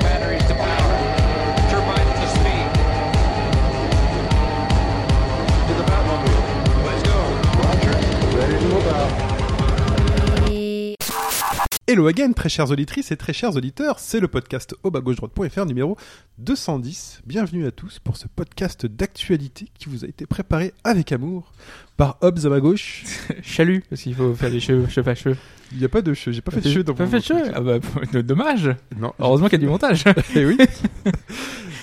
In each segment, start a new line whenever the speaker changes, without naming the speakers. batteries to power. Turbines to speed. To the Batmobile. Let's go.
Hello again, très chères auditrices et très chers auditeurs, c'est le podcast au bas gauche droite.fr numéro 210. Bienvenue à tous pour ce podcast d'actualité qui vous a été préparé avec amour par Hobbs à ma gauche.
Chalut, parce qu'il faut faire des cheveux, cheveux à cheveux.
Il n'y a pas de cheveux, j'ai pas fait de cheveux dans
Pas
mon
fait de cheveux Ah bah, d- dommage
Non.
Heureusement qu'il y a du montage
Et Eh oui.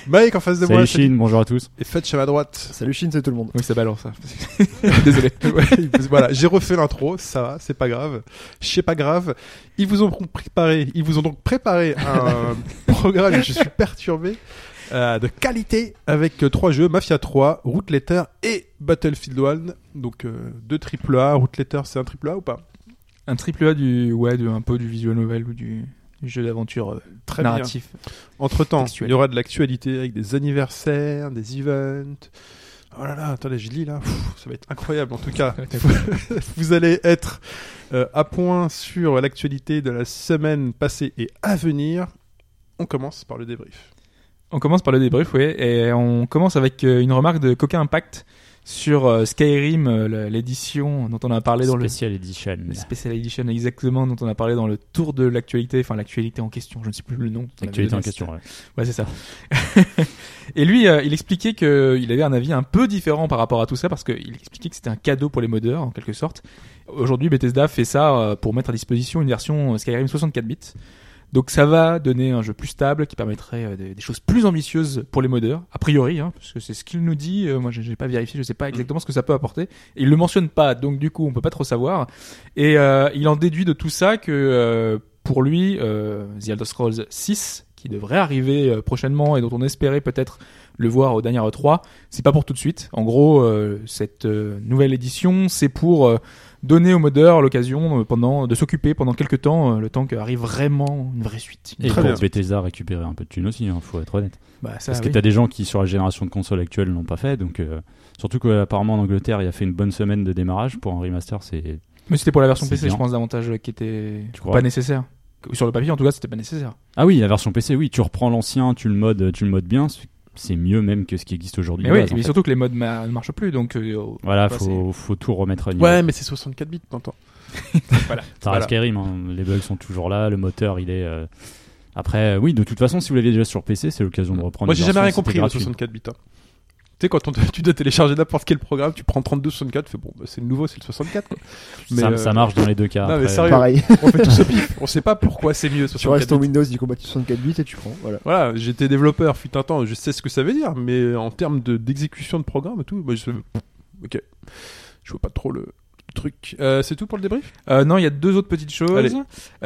Mike en face de moi.
Salut Chine, bonjour à tous.
Et Fetch à ma droite.
Salut Chine, c'est tout le monde.
Oui, ça balance. hein. Désolé.
Ouais, voilà, j'ai refait l'intro, ça va, c'est pas grave. C'est pas grave. Ils vous ont préparé, ils vous ont donc préparé un programme, et je suis perturbé, euh, de qualité avec euh, trois jeux, Mafia 3, Route Letter et Battlefield 1. Donc euh, deux triple A, Route Letter c'est un triple A ou pas
Un triple A du, ouais, de, un peu du visual novel ou du, du jeu d'aventure euh,
Très
narratif.
Entre temps,
Textuel.
il y aura de l'actualité avec des anniversaires, des events. Oh là là, attendez, je lis là. Pfff, ça va être incroyable en tout cas. vous allez être euh, à point sur l'actualité de la semaine passée et à venir. On commence par le débrief.
On commence par le débrief, oui, et on commence avec euh, une remarque de Coca Impact sur euh, Skyrim, euh, la- l'édition dont on a parlé dans le
Special Edition.
le Special Edition exactement dont on a parlé dans le tour de l'actualité, enfin l'actualité en question, je ne sais plus le nom.
L'actualité en
C'était-
question. ouais.
Ouais, c'est ça. et lui, euh, il expliquait qu'il avait un avis un peu différent par rapport à tout ça parce qu'il expliquait que c'était un cadeau pour les modeurs, en quelque sorte. Aujourd'hui, Bethesda fait ça euh, pour mettre à disposition une version euh, Skyrim 64 bits. Donc ça va donner un jeu plus stable qui permettrait euh, des, des choses plus ambitieuses pour les modeurs, a priori, hein, parce que c'est ce qu'il nous dit. Euh, moi, j'ai j'ai pas vérifié, je sais pas exactement ce que ça peut apporter. Et il le mentionne pas, donc du coup, on peut pas trop savoir. Et euh, il en déduit de tout ça que euh, pour lui, euh, The Elder Scrolls 6, qui devrait arriver euh, prochainement et dont on espérait peut-être le voir au dernier E3, c'est pas pour tout de suite. En gros, euh, cette euh, nouvelle édition, c'est pour euh, donner aux modeurs l'occasion euh, pendant de s'occuper pendant quelques temps, euh, le temps qu'arrive vraiment une vraie suite.
Et
Très
pour
bien. Ah
Bethesda récupérer un peu de thunes aussi, hein, faut être honnête.
Bah, ça,
Parce que
oui.
t'as des gens qui sur la génération de consoles actuelle l'ont pas fait, donc euh, surtout qu'apparemment en Angleterre il a fait une bonne semaine de démarrage pour un remaster, c'est
Mais c'était pour la version
C'est
PC,
bien.
je pense, davantage euh, qui était
Tu crois
pas nécessaire. Sur le papier, en tout cas, c'était pas nécessaire.
ah oui la version PC, oui tu reprends l'ancien, tu le modes, tu le modes bien, c'est- c'est mieux même que ce qui existe aujourd'hui.
Mais
de
oui,
base, en
mais
fait.
surtout que les modes ma- ne marchent plus, donc euh,
Voilà,
Ouais,
faut, faut tout remettre à niveau.
Ouais, mais c'est 64 bits, t'entends.
Ça reste
Voilà.
Skyrim, hein. les bugs sont toujours là, le moteur il est. euh, Après, oui, de toute façon, si vous l'aviez déjà sur PC, c'est l'occasion de reprendre.
Moi,
une
j'ai jamais
version,
rien
c'était
compris, le
gratuit.
64 bits. hein. Tu sais, quand on te- tu dois télécharger n'importe quel programme, tu prends 32 64, tu fais bon, bah, c'est le nouveau, c'est le 64. quoi. Mais,
ça,
euh,
ça marche dans les deux cas.
Non, mais
après.
sérieux,
Pareil,
on fait tout ce pif. On sait pas pourquoi c'est mieux
tu restes
64
en
bits.
Windows, du combat 64 bits et tu prends. Voilà.
Voilà, j'étais développeur, fut un temps, je sais ce que ça veut dire, mais en termes de- d'exécution de, programme et tout, moi, je. Ok. Je vois pas trop le truc. Euh, c'est tout pour le débrief
Euh, non, il y a deux autres petites choses. Euh,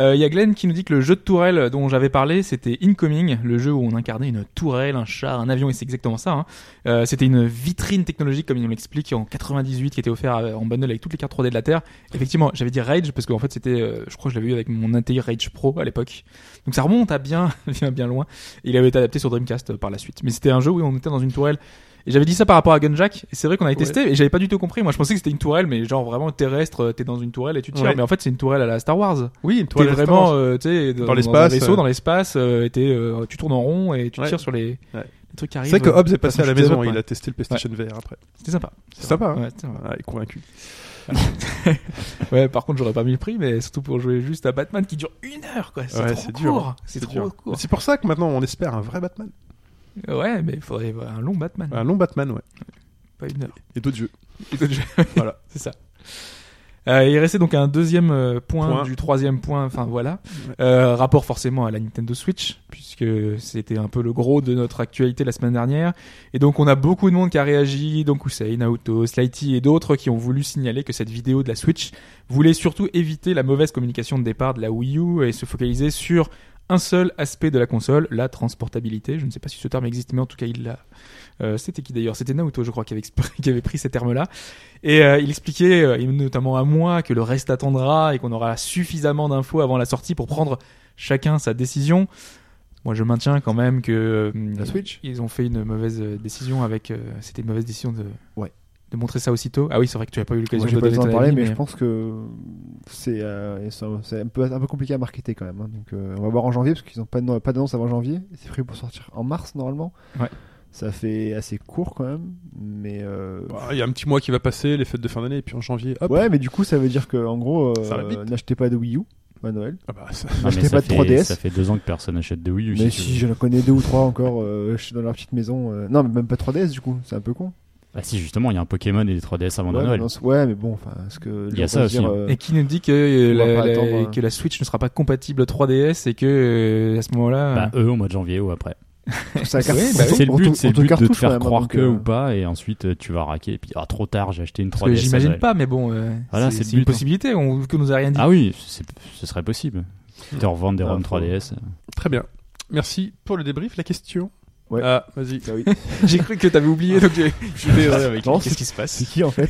Allez.
Il y a Glenn qui nous dit que le jeu de tourelle dont j'avais parlé, c'était Incoming, le jeu où on incarnait une tourelle, un char, un avion, et c'est exactement ça. hein. Euh, c'était une vitrine technologique, comme il nous l'explique, en 98, qui était offert euh, en bundle avec toutes les cartes 3D de la Terre. Effectivement, j'avais dit Rage, parce qu'en fait, c'était, euh, je crois que je l'avais eu avec mon ATI Rage Pro à l'époque. Donc ça remonte à bien, bien, bien loin. Et il avait été adapté sur Dreamcast euh, par la suite. Mais c'était un jeu où on était dans une tourelle. Et j'avais dit ça par rapport à Gunjack, et c'est vrai qu'on avait
Ouais.
testé, et j'avais pas du tout compris. Moi, je pensais que c'était une tourelle, mais genre vraiment terrestre, euh, t'es dans une tourelle et tu tires.
Ouais.
Mais en fait, c'est une tourelle à la Star Wars.
Oui, une
T'es
toile
vraiment, euh, tu sais, dans,
Dans l'espace,
dans un vaisseau,
euh.
dans l'espace, euh, et t'es, euh, tu tournes en rond et tu
Ouais.
tires sur les,
Ouais.
les trucs qui
C'est
arrivent.
vrai que Hobbs est passé à la
Enfin,
maison,
je
il
développe,
a testé le PlayStation VR après.
ouais. C'était sympa.
C'est sympa, hein
Ouais, c'était sympa.
Ah, il est convaincu.
Ouais, par contre, j'aurais pas mis le prix, mais surtout pour jouer juste à Batman qui dure une heure, quoi. C'est
Ouais,
trop
c'est
court.
dur, hein.
C'est
C'est
trop
dur.
court.
C'est pour ça que maintenant on espère un vrai Batman.
Ouais, mais il faudrait euh, un long Batman,
Un long Batman, ouais.
pas une heure.
Et d'autres jeux.
Et d'autres jeux.
Voilà.
c'est ça. Euh, il restait donc un deuxième euh, point,
Point.
du troisième point, enfin voilà.
Ouais.
Euh, rapport forcément à la Nintendo Switch, puisque c'était un peu le gros de notre actualité la semaine dernière. Et donc on a beaucoup de monde qui a réagi, donc Hussein, Naoto, Slighty et d'autres qui ont voulu signaler que cette vidéo de la Switch voulait surtout éviter la mauvaise communication de départ de la Wii U et se focaliser sur un seul aspect de la console, la transportabilité. Je ne sais pas si ce terme existe, mais en tout cas il l'a. Euh, c'était qui d'ailleurs C'était Naoto, je crois, qui avait, expr- qui avait pris ces termes-là. Et euh, il expliquait, euh, et notamment à moi, que le reste attendra et qu'on aura suffisamment d'infos avant la sortie pour prendre chacun sa décision. Moi, je maintiens quand même que euh,
La Switch
ils ont fait une mauvaise euh, décision avec. euh, C'était une mauvaise décision de.
Ouais.
De montrer ça aussitôt. Ah oui, c'est vrai que tu n'as pas eu l'occasion
Moi,
de
j'ai pas
donner
besoin
ton
d'en parler,
avis,
mais, je pense que c'est euh, c'est un- c'est un peu, un peu compliqué à marketer quand même. hein. Donc, euh, on va voir en janvier, parce qu'ils n'ont pas de- pas d'annonce avant janvier. C'est prévu pour sortir en mars normalement.
Ouais.
Ça fait assez court quand même, mais. euh,
Bah, Il y a un petit mois qui va passer, les fêtes de fin d'année, et puis en janvier, hop.
Ouais, mais du coup, ça veut dire que en gros, euh,
Ça va vite.
n'achetez pas de Wii U à Noël.
Ah bah, ça-
Non, mais
N'achetez
ça
pas de
fait-
3DS.
Ça fait deux ans que personne n'achète de Wii U.
mais
si tu
si,
veux.
je en connais deux ou trois encore euh, je suis dans leur petite maison. euh, Non, mais même pas 3DS du coup, c'est un peu con.
Ah si, justement, il y a un Pokémon et des 3DS avant
ouais,
Noël.
non, c'est- ouais, mais bon, enfin, est-ce que.
Il y a
on
ça
va
aussi,
dire,
hein.
euh,
Et qui nous dit que, euh,
On va
la,
pas
la-
attendre, euh.
que la Switch ne sera pas compatible 3DS et que euh, à ce moment-là.
Bah, eux au mois de janvier ou après.
ça carte-
Oui, bah
on te-
c'est le
on te-
but, c'est
on
le
te
but de te
cartouche,
faire
quand même,
croire
donc,
que
euh,
ou pas, et ensuite euh, tu vas raquer, et puis ah trop tard, j'ai acheté une
parce que
3DS. à
j'imagine
Noël.
pas, mais bon, euh,
Voilà,
c'est
c'est le
c'est une
but, hein.
possibilité. On, vu qu'on nous a rien dit.
Ah oui, c'est- ce serait possible. Te revendre des
Ah,
ROM
faut-
3DS.
Très bien. Merci pour le débrief. La question
Ouais.
Ah, vas-y.
Bah
Ah oui.
J'ai cru que t'avais oublié, donc j'ai- je suis désolé, mec.
Non,
Qu'est-ce qui se passe
C'est qui en fait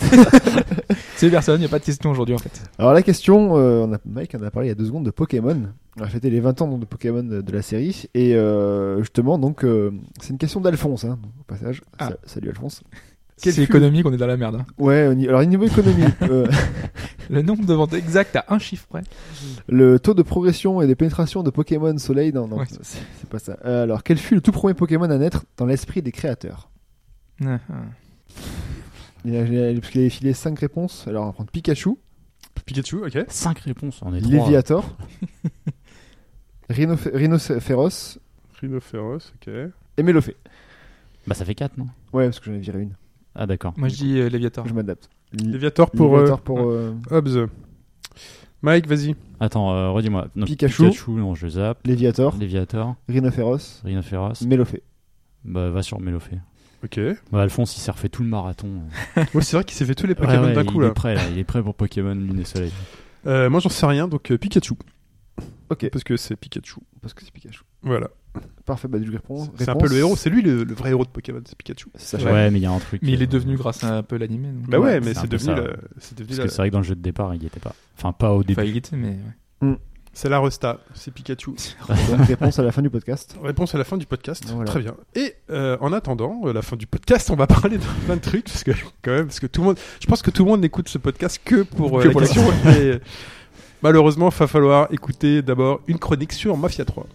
C'est personne, il n'y a pas de question aujourd'hui en fait.
Alors la question, euh, on a, Mike en a parlé il y a deux secondes de Pokémon. On a fêté les 20 ans donc, de Pokémon de, de la série. Et euh, justement, donc, euh, c'est une question d'Alphonse, hein, au passage.
Ah.
Sa- Salut Alphonse. Quel
C'est
fut-
économique, on est dans la merde. hein.
Ouais, au ni- alors au niveau économique, euh,
Le nombre de ventes exactes à un chiffre près.
le taux de progression et de pénétration de Pokémon Soleil, non, non,
Ouais.
c'est c'est pas ça. Euh, alors, quel fut le tout premier Pokémon à naître dans l'esprit des créateurs
Ah, ah.
il a, il a- Parce qu'il avait filé 5 réponses. Alors, on va prendre Pikachu,
Pikachu, ok.
5 réponses, on est trois. hein.
Léviator, Rhinof- Rhinocéros
Rhinophéros, ok.
et Mélofée.
Bah ça fait 4, non
Ouais, parce que j'en ai viré une.
Ah d'accord.
Moi je dis euh, Léviator.
Je m'adapte.
Ah. Léviator pour euh,
Léviator pour euh,
Hobbes. Mike, vas-y.
Attends, euh, redis-moi. Donc,
Pikachu.
non, je zappe.
Léviator,
Léviator,
Rhinophéros,
Rhinophéros.
Mélophée.
Bah va sur Mélophée.
Ok.
Bah, Alphonse, il s'est refait tout le marathon. euh,
Ouais, c'est vrai qu'il s'est fait tous les Pokémon
Ouais, ouais,
d'un coup,
il
là.
est prêt, là. Il est prêt pour Pokémon Lune et Soleil.
Euh, moi, j'en sais rien, donc euh, Pikachu.
Ok.
Parce que c'est Pikachu.
Parce que c'est Pikachu.
Voilà.
Parfait, bah du coup, réponse.
C'est un peu le héros. C'est lui le, le vrai héros de Pokémon, c'est Pikachu.
Ça,
Ouais, mais il y a un truc.
Mais il est
euh,
devenu grâce à un peu l'animé. donc.
Bah ouais,
c'est
mais
un
c'est
peu
devenu
ça.
le- c'est devenu
Parce
la-
que c'est vrai que dans le jeu de départ, il n'y était pas. Enfin, pas au
Enfin,
début.
il était, mais. ouais.
C'est la resta, c'est Pikachu.
réponse à la fin du podcast.
Réponse à la fin du podcast.
Voilà.
Très bien. Et euh, en attendant euh, la fin du podcast, on va parler de plein de trucs parce que quand même, parce que tout le monde, je pense que tout le monde n'écoute ce podcast que pour euh,
Que
la
pour la
question. Et, euh, malheureusement, il va falloir écouter d'abord une chronique sur Mafia 3.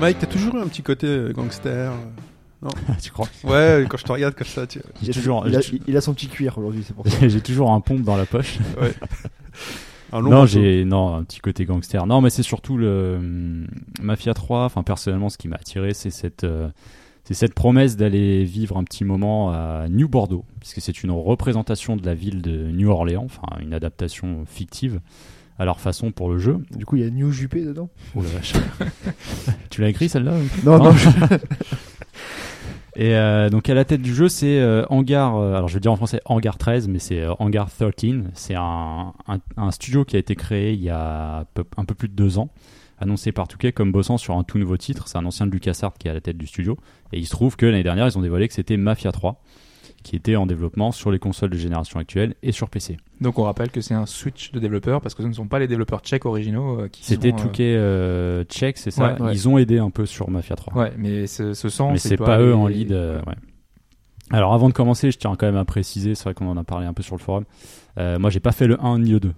Mike, t'as toujours eu un petit côté euh, gangster. euh,
tu crois
Ouais, quand je te regarde comme ça, tu.
J'ai
Il a-
toujours,
il, a,
j'ai-
il a son petit cuir aujourd'hui, c'est pour ça.
j'ai toujours un pompe dans la poche.
Un long
Non,
manteau.
j'ai non un petit côté gangster. Non, mais c'est surtout le hum, Mafia 3. Enfin, personnellement, ce qui m'a attiré, c'est cette euh, c'est cette promesse d'aller vivre un petit moment à New Bordeaux, puisque c'est une représentation de la ville de New Orleans, enfin une adaptation fictive à leur façon pour le jeu.
Du coup, il y a New Juppé dedans.
Oh la vache. tu l'as écrit celle-là ou-
Non, non,
Non. Et euh, donc à la tête du jeu, c'est euh, Hangar, euh, alors je vais dire en français Hangar 13, mais c'est euh, Hangar 13. C'est un, un- un studio qui a été créé il y a un peu, un peu plus de deux ans, annoncé par Touquet comme bossant sur un tout nouveau titre. C'est un ancien de LucasArts qui est à la tête du studio. Et il se trouve que l'année dernière, ils ont dévoilé que c'était Mafia 3, qui était en développement sur les consoles de génération actuelle et sur PC.
Donc on rappelle que c'est un switch de développeurs parce que ce ne sont pas les développeurs tchèques originaux euh, qui
C'était
sont, euh,
Touquet euh, Tchèque, c'est ça
Ouais, ouais.
Ils ont aidé un peu sur Mafia 3.
Ouais, mais ce, ce sens.
mais c'est pas eux en
les-
lead. euh, ouais. Alors avant de commencer, je tiens quand même à préciser, c'est vrai qu'on en a parlé un peu sur le forum. euh, moi, j'ai pas fait le 1 ni le 2.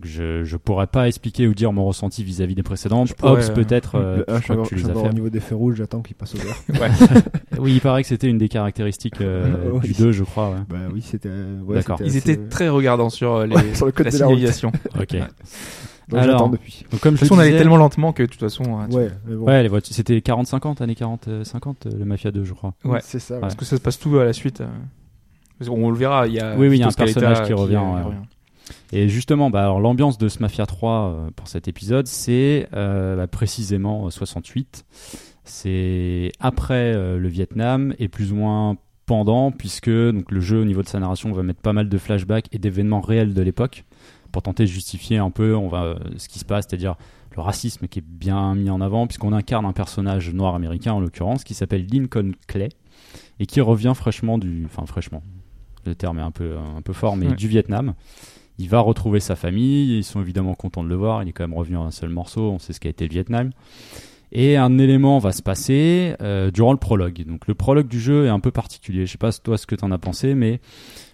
Donc, je, je pourrais pas expliquer ou dire mon ressenti vis-à-vis des précédents.
pourrais,
Hobbs,
euh,
peut-être. euh,
le
je
H,
crois que tu
ah, je
les as
au
fait.
niveau des feux rouges, j'attends qu'il passe au vert.
Oui, il paraît que c'était une des caractéristiques euh,
Oui.
du 2, je crois. ouais.
bah oui, c'était. euh, ouais,
D'accord.
c'était
Ils
assez-
étaient très regardants sur euh, les,
Ouais, sur le code
la
de la route.
signalisation. De
Ok.
Donc,
Alors. Ah,
j'attends depuis.
Donc, comme
toute
je le
façon, on allait
disais-
tellement lentement que de toute façon. euh, tu-
Ouais, mais bon.
Ouais, les voitures, c'était 40-50, années 40-50, euh, le Mafia 2, je crois.
ouais.
C'est ça.
Ouais.
Parce que ça se passe tout à la suite. euh. Parce qu'on- On le verra, il y a,
Oui, oui, il y a un
Phytoskeleta
personnage qui revient, ouais.
revient.
Et justement, bah, alors, l'ambiance de ce Mafia 3 euh, pour cet épisode, c'est euh, bah, précisément euh, 68. C'est après euh, le Vietnam et plus ou moins pendant, puisque donc, le jeu, au niveau de sa narration, va mettre pas mal de flashbacks et d'événements réels de l'époque pour tenter de justifier un peu on va, euh, ce qui se passe, c'est-à-dire le racisme qui est bien mis en avant, puisqu'on incarne un personnage noir américain, en l'occurrence, qui s'appelle Lincoln Clay, et qui revient fraîchement du... Enfin, fraîchement, le terme est un peu, un peu fort, mais
Ouais.
du Vietnam. Il va retrouver sa famille, ils sont évidemment contents de le voir, il est quand même revenu en un seul morceau, on sait ce qu'a été le Vietnam. Et un élément va se passer euh, durant le prologue. Donc le prologue du jeu est un peu particulier, je sais pas toi ce que t'en as pensé, mais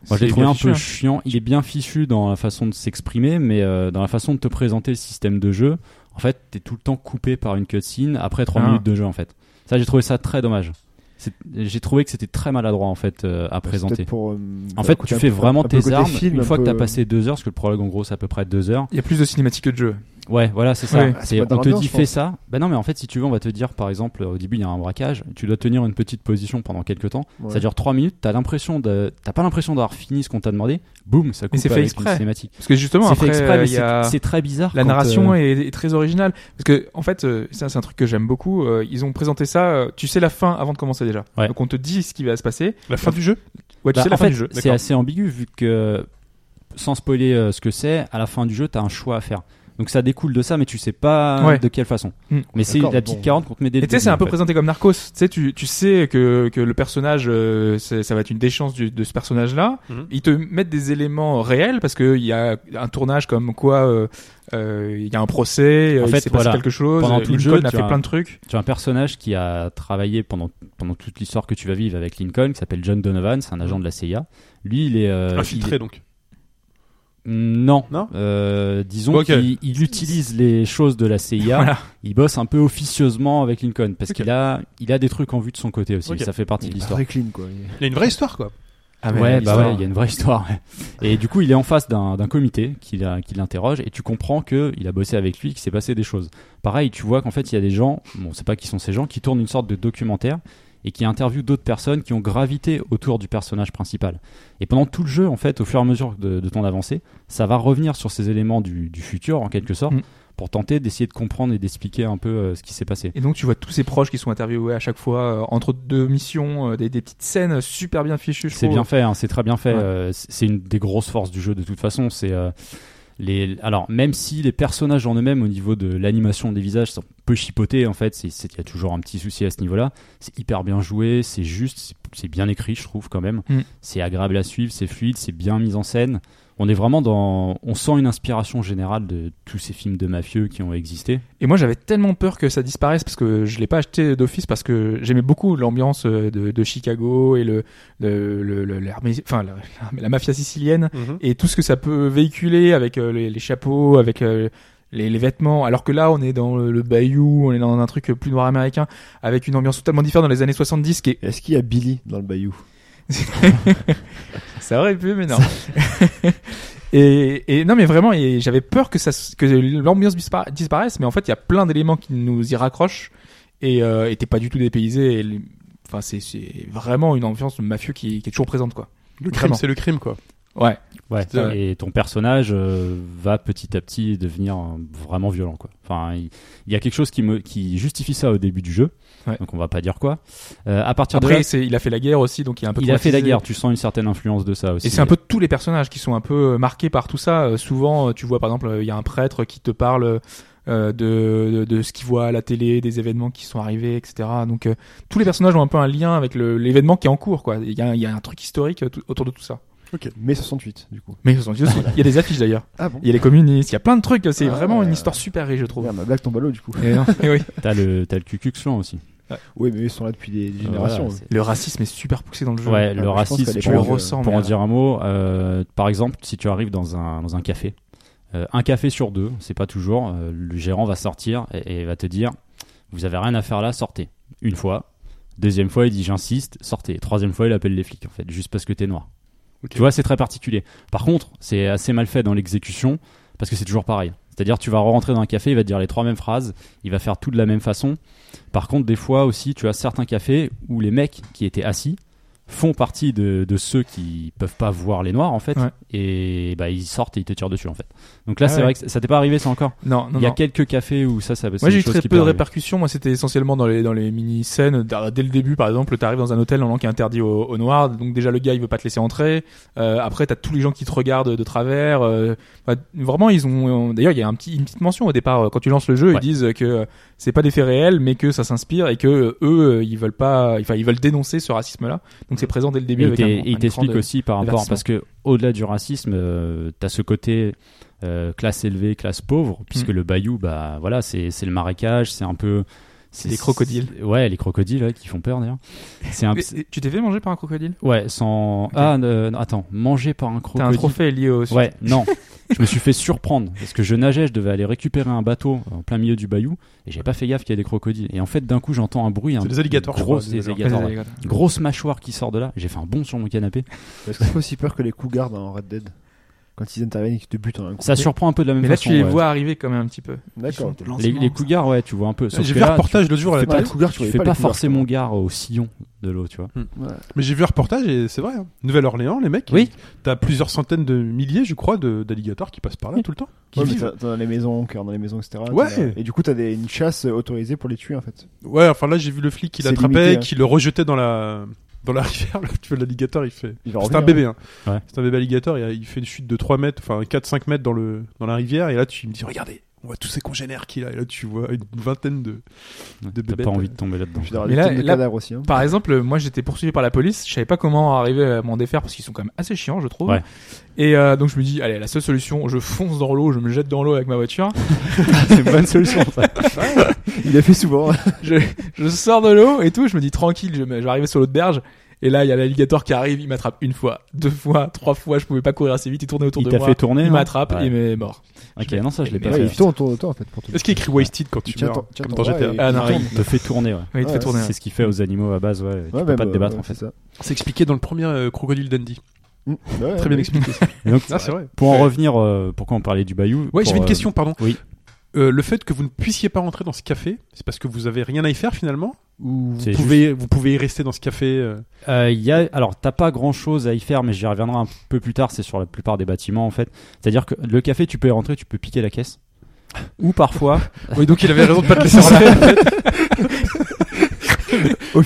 moi je
C'est
l'ai trouvé
bien
un
fichu,
peu
hein.
chiant. Il est bien fichu dans la façon de s'exprimer, mais euh, dans la façon de te présenter le système de jeu, en fait t'es tout le temps coupé par une cutscene après 3
Ah.
minutes de jeu en fait. Ça j'ai trouvé ça très dommage. C'est- J'ai trouvé que c'était très maladroit en fait euh, à présenter.
Peut-être pour, euh,
En
un
fait,
côté-
tu fais
un peu- un
vraiment
peu
tes
côté
armes
film,
une
un
fois que
peu-
t'as passé deux heures, parce que le prologue en gros c'est à peu près deux heures.
Il y a plus de cinématiques que de jeu.
Ouais, voilà, c'est ça.
Ouais.
C'est-
Ah, c'est pas
on te
dans
dit
l'ambiance, je
fais
pense.
ça. Bah non, mais en fait, si tu veux, on va te dire par exemple au début il y a un braquage, tu dois tenir une petite position pendant quelques temps.
Ouais.
Ça dure trois minutes. T'as l'impression de, t'as pas l'impression d'avoir fini ce qu'on t'a demandé. Boum, ça coupe
c'est fait
avec une
exprès.
cinématique.
Parce que justement,
C'est fait
après,
exprès,
euh,
mais
il y a...
c'est- c'est très bizarre.
La
quand,
narration
euh,
est, est très originale parce que en fait euh, ça c'est un truc que j'aime beaucoup. euh, ils ont présenté ça, euh, tu sais la fin avant de commencer déjà.
Ouais.
Donc on te dit ce qui va se passer.
La fin du jeu
Ouais, tu
bah,
sais la
en
fin
fait,
du jeu.
c'est
d'accord.
assez ambigu vu que, sans spoiler euh, ce que c'est, à la fin du jeu, t'as un choix à faire. Donc ça découle de ça, mais tu sais pas
Ouais.
de quelle façon.
Mm.
Mais c'est
D'accord,
la petite
bon.
40 qu'on te met dès
Et
le
tu sais,
début,
c'est un
en
peu
fait.
présenté comme Narcos. Tu sais, tu, tu sais que, que le personnage, euh, c'est- ça va être une déchance du- de ce personnage-là.
Mhm.
Ils te mettent des éléments réels parce qu'il y a un tournage comme quoi euh, euh, il y a un procès,
En
euh, il
fait,
s'est passé
voilà.
quelque chose.
Pendant
euh,
tout le
Lincoln
jeu,
a
tu
fait
as-
plein de trucs.
Tu as un personnage qui a travaillé pendant, pendant toute l'histoire que tu vas vivre avec Lincoln, qui s'appelle John Donovan, c'est un agent de la CIA. Lui, il est. euh, il
Infiltré
est-
Ah, donc.
Non.
Non
Euh, disons
Ok.
qu'il il utilise les choses de la CIA.
Voilà.
Il bosse un peu officieusement avec Lincoln, parce
Ok.
qu'il a, il a des trucs en vue de son côté aussi.
Ok.
Ça fait partie de
Il est pas
l'histoire.
Très clean, quoi. Il-
Il y a une vraie histoire quoi.
mais
ouais, bah
l'histoire-
ouais, il y a une vraie histoire. ouais. Et du coup, il est en face d'un d'un comité qui l'a- qui l'interroge et tu comprends que il a bossé avec lui, qu'il s'est passé des choses. Pareil, tu vois qu'en fait, il y a des gens, bon, on sait pas qui sont ces gens, qui tournent une sorte de documentaire et qui interviewent d'autres personnes qui ont gravité autour du personnage principal. Et pendant tout le jeu, en fait, au fur et à mesure de, de ton avancée, ça va revenir sur ces éléments du, du futur, en quelque sorte,
Mm.
pour tenter d'essayer de comprendre et d'expliquer un peu euh, ce qui s'est passé.
Et donc tu vois tous ses proches qui sont interviewés à chaque fois euh, entre deux missions, euh, des, des petites scènes super bien fichues. je
C'est
trouve.
bien fait, hein, c'est très bien fait.
Ouais.
euh, c'est c'est une des grosses forces du jeu de toute façon. C'est euh, les alors même si les personnages en eux-mêmes au niveau de l'animation des visages sont peu chipotés en fait, c'est- c'est- il y a toujours un petit souci à ce niveau-là. C'est hyper bien joué, c'est juste, c'est- c'est bien écrit je trouve quand même.
Mm.
C'est agréable à suivre, c'est fluide, c'est bien mis en scène. On est vraiment dans, on sent une inspiration générale de tous ces films de mafieux qui ont existé.
Et moi j'avais tellement peur que ça disparaisse parce que je l'ai pas acheté d'office parce que j'aimais beaucoup l'ambiance euh, de, de Chicago et le, le, le- le- l'armée- enfin la, la mafia sicilienne et tout ce que ça peut véhiculer avec euh, les, les chapeaux, avec euh, les, les vêtements. Alors que là on est dans le, le bayou, on est dans un truc plus noir américain avec une ambiance totalement différente dans les années 70 qui est
Est-ce qu'il y a Billy dans le bayou
Ça aurait pu, mais non. et, et non, mais vraiment, et j'avais peur que, ça, s- que l'ambiance dispara- disparaisse, mais en fait, il y a plein d'éléments qui nous y raccrochent et euh, et t'es pas du tout dépaysé. et le- Enfin, c'est- c'est vraiment une ambiance de mafieux qui, qui est toujours présente, quoi.
Le crime
Vraiment.
c'est le crime quoi.
Ouais.
Ouais,
C'est vrai.
et ton personnage euh, va petit à petit devenir euh, vraiment violent, quoi. Enfin, il il y a quelque chose qui, me, qui justifie ça au début du jeu,
Ouais.
donc on va pas dire quoi. Euh, à partir de là,
Après, c'est- il a fait la guerre aussi, donc il y a un peu.
il a fait la
traumatisé.
guerre, tu sens une certaine influence de ça aussi.
Et c'est un peu tous les personnages qui sont un peu euh, marqués par tout ça. Euh, souvent, euh, tu vois, par exemple, euh, il y a un prêtre qui te parle euh, de, de, de ce qu'il voit à la télé, des événements qui sont arrivés, etc. Donc, euh, tous les personnages ont un peu un lien avec le- l'événement qui est en cours, quoi. Il y a, il y a un truc historique euh, tout- autour de tout ça.
Mai 68, du coup.
Mais ils sont- ils sont- il y a des affiches d'ailleurs.
Ah bon
Il y a les communistes, il y a plein de trucs. C'est
Ah,
vraiment
ouais.
une histoire super riche, je trouve.
Merde, ma blague tombe à l'eau, du coup.
Et oui.
T'as le, t'as le Ku Klux Klan aussi.
Oui, mais ils sont là depuis des
Euh,
des générations. hein.
voilà,
eux.
Le racisme est super poussé dans le jeu.
Ouais,
je
le
pense qu'à
racisme,
l'époque,
tu
tu
le
le
euh,
ressens.
Pour
mais
en
alors-
dire un mot, euh, par exemple, si tu arrives dans un, dans un café, euh, un café sur deux, c'est pas toujours, euh, le gérant va sortir et, et va te dire Vous avez rien à faire là, sortez. Une fois. Deuxième fois, il dit J'insiste, sortez. Troisième fois, il appelle les flics, en fait, juste parce que t'es noir.
Ok.
Tu vois, c'est très particulier. Par contre, c'est assez mal fait dans l'exécution parce que c'est toujours pareil. C'est-à-dire, tu vas rentrer dans un café, il va te dire les trois mêmes phrases, il va faire tout de la même façon. Par contre, des fois aussi, tu as certains cafés où les mecs qui étaient assis font partie de, de ceux qui peuvent pas voir les noirs en fait
Ouais.
et bah ils sortent et ils te tirent dessus en fait donc là
Ah
c'est
ouais.
vrai que ça- ça t'est pas arrivé ça encore
Non, non,
il y a
non.
quelques cafés où ça ça c'est
Moi j'ai
des
eu
choses
très
qui
peu de
peuvent arriver.
répercussions. Moi c'était essentiellement dans les dans les mini scènes. Dès le début par exemple, t'arrives dans un hôtel normalement qui est interdit aux, aux noirs, donc déjà le gars il veut pas te laisser entrer. Euh, après t'as tous les gens qui te regardent de travers. Euh, bah, vraiment ils ont. euh, D'ailleurs il y a un petit une petite mention au départ euh, quand tu lances le jeu
Ouais.
ils disent que c'est pas des faits réels mais que ça s'inspire et que euh, eux euh, ils veulent pas. Enfin ils veulent dénoncer ce racisme là. Donc c'est présent dès le début.
Et
avec
t'es-
un-
et
un
il
écran
t'explique
de-
aussi par rapport,
versement.
parce que au-delà du racisme, euh, t'as ce côté euh, classe élevée, classe pauvre, puisque le bayou, bah voilà, c'est c'est le marécage, c'est un peu.
C'est les crocodiles.
c'est- Ouais, les crocodiles ouais, qui font peur d'ailleurs. C'est un.
Mais, et tu t'es fait manger par un crocodile
Ouais, sans. Ah, euh, non, attends, manger par
T'as
un
un
crocodile.
trophée lié au.
Ouais, non. je me suis fait surprendre parce que je nageais, je devais aller récupérer un bateau en plein milieu du bayou et j'ai pas fait gaffe qu'il y a des crocodiles. Et en fait, d'un coup, j'entends un bruit. un
C'est des alligators, je
Gros,
crois,
c'est
des
des
alligators.
alligators, ouais. Grosse mâchoire qui sort de là. J'ai fait un bond sur mon canapé.
Est-ce que ça fait aussi peur que les cougars dans Red Dead Quand ils interviennent et qu'ils te butent en un coup.
Ça surprend un peu de la même
Mais là
façon.
tu les
ouais.
vois arriver quand même un petit peu.
D'accord. ok.
Ah,
Les, les cougars, ouais, tu vois un peu. Sauf
J'ai
que
vu un
là,
reportage l'autre jour à la
tu
Pas
fais
les
pas,
cougars, tu
tu
voyais
fais
pas
pas,
les cougars,
forcément
quoi.
gare au sillon de l'eau, tu vois.
Mais j'ai vu un reportage et c'est vrai. hein. Nouvelle-Orléans, les mecs.
Oui.
T'as plusieurs centaines de milliers, je crois, de- d'alligators qui passent par là tout le temps. qui
Ouais, mais
vivent.
t'as- t'as dans les maisons, car dans les maisons, etc.
Ouais.
t'en as- Et du coup, t'as des- une chasse autorisée pour les tuer en fait.
Ouais, enfin là j'ai vu le flic qui
C'est
l'attrapait,
limité, hein.
qui le rejetait dans la dans la rivière. Là, tu vois l'alligator, il fait.
Il va
C'est
revenir,
un bébé, hein.
Ouais.
C'est un bébé alligator. Il, a- il fait une chute de 3 mètres, enfin 4-5 mètres dans le dans la rivière. Et là tu me dis, regardez, on voit tous ces congénères qu'il a. Et là tu vois une vingtaine de.
Ouais,
De
T'as
bébête,
pas envie
ouais.
de tomber là-dedans.
Puis d'avoir
Mais
des
là-
tonnes de
là-
cadavres aussi. hein.
Par exemple, moi j'étais poursuivi par la police, je savais pas comment arriver à m'en défaire parce qu'ils sont quand même assez chiants, je trouve.
Ouais.
Et euh, donc je me dis, allez, la seule solution, je fonce dans l'eau, je me jette dans l'eau avec ma voiture,
C'est une bonne solution, ça.
Il a fait souvent. hein.
je, je sors de l'eau et tout, je me dis tranquille, je, me- je vais arriver sur l'autre berge. Et là, il y a l'alligator qui arrive, il m'attrape une fois, deux fois, trois fois, je pouvais pas courir assez vite, il tournait autour
Il
de
t'a
moi.
fait tourner.
il
non
m'attrape
Ouais.
et il est mort.
Ok, non, ça je l'ai
Mais
pas
Ouais,
fait.
il tourne autour de toi en fait pour te
Est-ce qu'il écrit wasted quand tu
Tiens
meurs
ton- tiens
comme
ton
dans
bras
GTA
et-
Ah non,
il
rien.
tourne.
Il te fait tourner, ouais.
Oui, il te
Ouais,
fait tourner.
C'est ce qu'il fait aux animaux à base, ouais. Tu
Ouais,
peux
bah,
pas te
bah,
débattre
ouais,
en fait.
c'est ça.
C'est expliqué dans le premier euh, Crocodile Dundee.
Mm. Ouais,
Très bien
ouais.
expliqué.
Et donc,
Ah c'est vrai.
pour en revenir, euh, pourquoi on parlait du bayou
Ouais,
pour,
j'avais une
euh,
question, pardon.
oui.
Euh, le fait que vous ne puissiez pas rentrer dans ce café, c'est parce que vous avez rien à y faire finalement Ou vous
C'est
pouvez, vous pouvez y rester dans ce café euh,
Euh, il y a, alors, t'as pas grand chose à y faire, mais j'y reviendrai un peu plus tard. C'est sur la plupart des bâtiments, en fait. C'est-à-dire que le café, tu peux y rentrer, tu peux piquer la caisse. Ou parfois,
Oui, donc il avait raison de pas te laisser rentrer. en fait.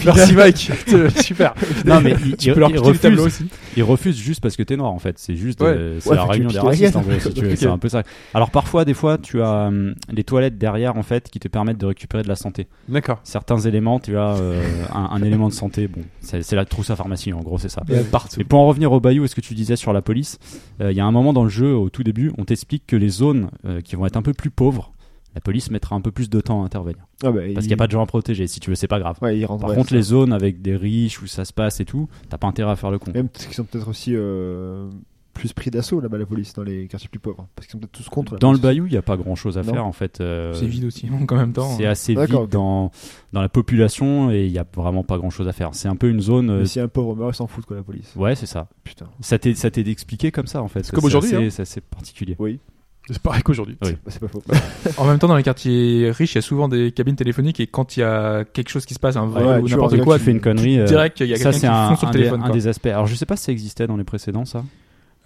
Merci Mike. C'est Super.
non mais il,
Tu peux leur
il
piquer le
refuse,
tableau aussi.
Ils refusent juste parce que t'es noir en fait. C'est juste
Ouais.
euh, c'est
Ouais,
la
faut que tu
réunion des
piques la
racistes
gueule.
en gros. Si tu veux,
Ok.
c'est un peu ça. Alors parfois, des fois, tu as hum, les toilettes derrière en fait qui te permettent de récupérer de la santé.
D'accord.
Certains éléments, tu as euh, un, un élément de santé. Bon, c'est c'est la trousse à pharmacie en gros, c'est ça.
Il y en a partout.
Et pour en revenir au Bayou, est ce que tu disais sur la police, euh, il y a un moment dans le jeu, au tout début, on t'explique que les zones euh, qui vont être un peu plus pauvres, la police mettra un peu plus de temps à intervenir.
Ah, bah,
Parce qu'il n'y a pas de gens à protéger, si tu veux, c'est pas grave.
Ouais, il rentre.
Par
ouais,
contre,
c'est
les
ça.
zones avec des riches où ça se passe et tout, t'as pas intérêt à faire le con.
Même parce qu'ils sont peut-être aussi euh, plus pris d'assaut là-bas la police dans les quartiers plus pauvres. Parce qu'ils sont peut-être tous contre. la
Dans le
police.
Bayou, il n'y a pas grand chose à
Non.
faire en fait. euh,
C'est hein. vide aussi, donc en même temps.
C'est assez
D'accord,
vide
ok.
dans, dans la population et il n'y a vraiment pas grand chose à faire. C'est un peu une zone. euh,
Mais si un pauvre meurt, ils s'en foutent quoi la police.
Ouais, c'est ça.
Putain.
Ça t'est ça t'est expliqué comme ça en fait. C'est
comme aujourd'hui,
assez-
hein.
C'est assez particulier.
Oui,
C'est pareil qu'aujourd'hui.
Oui.
bah, c'est pas faux.
En même temps, dans les quartiers riches, il y a souvent des cabines téléphoniques et quand il y a quelque chose qui se passe, un vrai
Ouais,
ou
tu
n'importe
vois,
quoi,
tu fais une connerie. euh,
direct, il y a quelqu'un
ça
qui
c'est un,
fonce sur
un
le
des,
téléphone.
un
quoi.
des aspects. Alors je sais pas si ça existait dans les précédents ça.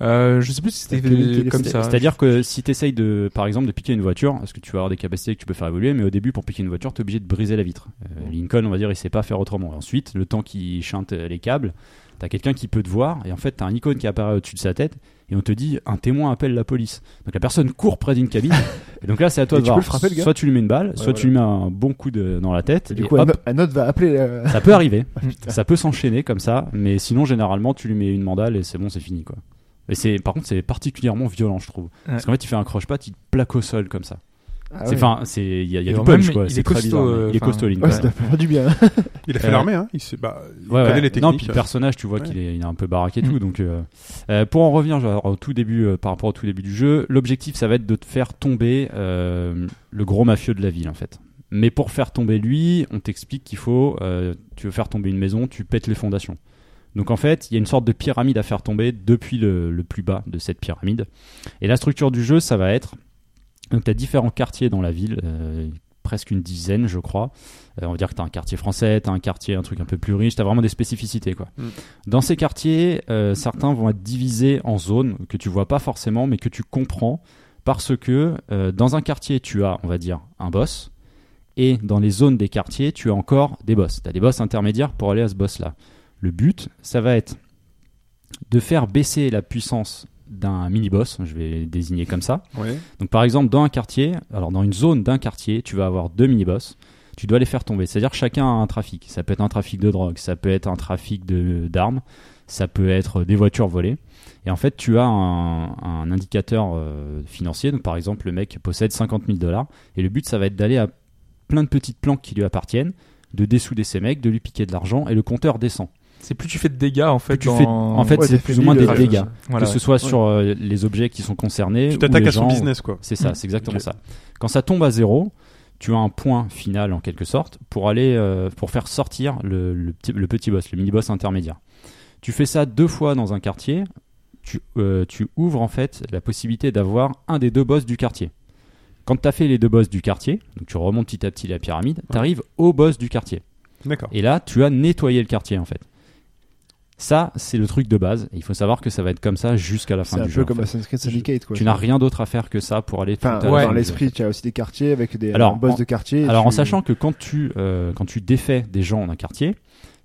Euh, je sais plus si
La cabine
c'était comme
téléphonique.
ça.
C'est-à-dire que si t'essayes de, par exemple, de piquer une voiture, parce que tu vas avoir des capacités que tu peux faire évoluer, mais au début pour piquer une voiture, t'es obligé de briser la vitre. Euh, Lincoln, on va dire, il sait pas faire autrement. Et ensuite, le temps qu'il chante euh, les câbles, t'as quelqu'un qui peut te voir et en fait t'as un icône qui apparaît au-dessus de sa tête et on te dit un témoin appelle la police. Donc la personne court près d'une cabine. et donc là c'est à toi
Et
de
tu
voir.
peux le frapper, le gars
soit tu lui mets une balle, soit
voilà.
tu lui mets un bon coup de- dans la tête.
Et du
et
coup,
hop,
un, un autre va appeler. euh, la-
ça peut arriver.
Mm.
ça peut s'enchaîner comme ça, mais sinon généralement tu lui mets une mandale et c'est bon, c'est fini quoi. Et c'est par contre c'est particulièrement violent je trouve. Parce qu'en fait il fait un croche-pas, il te plaque au sol comme ça.
Ah
c'est
ouais.
enfin c'est il y a, il y a
Et
du
en
punch
même,
quoi,
il
c'est
est
très
costaud,
bizarre.
euh,
il est
enfin,
costaud Lincoln.
Ouais, ça doit faire du bien.
Il a fait
Euh,
l'armée. Hein. Il, sait- bah, il
Ouais,
connaît
ouais.
les
Non,
techniques.
puis le personnage, tu vois
Ouais.
qu'il est, il est un peu baraqué et
Mm.
tout. Donc, euh, euh, pour en revenir genre, au tout début, euh, par rapport au tout début du jeu, l'objectif, ça va être de te faire tomber euh, le gros mafieux de la ville, en fait. Mais pour faire tomber lui, on t'explique qu'il faut, euh, tu veux faire tomber une maison, tu pètes les fondations. Donc en fait, il y a une sorte de pyramide à faire tomber depuis le, le plus bas de cette pyramide. Et la structure du jeu, ça va être, donc tu as différents quartiers dans la ville, euh, pré- presque une dizaine, je crois. Euh, on va dire que tu as un quartier français, tu as un quartier, un truc un peu plus riche, tu as vraiment des spécificités. Quoi.
Mm.
Dans ces quartiers, euh, certains vont être divisés en zones que tu vois pas forcément, mais que tu comprends parce que euh, dans un quartier, tu as, on va dire, un boss. Et dans les zones des quartiers, tu as encore des boss. Tu as des boss intermédiaires pour aller à ce boss-là. Le but, ça va être de faire baisser la puissance d'un mini-boss, je vais le désigner comme ça.
euh,
Ouais.
Donc par exemple, dans un quartier, alors dans une zone d'un quartier, tu vas avoir deux mini-boss. Tu dois les faire tomber. C'est-à-dire que chacun a un trafic. Ça peut être un trafic de drogue, ça peut être un trafic de- d'armes, ça peut être des voitures volées. Et en fait, tu as un, un indicateur euh, financier. Donc par exemple, le mec possède 50 000 dollars. Et le but, ça va être d'aller à plein de petites planques qui lui appartiennent, de dessouder ces mecs, de lui piquer de l'argent, et le compteur descend.
C'est plus tu fais de dégâts en fait.
Plus tu
dans-
fais- en fait,
Ouais,
c'est
t'as
plus
fait
ou moins
mille,
des
euh,
dégâts.
Voilà,
que ce
ouais.
soit sur euh, les objets qui sont concernés.
Tu
ou
t'attaques
les
à son
gens,
business, quoi.
C'est
Mm.
ça, c'est exactement ça. Quand ça tombe à zéro, tu as un point final en quelque sorte pour aller euh, pour faire sortir le, le petit, le petit boss, le mini boss intermédiaire. Tu fais ça deux fois dans un quartier. Tu, euh, tu ouvres en fait la possibilité d'avoir un des deux boss du quartier. Quand tu as fait les deux boss du quartier, donc tu remontes petit à petit la pyramide, tu arrives au boss du quartier.
D'accord.
Et là, tu as nettoyé le quartier en fait. Ça, c'est le truc de base. Et il faut savoir que ça va être comme ça jusqu'à la fin
C'est
du
un
jeu.
peu
en
comme
fait.
Assassin's Creed Syndicate, quoi.
Tu n'as rien d'autre à faire que ça pour aller.
Enfin,
tout à la
ouais.
fin du
dans
jeu.
l'esprit, tu as aussi des quartiers avec des
Alors,
un boss
en-
de quartier. et
Alors en
tu-
sachant que quand tu, euh, quand tu défais des gens en un quartier,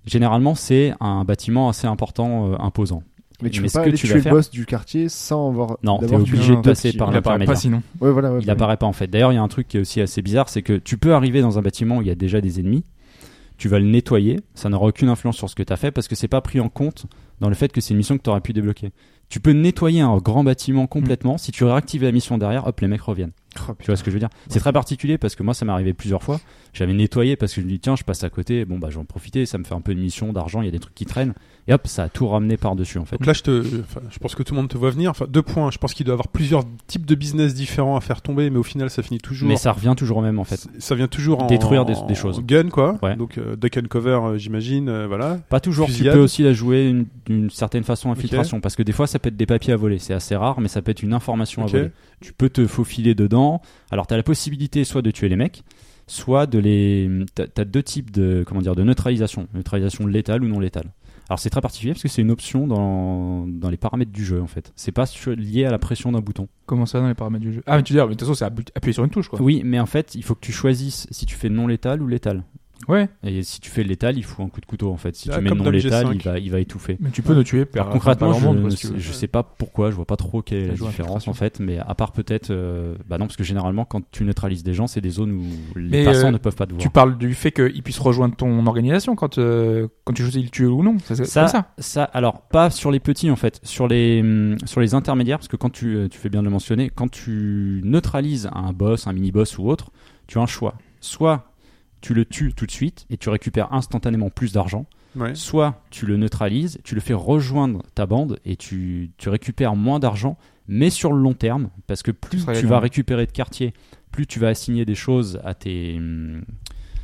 généralement c'est un bâtiment assez important, euh, imposant.
mais tu
mais
peux
ce
pas
que
aller
tu vas
tuer le
faire-
boss du quartier sans avoir.
Non, t'es
d'avoir tué
obligé
un
de passer
petit-
par
Il
là.
apparaît pas sinon.
l'intermédiaire.
Ouais, voilà. ouais,
Il apparaît pas en fait. D'ailleurs, il y a un truc qui est aussi assez bizarre, c'est que tu peux arriver dans un bâtiment où il y a déjà des ennemis, tu vas le nettoyer, ça n'aura aucune influence sur ce que tu as fait parce que c'est pas pris en compte dans le fait que c'est une mission que tu aurais pu débloquer. Tu peux nettoyer un grand bâtiment complètement,
Mm.
si tu réactives la mission derrière, hop, les mecs reviennent.
Oh,
Tu vois ce que je veux dire C'est très particulier parce que moi, ça m'est arrivé plusieurs fois. J'avais nettoyé parce que je me dis, tiens, je passe à côté, bon, bah, j'en profiter, ça me fait un peu de mission, d'argent, il y a des trucs qui traînent. Et hop, ça a tout ramené par-dessus, en fait.
Donc là, je, te, enfin, je pense que tout le monde te voit venir. Enfin, deux points. Je pense qu'il doit y avoir plusieurs types de business différents à faire tomber, mais au final, ça finit toujours.
Mais ça revient toujours au même, en fait.
C- ça vient toujours en-
Détruire des-
en
des choses.
Gun, quoi.
Ouais.
Donc, euh, duck and cover, euh, j'imagine. euh, voilà.
Pas toujours,
Fusillade.
tu peux aussi la jouer une- d'une certaine façon infiltration, parce que des fois ça peut être des papiers à voler, c'est assez rare, mais ça peut être une information
Ok.
à voler. Tu peux te faufiler dedans, alors tu as la possibilité soit de tuer les mecs, soit de les... Tu as, deux types de, comment dire, de neutralisation, neutralisation létale ou non létale. Alors c'est très particulier parce que c'est une option dans, dans les paramètres du jeu en fait, c'est pas sur- lié à la pression d'un bouton.
Comment ça dans les paramètres du jeu Ah, mais tu dis, ah, mais de toute façon, c'est appu- appuyer sur une touche quoi.
Oui, mais en fait il faut que tu choisisses si tu fais non létal ou létal.
Ouais,
Et si tu fais létal, il faut un coup de couteau en fait. Si
Ah,
tu mets
comme
non
dans le
létal,
G5.
il va, il va étouffer.
mais tu peux ne tuer par,
Concrètement,
par
je,
leur Ah, monde,
ne
quoi, si
sais-
tu veux.
je sais pas pourquoi, je vois pas trop quelle est la
joue à
différence
l'infiltration.
en fait, mais à part peut-être, euh, bah non, parce que généralement quand tu neutralises des gens, c'est des zones où les
Mais,
passants
euh,
ne peuvent pas te voir.
Tu parles du fait qu'ils puissent rejoindre ton organisation quand, euh, quand tu choisis de le tuer ou non. Ça, c'est
Ça-
comme ça.
Ça, alors pas sur les petits en fait, sur les hum, sur les intermédiaires, parce que quand tu, euh, tu fais bien de le mentionner, quand tu neutralises un boss, un mini boss ou autre, tu as un choix. Soit tu le tues tout de suite et tu récupères instantanément plus d'argent,
Ouais.
soit tu le neutralises, tu le fais rejoindre ta bande et tu, tu récupères moins d'argent, mais sur le long terme, parce que plus
seras
tu
gagnant.
vas récupérer de quartier, plus tu vas assigner des choses à tes, hum,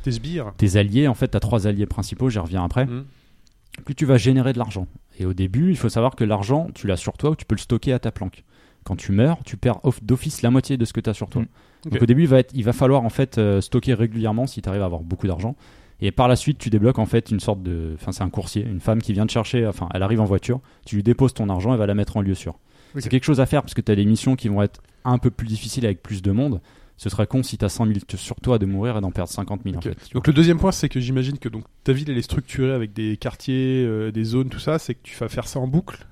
Tes sbires.
tes alliés. En fait, tu as trois alliés principaux, j'y reviens
Mm.
après.
Mhm.
Plus tu vas générer de l'argent. Et au début, il faut savoir que l'argent, tu l'as sur toi ou tu peux le stocker à ta planque. Quand tu meurs, tu perds off- d'office la moitié de ce que tu as sur toi.
Mhm.
Mmh. Ok.
Donc au début, il va, être- il va falloir en fait euh, stocker régulièrement si tu arrives à avoir beaucoup d'argent. Et par la suite, tu débloques en fait une sorte de. Enfin, c'est un coursier, une femme qui vient te chercher. Enfin, elle arrive en voiture, tu lui déposes ton argent, elle va la mettre en lieu sûr.
Ok.
C'est quelque chose à faire parce que tu as des missions qui vont être un peu plus difficiles avec plus de monde. Ce serait con si tu as 100 000 t- sur toi de mourir et d'en perdre 50 000
Ok.
en fait.
Donc le deuxième point, c'est que j'imagine que donc ta ville elle est structurée avec des quartiers, euh, des zones, tout ça. C'est que tu vas faire ça en boucle.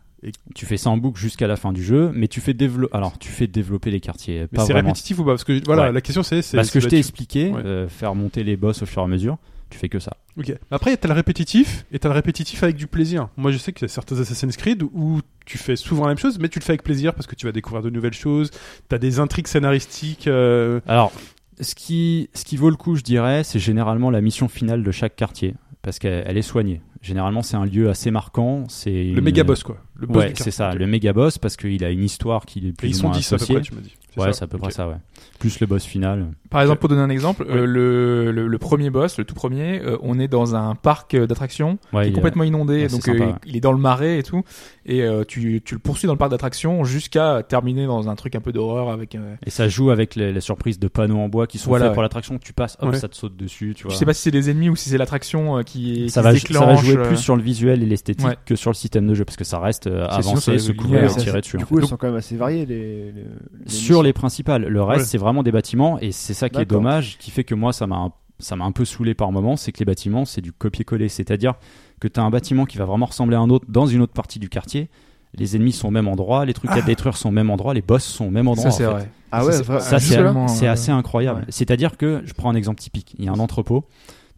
Tu fais ça en boucle jusqu'à la fin du jeu, mais tu fais, dévelop... Alors, tu fais développer les quartiers.
Mais
pas
c'est
vraiment.
répétitif ou pas Parce que voilà,
Ouais.
la question c'est. c'est-
Parce que
c'est
je t'ai
là-dessus.
expliqué,
Ouais.
euh, faire monter les boss au fur et à mesure, tu fais que ça.
Ok. Après, t'as le répétitif et t'as le répétitif avec du plaisir. Moi, je sais que y a certains Assassin's Creed où tu fais souvent la même chose, mais tu le fais avec plaisir parce que tu vas découvrir de nouvelles choses. T'as des intrigues scénaristiques. euh,
Alors, ce qui, ce qui vaut le coup, je dirais, c'est généralement la mission finale de chaque quartier, parce qu'elle elle est soignée. Généralement, c'est un lieu assez marquant. C'est
Le
une-
méga boss, quoi. Le boss
Ouais,
du quartier.
c'est ça, le méga boss parce qu'il a une histoire qui est
Et
plus
ils
ou
sont
moins
10 à peu
associée.
près, tu m'as dit.
ouais,
ça
c'est à peu près
Ok.
ça, ouais. Plus le boss final.
Par exemple, pour donner un exemple, euh, le, le, le premier boss, le tout premier, euh, on est dans un parc euh, d'attractions
Ouais,
qui est
il-
complètement inondé,
ouais, c'est
donc
sympa,
euh,
ouais.
il est dans le marais et tout, et euh, tu, tu le poursuis dans le parc d'attractions jusqu'à terminer dans un truc un peu d'horreur avec. euh,
Et ça joue avec les, les surprises de panneaux en bois qui sont
Voilà,
faits pour
ouais.
l'attraction. Tu passes, hop,
Ouais.
ça te saute dessus. Tu vois.
Je sais pas si c'est des ennemis ou si c'est l'attraction euh, qui,
ça
qui
va,
se
ça va
déclenche.
jouer
euh.
plus sur le visuel et l'esthétique
Ouais.
que sur le système de jeu parce que ça reste euh,
C'est sûr, ça
avancer,
va
secouer
évoluer,
et
ouais,
tirer dessus.
Du
en
coup,
fait.
elles sont quand même assez variées les. les- les
sur
missions.
les principales. Le reste,
Ouais.
c'est vraiment des bâtiments et c'est ça qui est
D'accord.
dommage, qui fait que moi, ça m'a un- ça m'a un peu saoulé par moment, c'est que les bâtiments, c'est du copier-coller. C'est-à-dire que tu as un bâtiment qui va vraiment ressembler à un autre dans une autre partie du quartier. Les ennemis sont au même endroit, les trucs à détruire sont au même endroit, les boss sont au même endroit.
Ah. Ça,
en
c'est
fait.
vrai.
Ah ouais,
Ça, c'est-
vra-
Ça,
Ah,
c'est
justement,
c'est
euh,
assez incroyable.
ouais.
C'est-à-dire que, je prends un exemple typique, il y a un entrepôt,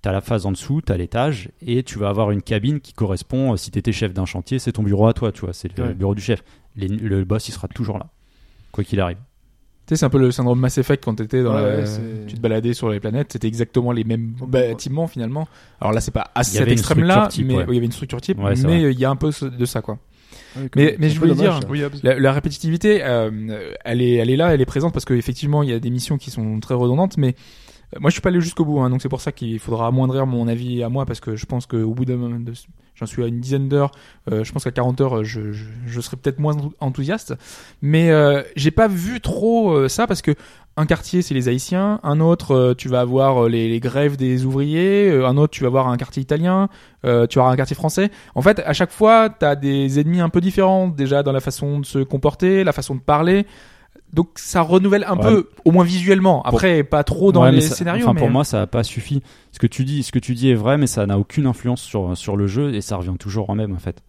tu as la phase en dessous, tu as l'étage, et tu vas avoir une cabine qui correspond, euh, si tu étais chef d'un chantier, c'est ton bureau à toi, tu vois, c'est le
Ouais.
bureau du chef. Les- le boss, il sera toujours là, quoi qu'il arrive.
Tu sais, c'est un peu le syndrome Mass Effect quand t'étais dans
Ouais,
la-
ouais, c'est-
tu te baladais sur les planètes, c'était exactement les mêmes bâtiments finalement. Alors là, c'est pas à
Il y avait
cet
une
extrême-là,
structure type,
mais
ouais.
oui, il y avait une structure type,
Ouais, c'est
mais
vrai.
euh, il y a un peu ce- de ça, quoi. Mais-
Ouais, Ah comme-
mais
c'est
je
un peu
voulais
dommage,
dire-
ça.
Oui, Hobbs.
La, la répétitivité, euh, elle est, elle est là, elle est présente parce qu'effectivement, il y a des missions qui sont très redondantes, mais euh, moi, je suis pas allé jusqu'au bout, hein, donc c'est pour ça qu'il faudra amoindrir mon avis à moi parce que je pense qu'au bout d'un, de- j'en suis à une dizaine d'heures, euh, je pense qu'à 40 heures, euh, je, je, je serai peut-être moins enthou- enthousiaste, mais euh, j'ai pas vu trop euh, ça parce que un quartier, c'est les Haïtiens, un autre, euh, tu vas avoir euh, les, les grèves des ouvriers, euh, un autre, tu vas avoir un quartier italien, euh, tu auras un quartier français. En fait, à chaque fois, tu as des ennemis un peu différents, déjà dans la façon de se comporter, la façon de parler. Donc ça renouvelle un
Ouais.
peu, au moins visuellement. Après, pas trop dans
Ouais,
les
mais ça-
scénarios.
Enfin,
mais- euh,
pour moi, ça n'a pas suffi. Ce que tu dis, ce que tu dis est vrai, mais ça n'a aucune influence sur, sur le jeu et ça revient toujours en même, en fait.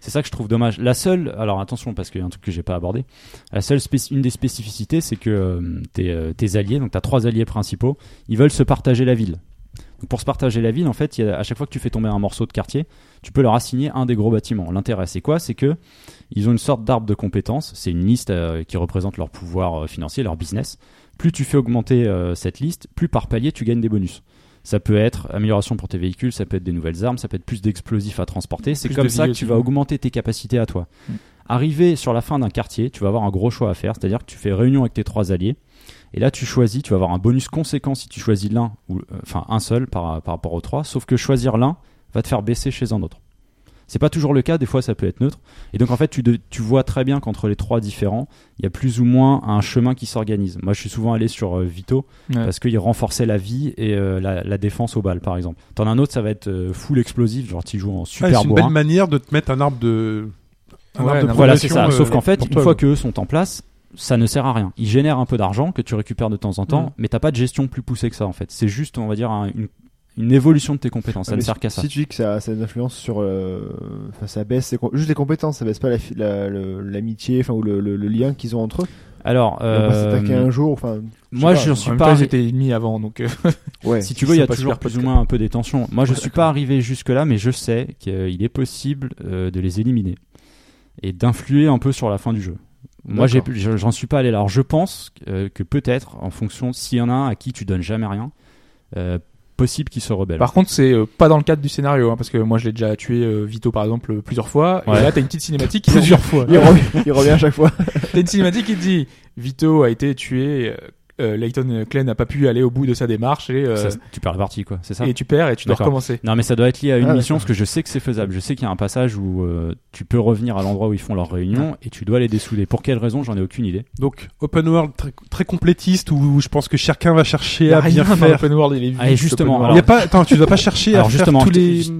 C'est ça que je trouve dommage. La seule, alors attention parce qu'il y a un truc que j'ai pas abordé. La seule spéc- une des spécificités, c'est que euh, tes, euh, tes alliés, donc t'as trois alliés principaux, ils veulent se partager la ville. Donc pour se partager la ville, en fait, il y a- à chaque fois que tu fais tomber un morceau de quartier, tu peux leur assigner un des gros bâtiments. L'intérêt, c'est quoi C'est que ils ont une sorte d'arbre de compétences. C'est une liste euh, qui représente leur pouvoir euh, financier, leur business. Plus tu fais augmenter euh, cette liste, plus par palier tu gagnes des bonus. Ça peut être amélioration pour tes véhicules, ça peut être des nouvelles armes, ça peut être plus d'explosifs à transporter. C'est
Plus
comme
de
ça
vie
que tu
aussi,
vas
ouais.
augmenter tes capacités à toi.
Mm.
Arrivé sur la fin d'un quartier, tu vas avoir un gros choix à faire. C'est-à-dire que tu fais réunion avec tes trois alliés. Et là, tu choisis, tu vas avoir un bonus conséquent si tu choisis l'un, ou euh, enfin un seul par, par rapport aux trois. Sauf que choisir l'un va te faire baisser chez un autre. C'est pas toujours le cas, des fois ça peut être neutre. Et donc en fait, tu, de- tu vois très bien qu'entre les trois différents, il y a plus ou moins un chemin qui s'organise. Moi, je suis souvent allé sur euh, Vito
Ouais.
parce qu'il renforçait la vie et euh, la, la défense aux balles, par exemple. T'en as un autre, ça va être euh, full explosif, genre tu joues en
Ah,
super
C'est une
bourrin.
belle manière de te mettre un arbre de. Un
Ouais,
arbre de
non,
Voilà, c'est ça.
progression, euh,
Sauf qu'en fait,
pour
une
toi,
fois
quoi.
que eux sont en place, ça ne sert à rien. Ils génèrent un peu d'argent que tu récupères de temps en temps,
Mm.
mais t'as pas de gestion plus poussée que ça en fait. C'est juste, on va dire, un- une, une évolution de tes compétences. Ça
Ah, Mais
ne
si-
sert qu'à ça.
Si tu dis que ça, ça a une influence sur, euh, enfin, ça baisse les com- juste les compétences, ça baisse pas la fi- la- le- l'amitié, enfin ou le, le- le lien qu'ils ont entre eux.
Alors,
Ils vont pas
euh,
s'attaquer un jour, enfin. je sais
moi,
pas,
je
en
suis
en même
pas.
temps, ils étaient ennemis avant, donc euh,
Ouais.
Si tu
Ils
veux, il y
sont
a
pas
toujours
super
plus ou
potes,
moins un peu des tensions. Moi, je
Ouais,
suis pas arrivé jusque-là, mais je sais qu'il est possible euh, de les éliminer et d'influer un peu sur la fin du jeu. Moi, j'ai-
D'accord.
j'en suis pas allé. là. Alors, je pense euh, que peut-être, en fonction, s'il y en a un à qui tu donnes jamais rien, euh, possible qu'il se rebelle.
Par contre, c'est euh, pas dans le cadre du scénario, hein, parce que moi je l'ai déjà tué euh, Vito par exemple euh, plusieurs fois.
Ouais.
Et là, t'as une petite cinématique. qui-
Plusieurs fois.
Il revient, il revient à chaque fois.
t'as une cinématique qui te dit Vito a été tué, euh, euh, Leighton Klein n'a pas pu aller au bout de sa démarche et, euh,
Ça, tu perds la partie, quoi. C'est ça.
et tu perds et tu dois
D'accord.
recommencer.
Non, mais ça doit être lié à une
Ah,
mission parce que je sais que c'est faisable. Je sais qu'il y a un passage où euh, tu peux revenir à l'endroit où ils font leur réunion et tu dois les dessouder. Pour quelle raison J'en ai aucune idée.
Donc, open world très, très complétiste où je pense que chacun va chercher
Il y a
Bah,
à bien
rien dans
faire.
l'open world, il est vide,
Ah, et justement,
cet open
Il y a
world.
pas, attends, tu dois pas chercher
Alors,
à faire
justement,
tous
je-
les.
je-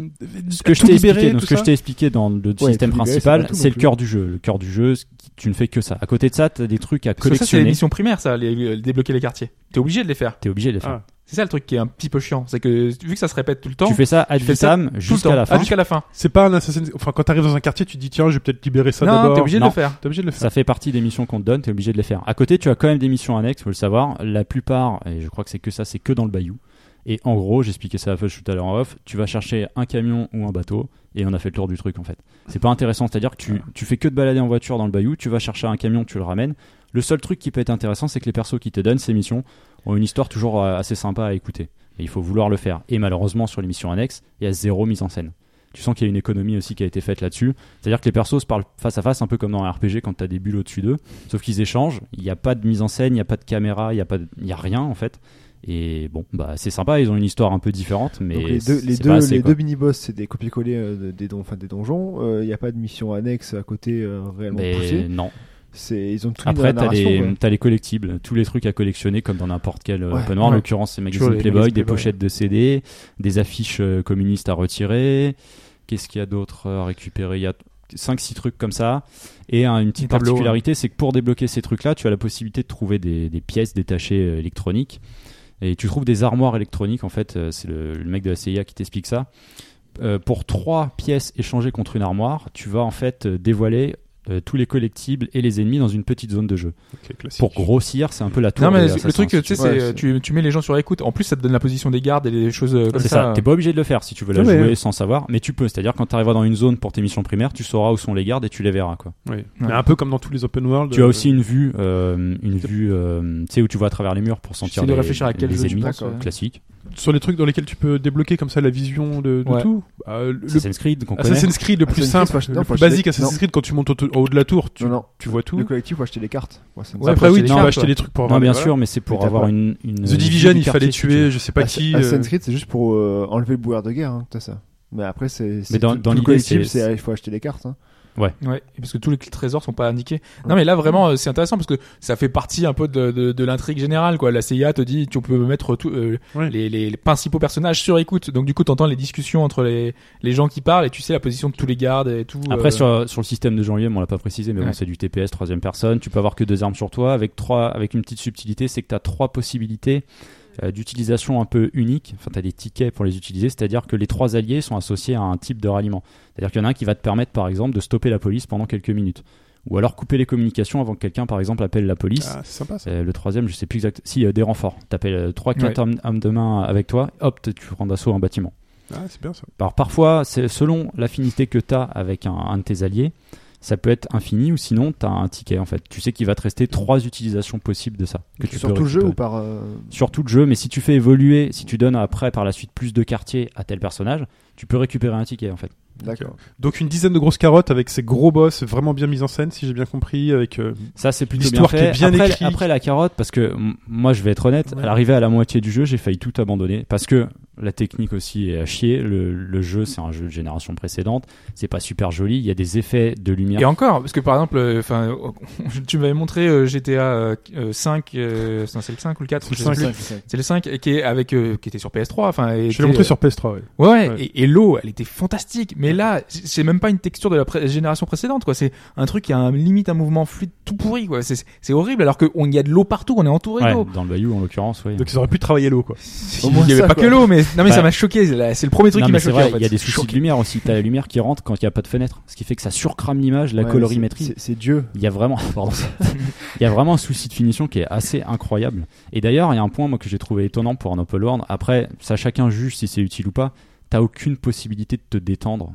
ce que je
tout
t'ai
libérer,
expliqué, donc,
tout
ce que
ça
je t'ai expliqué dans le
tout
système
libérer, c'est pas
principal,
tout non
c'est le
plus.
cœur du jeu. Le cœur du jeu, c'est- tu ne fais que ça. À côté de ça, t'as des trucs à
Parce que ça, c'est les
collectionner.
missions primaires, ça, les, euh, débloquer les quartiers. T'es obligé de les faire.
T'es obligé de les faire.
C'est ça le truc qui est un petit peu chiant, c'est que vu que ça se répète tout le temps,
Tu fais ça ad
Ah. tu fais ça
vitam
tout le temps,
jusqu'à la
Ah,
fin.
jusqu'à la fin.
C'est pas un assassin. Enfin, quand t'arrives dans un quartier, tu te dis tiens, je vais peut-être libérer ça
non,
d'abord.
t'es obligé
Non.
de le faire.
T'es obligé de le faire.
Ça fait partie des missions qu'on te donne, t'es obligé de les faire. À côté, tu as quand même des missions annexes, faut le savoir. La plupart, et je crois que c'est que ça, c'est que dans le bayou. Et en gros, j'expliquais ça à Fudge tout à l'heure en off, tu vas chercher un camion ou un bateau, et on a fait le tour du truc en fait. C'est pas intéressant, c'est-à-dire que tu, tu fais que de balader en voiture dans le bayou, tu vas chercher un camion, tu le ramènes. Le seul truc qui peut être intéressant, c'est que les persos qui te donnent ces missions ont une histoire toujours euh, assez sympa à écouter. Et il faut vouloir le faire. Et malheureusement, sur les missions annexes, il y a zéro mise en scène. Tu sens qu'il y a une économie aussi qui a été faite là-dessus. C'est-à-dire que les persos se parlent face à face, un peu comme dans un RPG quand t'as des bulles au-dessus d'eux. Sauf qu'ils échangent. Il n'y a pas de mise en scène, il n'y a pas de caméra, il n'y a, pas de- il y a rien en fait. Et bon, bah c'est sympa, ils ont une histoire un peu différente, mais
Donc les deux,
c'est
les
pas
deux,
assez,
les
quoi.
deux mini-boss, c'est des copier-coller euh, de- des, don- enfin, des donjons. Il n'y a pas de mission annexe à côté euh, réellement
Mais
poussée.
non.
C'est, ils ont tout mis dans la
Après, t'as
narration, quoi.
les, t'as les collectibles, tous les trucs à collectionner comme dans n'importe quel euh,
Ouais,
open world. En
ouais.
l'occurrence, c'est magazine
Toujours les
Playboy,
magazines
des
Playboy,
pochettes de CD, des affiches euh, communistes à retirer. Qu'est-ce qu'il y a d'autre à récupérer Il y a 5-6 trucs comme ça. Et hein, une petite
Des tableaux,
particularité, c'est que pour débloquer ces trucs-là, tu as la possibilité de trouver des, des pièces détachées euh, électroniques. Et tu trouves des armoires électroniques, en fait. euh, C'est le, le mec de la CIA qui t'explique ça. Euh, pour trois pièces échangées contre une armoire, tu vas en fait euh, dévoiler euh, tous les collectibles et les ennemis dans une petite zone de jeu.
Ok, classique.
Pour grossir, c'est un peu la tour.
Non mais
des
le
assassins,
truc
si
tu sais
veux.
Ouais,
c'est
c'est-
tu, tu mets les gens sur écoute. En plus ça te donne la position des gardes et des choses euh, comme
c'est
ça.
ça. T'es pas obligé de le faire si tu veux la
Non, mais-
jouer sans savoir, mais tu peux. C'est-à-dire quand t'arriveras dans une zone pour tes missions primaires, tu sauras où sont les gardes et tu les verras quoi.
Oui. Mais Un peu comme dans tous les open world.
Tu as
euh,
aussi une vue, euh, une vue, euh, tu sais où tu vois à travers les murs pour sentir
J'essaie de
les,
réfléchir à quel
les
jeu tu
ennemis
penses, euh, ouais.
classiques.
euh, sur les trucs dans lesquels tu peux débloquer comme ça la vision de, de
Ouais.
tout. Bah, le- le-
Assassin's Creed qu'on connaît.
Assassin's Creed le plus
Assassin's Creed,
simple,
faut acheter-
le
non,
plus
faut acheter-
basique Assassin's
non.
Creed quand tu montes au, au haut de la tour, tu,
Non, non.
tu vois tout.
Le collectif, faut acheter les cartes. Moi, ça me-
Ouais,
Après
faut
oui,
acheter
tu
des
peux
cartes,
acheter
ouais.
des trucs pour
Non
avoir
bien
des-
sûr, mais c'est pour
Mais t'as
avoir
pas-
une, une
The Division,
vue du
il fallait
quartier, si tu veux.
tuer, je sais pas
Ass-
qui. euh,
Assassin's Creed, c'est juste pour euh, enlever le brouillard de guerre, hein, tout ça. Mais après, c'est c'est
dans- dans
tout- tout le
l'idée,
collectif,
c'est-
c'est il faut acheter les cartes. hein.
Ouais, et parce que tous les trésors sont pas indiqués. Non, mais là vraiment, euh, c'est intéressant parce que ça fait partie un peu de, de, de l'intrigue générale, quoi. La CIA te dit, tu peux mettre tout, euh,
Ouais.
les, les, les principaux personnages sur écoute. Donc du coup, t'entends les discussions entre les, les gens qui parlent et tu sais la position de tous les gardes et tout.
Après
euh,
sur, sur le système de Jean lui on l'a pas précisé, mais bon
Ouais.
c'est du TPS troisième personne. Tu peux avoir que deux armes sur toi avec trois, avec une petite subtilité, c'est que tu as trois possibilités euh, d'utilisation un peu uniques. Enfin tu as des tickets pour les utiliser, c'est-à-dire que les trois alliés sont associés à un type de ralliement. C'est-à-dire qu'il y en a un qui va te permettre par exemple de stopper la police pendant quelques minutes, ou alors couper les communications avant que quelqu'un par exemple appelle la police.
Ah, c'est sympa ça.
Euh, le troisième, je sais plus exact. Si, euh, des renforts. T'appelles euh, trois, quatre
Ouais.
hommes, hommes de main avec toi. Hop, t- tu prends d'assaut un bâtiment.
Ah, c'est bien ça.
Alors parfois, c'est selon l'affinité que tu as avec un, un de tes alliés, ça peut être infini ou sinon tu as un ticket en fait. Tu sais qu'il va te rester trois utilisations possibles de ça. Que tu
Sur
peux
tout le jeu
récupérer.
ou par. euh,
Sur tout le jeu, mais si tu fais évoluer, si tu donnes après par la suite plus de quartiers à tel personnage, tu peux récupérer un ticket en fait.
D'accord.
Donc une dizaine de grosses carottes avec ces gros boss vraiment bien mis en scène, si j'ai bien compris, avec euh,
Ça c'est plutôt bien
L'histoire qui
fait.
est bien
après,
écrite.
après la carotte, parce que m- moi je vais être honnête,
Ouais.
à l'arrivée à la moitié du jeu, j'ai failli tout abandonner parce que la technique aussi est à chier. Le, le jeu c'est un jeu de génération précédente, c'est pas super joli. Il y a des effets de lumière
Et encore, parce que par exemple, euh, enfin, tu m'avais montré euh, GTA euh, euh, 5, euh, c'est c'est le 5 ou le 4,
C'est le
je sais plus.
Ouais, c'est ça.
C'est le 5 et qui est avec euh, qui était sur PS3 enfin et
je
était- euh,
l'ai montré sur PS3. ouais.
Ouais, ouais,
Ouais.
Et, et l'eau, elle était fantastique. Mais là, c'est c'est même pas une texture de la pré- génération précédente, quoi. C'est un truc qui a un, limite un mouvement fluide tout pourri, quoi. C'est c'est horrible, alors qu'il y a de l'eau partout, on est entouré
Ouais,
d'eau.
dans le bayou en l'occurrence, oui.
Donc ils auraient pu travailler l'eau quoi.
Il
Au
y
moins
avait
ça,
pas
quoi.
que l'eau, mais non, mais
Ouais.
ça m'a choqué. C'est la- c'est le premier truc
Non,
qui
mais
m'a
c'est
choqué. en
vrai,
fait.
il y a des soucis de
Choqué.
lumière aussi. T'as la lumière qui rentre quand il n'y a pas de fenêtre, ce qui fait que ça surcrame l'image, la
Ouais,
colorimétrie.
c'est- C'est Dieu.
Il y a vraiment, pardon, il y a vraiment un souci de finition qui est assez incroyable. Et d'ailleurs, il y a un point moi que j'ai trouvé étonnant pour un open world. Après, ça chacun juge si c'est utile ou pas. T'as aucune possibilité de te détendre,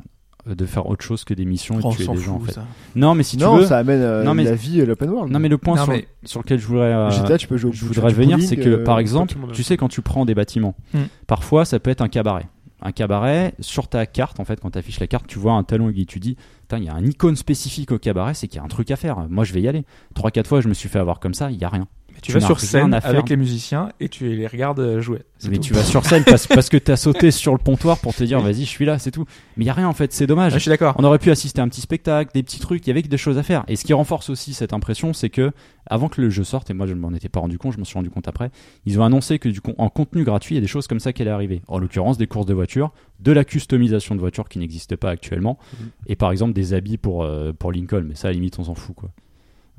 euh, de faire autre chose que des missions et de
Oh, on
tuer
s'en
des gens. En
fout,
fait.
ça.
Non, mais si tu
non,
veux,
ça amène euh,
Non, mais-
la vie et l'open world.
non mais le point
Non,
sur,
mais-
sur lequel je voudrais, euh,
GTA, tu peux jouer au
je
bout
voudrais
du
venir,
bowling,
c'est que
euh,
par
tout
exemple,
le monde a-
tu sais quand tu prends des bâtiments,
Hmm.
parfois ça peut être un cabaret. Un cabaret sur ta carte, en fait, quand tu affiches la carte, tu vois un talon aiguille, tu dis, putain, il y a un icône spécifique au cabaret, c'est qu'il y a un truc à faire. Moi, je vais y aller. Trois, quatre fois, je me suis fait avoir comme ça, il y a rien.
Mais tu
Tu
vas
n'as
sur
rien
scène
à faire.
avec les musiciens et tu les regardes euh, jouer. C'est
Mais
tout.
tu vas sur scène parce, parce que t'as sauté sur le pontoir pour te dire, vas-y, je suis là, c'est tout. Mais il y a rien, en fait, c'est
Ah,
dommage.
je suis d'accord.
On aurait pu assister à un petit spectacle, des petits trucs, il y avait que des choses à faire. Et ce qui renforce aussi cette impression, c'est que avant que le jeu sorte, et moi je ne m'en étais pas rendu compte, je m'en suis rendu compte après, ils ont annoncé que du con- en contenu gratuit, il y a des choses comme ça qui allaient arriver. En l'occurrence, des courses de voitures, de la customisation de voitures qui n'existe pas actuellement, et par exemple des habits pour, euh, pour Lincoln, mais ça à la limite on s'en fout quoi.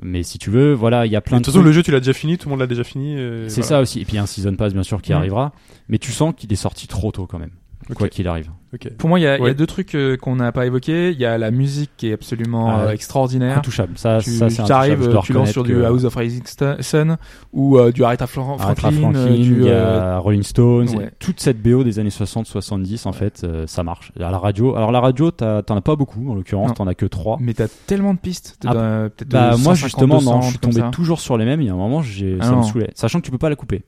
Mais si tu veux, voilà, il y a
De
plein de
toute façon
trucs.
le jeu tu l'as déjà fini, tout le monde l'a déjà fini. et
C'est
voilà.
ça aussi. Et puis il y a un season pass bien sûr qui
Mhm.
arrivera, mais tu sens qu'il est sorti trop tôt quand même,
Ok.
quoi qu'il arrive.
Ok.
Pour moi, il y a, il y a
Ouais.
deux trucs euh, qu'on n'a pas évoqués. Il y a la musique qui est absolument
Ah,
euh, extraordinaire.
Intouchable. Ça,
tu
Ah, ça c'est intouchable.
arrives,
Je dois
tu lances
reconnaître
sur du
que-
House of Rising Sta- Sun ou euh, du Aretha Flan-
Aretha
Franklin,
Franklin,
euh, du
il y
euh,
a Rolling Stones,
ouais.
et toute cette BO des années 60-70 en fait, euh, ça marche. À la radio, alors la radio, t'as- t'en as pas beaucoup en l'occurrence,
Non.
t'en as que trois.
mais t'as tellement de pistes. t'as
Ah,
d'un- peut-être de
Bah moi
150,
justement, non,
200,
je suis
comme
tombé
ça.
toujours sur les mêmes. Il y a un moment, j'ai,
Ah
ça me
non.
saoulait. Sachant que tu peux pas la couper.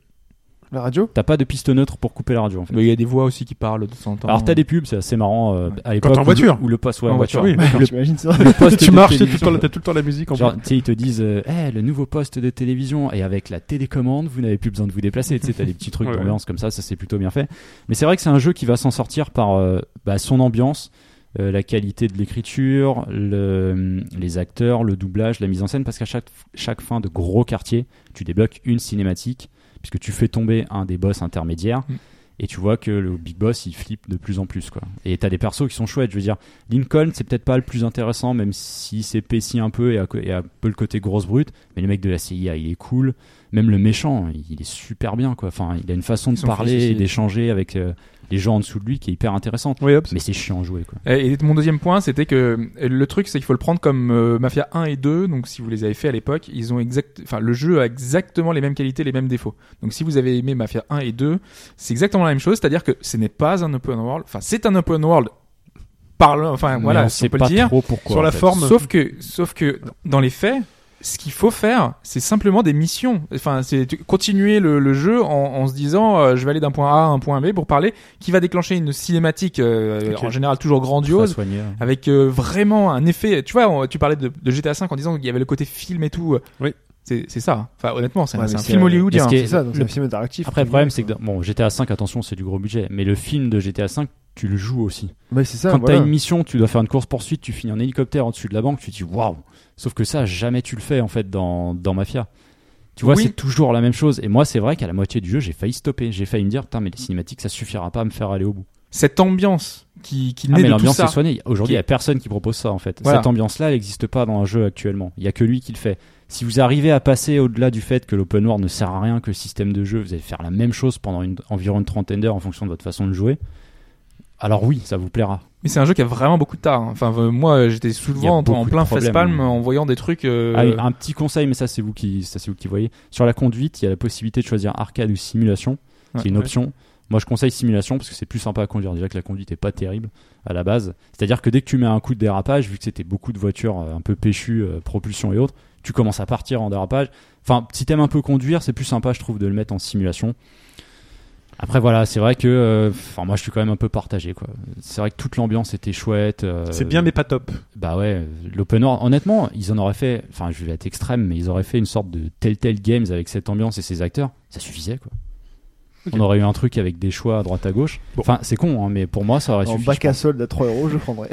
La radio
T'as pas de piste neutre pour couper la radio en fait.
Mais il y a des voix aussi qui parlent de temps en temps.
Alors t'as des pubs, c'est assez marrant euh, à l'époque.
Quand t'es en
où
voiture.
le, où le poste ouais,
En
en voiture.
voiture, oui.
Le-
J'imagine ça.
le poste
tu
de
marches, t'as tout, le
télévision.
temps- t'as tout le temps la musique en
Genre,
plus.
tu sais, ils te disent, euh, Eh, le nouveau poste de télévision et avec la télécommande, vous n'avez plus besoin de vous déplacer. Tu sais, t'as des petits trucs
Ouais.
d'ambiance comme ça, ça c'est plutôt bien fait. Mais c'est vrai que c'est un jeu qui va s'en sortir par euh, bah, son ambiance, euh, la qualité de l'écriture, le- les acteurs, le doublage, la mise en scène, parce qu'à chaque, chaque fin de gros quartier, tu débloques une cinématique, puisque tu fais tomber un des boss intermédiaires.
Mm.
Et tu vois que le Big Boss il flippe de plus en plus quoi. Et t'as des persos qui sont chouettes. Je veux dire, Lincoln, c'est peut-être pas le plus intéressant, même s'il s'épaissit un peu et a, et a un peu le côté grosse brute. Mais le mec de la CIA, il est cool. Même le méchant, il est super bien, quoi. Enfin, il a une façon de
Son
parler
fils
et
aussi.
d'échanger avec euh, les gens en dessous de lui qui est hyper intéressante.
Oui, hop.
Mais c'est chiant à jouer, quoi.
Et et mon deuxième point, c'était que euh, le truc, c'est qu'il faut le prendre comme euh, Mafia 1 et 2. Donc, si vous les avez fait à l'époque, ils ont exact, enfin, le jeu a exactement les mêmes qualités, les mêmes défauts. Donc, si vous avez aimé Mafia 1 et 2, c'est exactement la même chose. C'est-à-dire que ce n'est pas un open world. Enfin, c'est un open world. Parle, enfin,
Mais
Ah, voilà,
on
si
sait
on peut
pas
le dire.
trop pourquoi.
Sur
en
la
fait.
forme.
Sauf que, sauf que, dans les faits, ce qu'il faut faire, c'est simplement des missions. Enfin, c'est tu- continuer le, le jeu en, en se disant, euh, je vais aller d'un point A à un point B pour parler, qui va déclencher une cinématique euh,
Ok.
en général toujours
Faut
grandiose,
soigner, hein. ouais.
avec euh, vraiment un effet. Tu vois, on- tu parlais de, de GTA V en disant qu'il y avait le côté film et tout.
Oui.
C'est c'est ça. hein. Enfin, honnêtement, c'est un-
Ouais,
c'est
mais
un
c'est,
film
euh,
hollywoodien. hein.
mais ce qui
C'est
Et
ça, donc
le-
c'est un film interactif.
Après, le problème, c'est que
quoi.
dans- bon, GTA 5, attention, c'est du gros budget. Mais le film de GTA 5, tu le joues aussi.
Mais c'est ça,
Quand
voilà.
t'as une mission, tu dois faire une course poursuite, tu finis en hélicoptère au-dessus de la banque, tu te dis waouh. Sauf que ça, jamais tu le fais en fait dans, dans Mafia. Tu vois,
Oui.
c'est toujours la même chose. Et moi, c'est vrai qu'à la moitié du jeu, j'ai failli stopper. J'ai failli me dire, putain, mais les cinématiques, ça suffira pas à me faire aller au bout.
Cette ambiance qui, qui
Ah,
naît
mais
de tout
l'ambiance
ça.
est soignée. Aujourd'hui,
Qui-
il y a personne qui propose ça en fait.
Voilà.
Cette ambiance-là, elle n'existe pas dans un jeu actuellement. Il y a que lui qui le fait. Si vous arrivez à passer au-delà du fait que l'open world ne sert à rien, que le système de jeu, vous allez faire la même chose pendant une- environ une trentaine d'heures en fonction de votre façon de jouer. Alors oui, ça vous plaira.
Mais c'est un jeu qui a vraiment beaucoup de tard. hein. Enfin, euh, moi, euh, j'étais souvent en-
beaucoup
en
de
plein
problèmes.
facepalm en voyant des trucs. euh,
Ah oui, un petit conseil, mais ça c'est vous qui, ça c'est vous qui voyez. Sur la conduite, il y a la possibilité de choisir arcade ou simulation.
ouais,
c'est une
ouais.
option. Moi, je conseille simulation parce que c'est plus sympa à conduire. Déjà que la conduite est pas terrible à la base. C'est-à-dire que dès que tu mets un coup de dérapage, vu que c'était beaucoup de voitures euh, un peu péchues, euh, propulsion et autres, tu commences à partir en dérapage. Enfin, si t'aimes un peu conduire, c'est plus sympa, je trouve, de le mettre en simulation. Après, voilà, c'est vrai que, euh, enfin, moi, je suis quand même un peu partagé, quoi. C'est vrai que toute l'ambiance était chouette. euh,
C'est bien, mais pas top.
bah ouais, l'open world, honnêtement, ils en auraient fait, enfin je vais être extrême, mais ils auraient fait une sorte de Telltale Games avec cette ambiance et ces acteurs, ça suffisait quoi. On aurait eu un truc avec des choix à droite à gauche.
Bon.
Enfin, c'est con, hein, mais pour moi, ça aurait
En
suffi.
bac à solde à 3 euros, je prendrais.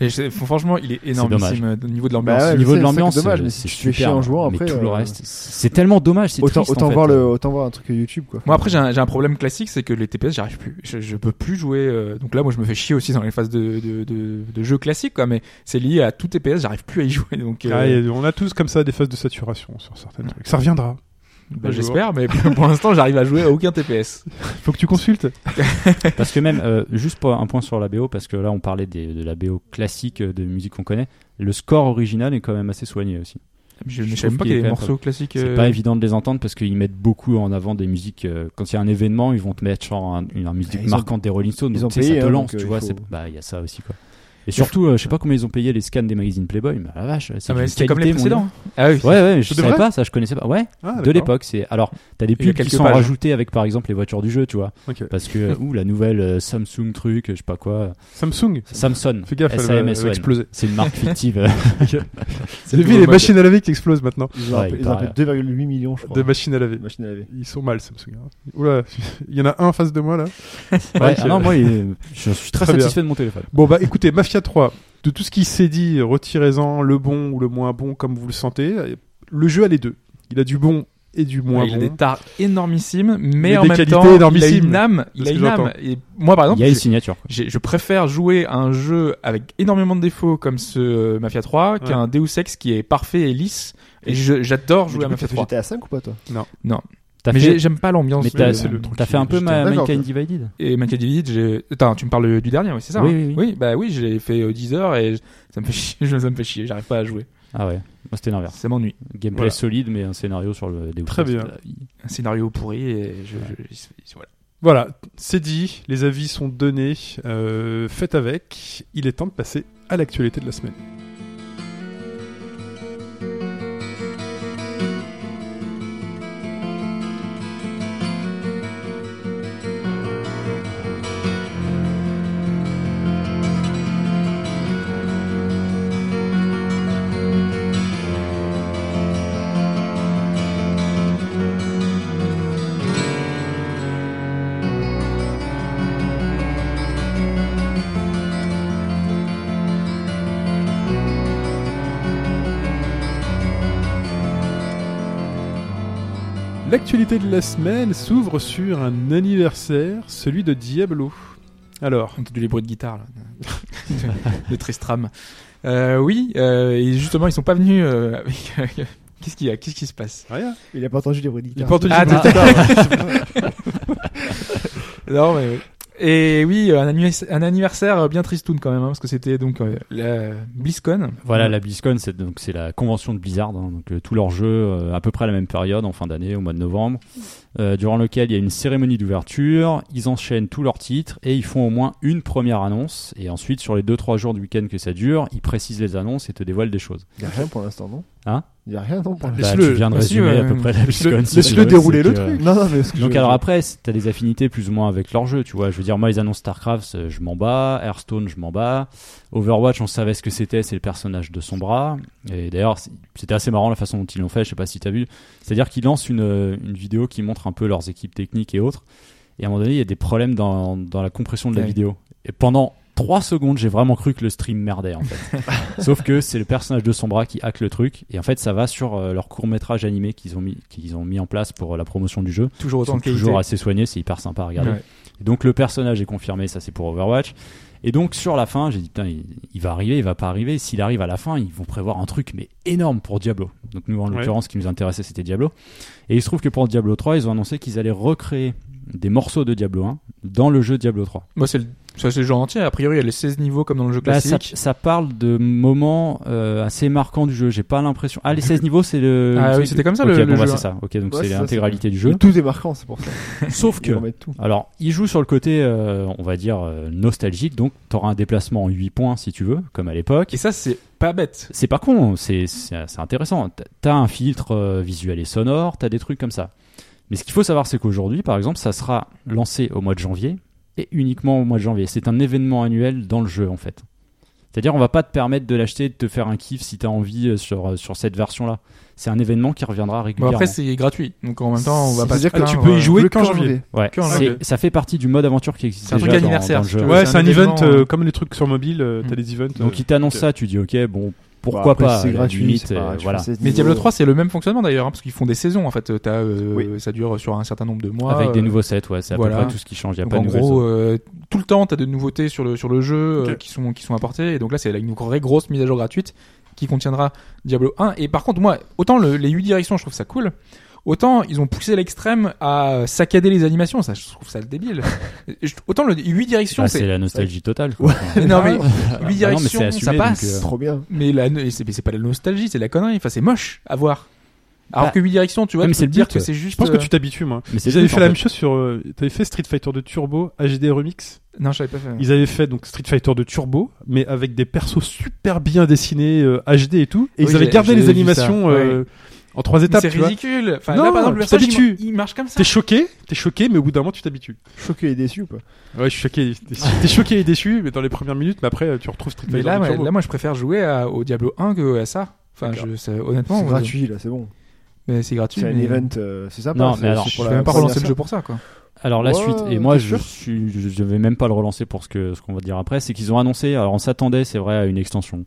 Et c'est- franchement, il est énormissime euh, au niveau de l'ambiance.
Bah ouais,
Au niveau
c'est-
de l'ambiance,
c'est dommage,
euh,
mais
c'est
si tu te fais
super,
chier en jouant,
mais
après,
tout le
euh,
reste, c'est tellement dommage, c'est
Autant,
triste, en
autant,
fait.
voir le, autant voir un truc YouTube, quoi.
Moi après j'ai un, j'ai un problème classique c'est que les TPS j'arrive plus je, je peux plus jouer euh, donc là moi je me fais chier aussi dans les phases de de, de, de jeu classique quoi mais c'est lié à tout TPS j'arrive plus à y jouer donc euh,
Ah, et on a tous comme ça des phases de saturation sur certains trucs. Ça reviendra.
bah, j'espère mais pour pour l'instant j'arrive à jouer à aucun TPS
Faut que tu consultes.
Parce que même, euh, juste pour un point sur la BO, parce que là on parlait des- de la BO classique euh, de musique qu'on connaît, le score original est quand même assez soigné aussi.
je ne
Je
sais même
trouve
pas
qu'il
qu'il y a
est
des
quand même
morceaux classiques
C'est
euh,
pas évident de les entendre parce qu'ils mettent beaucoup en avant des musiques. euh, quand il y a un événement, ils vont te mettre genre un- une, une musique
Ils ont-
marquante des Rolling Stones.
ils
donc,
ont
tu sais,
payé,
ça te
hein,
lance,
donc,
tu
euh,
vois.
il faut-
c'est- Bah, il y a ça aussi quoi. Et surtout, euh, je sais pas combien ils ont payé les scans des magazines Playboy, mais ah la vache, c'est
ah, mais
d'une
c'était comme les
qualité, mon
précédents ah oui
gars. Ouais, ouais, mais je
C'est
savais
vrai
pas, ça je connaissais pas. Ouais,
Ah,
de
d'accord.
l'époque, c'est. Alors, t'as des
Il y a
pubs qui
quelques
sont
pages.
rajoutées avec par exemple les voitures du jeu, tu vois.
Ok.
Parce que, ouh, la nouvelle euh, Samsung truc, euh, je sais pas quoi, euh,
Samsung.
Samsung.
Fais gaffe, elle va- elle va
SAMSON.
exploser.
C'est une marque fictive.
J'ai vu
toujours
les
mode.
machines à laver qui explosent maintenant.
Ils ont
Ouais,
un peu-
il
ils ont un
paraît.
peu 2,8 millions, je
De
crois.
machines à laver.
de machines à laver.
Ils sont mal, Samsung. hein. Oula, il y en a un en face de moi là.
Ouais,
Ok.
ah non, moi, il- je suis très
Très bien.
satisfait de mon téléphone.
Bon bah écoutez, Mafia 3, de tout ce qui s'est dit, retirez-en le bon ou le moins bon comme vous le sentez. Le jeu a les deux. Il a du bon et du moins
il a des
bon.
tards énormissimes mais,
Mais
en
des
même
qualités
temps il a
énormissimes,
une âme il
ce
a
que
une âme
j'entends.
et moi par exemple
il y a
j'ai-
une signature.
j'ai- je préfère jouer à un jeu avec énormément de défauts comme ce euh, Mafia 3
Ouais.
qu'à un Deus Ex qui est parfait et lisse et je- j'adore jouer à
Mais du
Mafia
coup,
3
J'étais à 5 ou pas, toi
T'as
mais
fait-
j'ai- j'aime pas l'ambiance.
Mais
de-
t'as,
c'est le truc
t'as
qui-
fait un peu
j'étais
ma,
d'accord,
Mankind Divided
Et Mankind Divided, j'ai. Attends, tu me parles euh, du dernier, oui, c'est ça
Oui,
hein
oui, oui.
bah oui, j'ai fait euh, 10 heures et je- ça me fait chier, je- ça me fait chier, j'arrive pas à jouer.
Ah ouais, moi c'était l'inverse.
Ça m'ennuie.
Gameplay
Voilà.
solide, mais un scénario sur le Deus
Très
Ex.
bien.
Un scénario pourri et je. je- je- voilà.
Voilà, c'est dit, les avis sont donnés, euh, faites avec. Il est temps de passer à l'actualité de la semaine. L'actualité de la semaine s'ouvre sur un anniversaire, celui de Diablo. Alors,
On entendu les bruits de guitare, là. de Tristram. Euh, oui, euh, et justement, ils sont pas venus euh, avec. Qu'est-ce qu'il y a Qu'est-ce qui se passe
rien.
Il a pas entendu les bruits de
Il
guitare.
porte du
Ah,
bruit de
t'as-
guitare.
Non, mais oui. Et oui, euh, un anniversaire, un anniversaire euh, bien tristoun quand même, hein, parce que c'était donc euh, la BlizzCon. Euh,
Voilà, la BlizzCon, c'est donc c'est la convention de Blizzard, hein, donc euh, tous leurs jeux euh, à peu près à la même période, en fin d'année, au mois de novembre, euh, durant lequel il y a une cérémonie d'ouverture, ils enchaînent tous leurs titres et ils font au moins une première annonce. Et ensuite, sur les 2-3 jours du week-end que ça dure, ils précisent les annonces et te dévoilent des choses.
Il y a rien pour l'instant, non
Hein
Il y a rien, non, pour l'instant.
Bah,
Laisse-le- euh,
tu viens de
vas-y,
résumer
ouais,
à peu près la BlizzCon.
laisse-le
si tu veux,
dérouler
c'est
le
que-
truc.
Non, non, mais ce que
Donc
je-
alors après, c'est- t'as des affinités plus ou moins avec leur jeu, tu vois. Je veux dire, moi, ils annoncent Starcraft, euh, je m'en bats. Hearthstone, je m'en bats. Overwatch, on savait ce que c'était, c'est le personnage de son bras. Et d'ailleurs, c'est- c'était assez marrant la façon dont ils l'ont fait, je sais pas si t'as vu. C'est-à-dire qu'ils lancent une, euh, une vidéo qui montre un peu leurs équipes techniques et autres. Et à un moment donné, il y a des problèmes dans, dans la compression de la
Ouais.
vidéo. Et pendant 3 secondes, j'ai vraiment cru que le stream merdait, en fait. Sauf que c'est le personnage de son bras qui hack le truc. Et en fait, ça va sur euh, leur court-métrage animé qu'ils ont, mis, qu'ils ont mis en place pour euh, la promotion du jeu.
Toujours autant
Ils
de
sont
qualité.
toujours assez soigné, c'est hyper sympa à regarder.
Ouais.
Et Donc le personnage est confirmé, ça c'est pour Overwatch. Et donc sur la fin, j'ai dit putain, il, il va arriver, il va pas arriver. S'il arrive à la fin, ils vont prévoir un truc mais énorme pour Diablo. Donc nous en
Ouais.
l'occurrence, ce qui nous intéressait c'était Diablo. Et il se trouve que pour Diablo 3, ils ont annoncé qu'ils allaient recréer des morceaux de Diablo 1 dans le jeu Diablo 3.
Moi, c'est le, ça, c'est le genre entier. A priori, il y a les 16 niveaux comme dans le jeu
Bah, ça,
classique.
ça parle de moments euh, assez marquants du jeu. J'ai pas l'impression. Ah les 16 niveaux, c'est le.
Ah
c'est-
oui, c'était comme ça,
Ok,
le-
bon,
le
bah,
jeu, hein.
c'est ça. Ok, donc
Ouais,
c'est
c'est ça,
l'intégralité du
Mais
jeu.
Tout est marquant, c'est pour ça.
Sauf
Ils
que.
remettent tout.
Alors, il joue sur le côté, euh, on va dire, euh, nostalgique, donc t'auras un déplacement en 8 points si tu veux, comme à l'époque.
Et ça, c'est pas bête.
C'est pas con, c'est c'est- c'est intéressant. T'as- T'as un filtre euh, visuel et sonore, t'as des trucs comme ça. Mais ce qu'il faut savoir, c'est qu'aujourd'hui, par exemple, ça sera lancé au mois de janvier, et uniquement au mois de janvier. C'est un événement annuel dans le jeu, en fait. C'est-à-dire, on va pas te permettre de l'acheter, de te faire un kiff si t'as envie euh, sur, euh, sur cette version-là. C'est un événement qui reviendra
Bon,
régulièrement.
après, c'est gratuit. Donc en même temps, on va pas. se
C'est-à-dire que
plaindre,
tu peux y
euh,
jouer
Le
qu'en
15
janvier.
ouais,
que en
c'est-
janvier.
ça fait partie du mode aventure qui existe
C'est un
déjà
truc
dans-
anniversaire,
dans le
si
jeu.
tu veux.
Ouais,
Ah c'est
c'est
un
un event
événement,
euh,
euh,
comme les trucs sur mobile, euh, t'as
Hmm.
des events.
Donc
euh,
il t'annonce
ok.
ça, tu dis ok, bon, pourquoi
Bon, Bah, après,
pas à
C'est
la
gratuit.
limite,
c'est pas
euh,
gratuit,
voilà.
c'est
Mais Diablo
niveau-
3, c'est le même fonctionnement d'ailleurs, hein, parce qu'ils font des saisons en fait. Euh, T'as, euh,
Oui.
Ça dure sur un certain nombre de mois.
Avec des
euh,
nouveaux sets, ouais, c'est à
voilà.
peu près tout ce qui change. Il y a
donc,
pas
en
de nouvelles
gros,
zones.
euh, tout le temps, t'as de nouveautés sur le, sur le jeu euh,
Ok.
qui, sont, qui sont apportées. Et donc là, c'est une vraie grosse mise à jour gratuite qui contiendra Diablo 1. Et par contre, moi, autant le- les 8 directions, je trouve ça cool. Autant ils ont poussé à l'extrême à saccader les animations, ça je trouve ça débile. Je- autant le 8 directions,
Bah, c'est
c'est
la nostalgie totale. Quoi.
mais non mais 8
Ah non, mais
directions,
c'est
ça
assumé,
passe.
donc, euh,
Trop bien.
Mais la, mais c'est mais c'est pas la nostalgie, c'est la connerie. Enfin, c'est moche à voir. Alors
Bah,
que 8 directions, tu vois,
ouais, mais
tu peux te
c'est le
dire
but,
que
ouais.
c'est juste.
Je pense que
euh,
tu t'habitues, moi.
Mais c'est
Ils avaient
juste,
fait
en
la
fait.
même chose sur. euh, T'avais fait Street Fighter de Turbo, HD Remix.
Non, j'avais pas fait.
Ils avaient fait donc Street Fighter de Turbo, mais avec des persos super bien dessinés, euh, HD et tout. Et
Oui,
ils avaient
j'ai-
gardé
j'ai
les
vu
animations
ça,
euh, en trois
Mais
étapes,
C'est
tu vois.
ridicule. Enfin,
Non,
là, par exemple, le
tu
personnage, il,
t'habitues.
il marche comme ça.
T'es choqué, t'es choqué, mais au bout d'un moment, tu t'habitues.
Choqué et déçu, quoi.
Ouais, je suis choqué. et déçu. T'es choqué et déçu, mais dans les premières minutes, mais après, tu retrouves Street
Mais
Fighter
là,
de
ouais,
Turbo.
là, moi, je préfère jouer à- au Diablo 1 que à ça. Enfin,
D'accord.
je, ça- honnêtement,
C'est
moi,
gratuit, là, c'est bon.
je- mais c'est gratuit.
C'est un
mais-
event, euh, c'est sympa.
Non,
c'est-
mais alors,
c'est
Je
pour
vais
la
même pas
première
relancer le
fois.
jeu pour ça, quoi.
Alors la
Ouais,
suite, et moi
t'es
je
sûr
suis, je, je vais même pas le relancer pour ce que ce qu'on va dire après, c'est qu'ils ont annoncé. Alors on s'attendait, c'est vrai, à une extension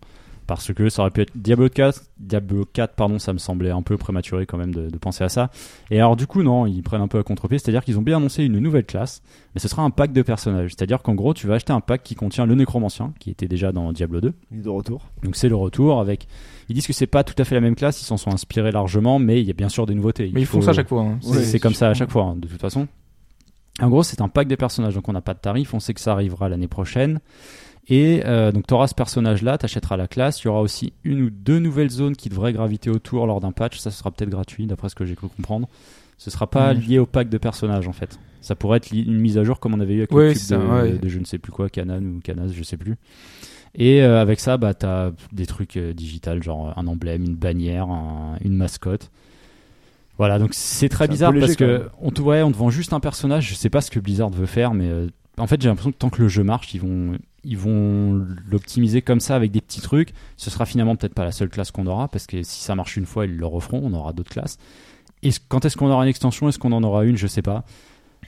parce que ça aurait pu être Diablo 4, Diablo 4, pardon, ça me semblait un peu prématuré quand même de, de penser à ça. Et alors du coup non, ils prennent un peu à contre-pied, c'est-à-dire qu'ils ont bien annoncé une nouvelle classe, mais ce sera un pack de personnages, c'est-à-dire qu'en gros tu vas acheter un pack qui contient le nécromancien qui était déjà dans Diablo 2.
Il est de retour.
Donc c'est le retour avec. Ils disent que c'est pas tout à fait la même classe, ils s'en sont inspirés largement, mais il y a bien sûr des nouveautés.
Mais ils font ça à chaque fois. hein.
C'est
Ouais,
c'est comme ça à chaque fois, hein, de toute façon. En gros, c'est un pack des personnages, donc on n'a pas de tarif, on sait que ça arrivera l'année prochaine. Et euh, donc tu auras ce personnage-là, tu achèteras la classe, il y aura aussi une ou deux nouvelles zones qui devraient graviter autour lors d'un patch, ça sera peut-être gratuit d'après ce que j'ai cru comprendre. Ce sera pas
Ouais.
lié au pack de personnages en fait. Ça pourrait être li- une mise à jour comme on avait eu avec
Ouais,
le
c'est
cube
ça,
de,
ouais.
de je ne sais plus quoi, Canan ou Canas, je sais plus. Et euh, avec ça, bah, tu as des trucs euh, digitales, genre euh, un emblème, une bannière, un- une mascotte. Voilà, donc c'est très
C'est un peu
bizarre
léger,
parce
quand
que
même.
on te, ouais, on te vend juste un personnage, je sais pas ce que Blizzard veut faire, mais euh, en fait j'ai l'impression que tant que le jeu marche, ils vont ils vont l'optimiser comme ça avec des petits trucs. Ce sera finalement peut-être pas la seule classe qu'on aura parce que si ça marche une fois, ils le referont, on aura d'autres classes. Et quand est-ce qu'on aura une extension Est-ce qu'on en aura une Je sais pas.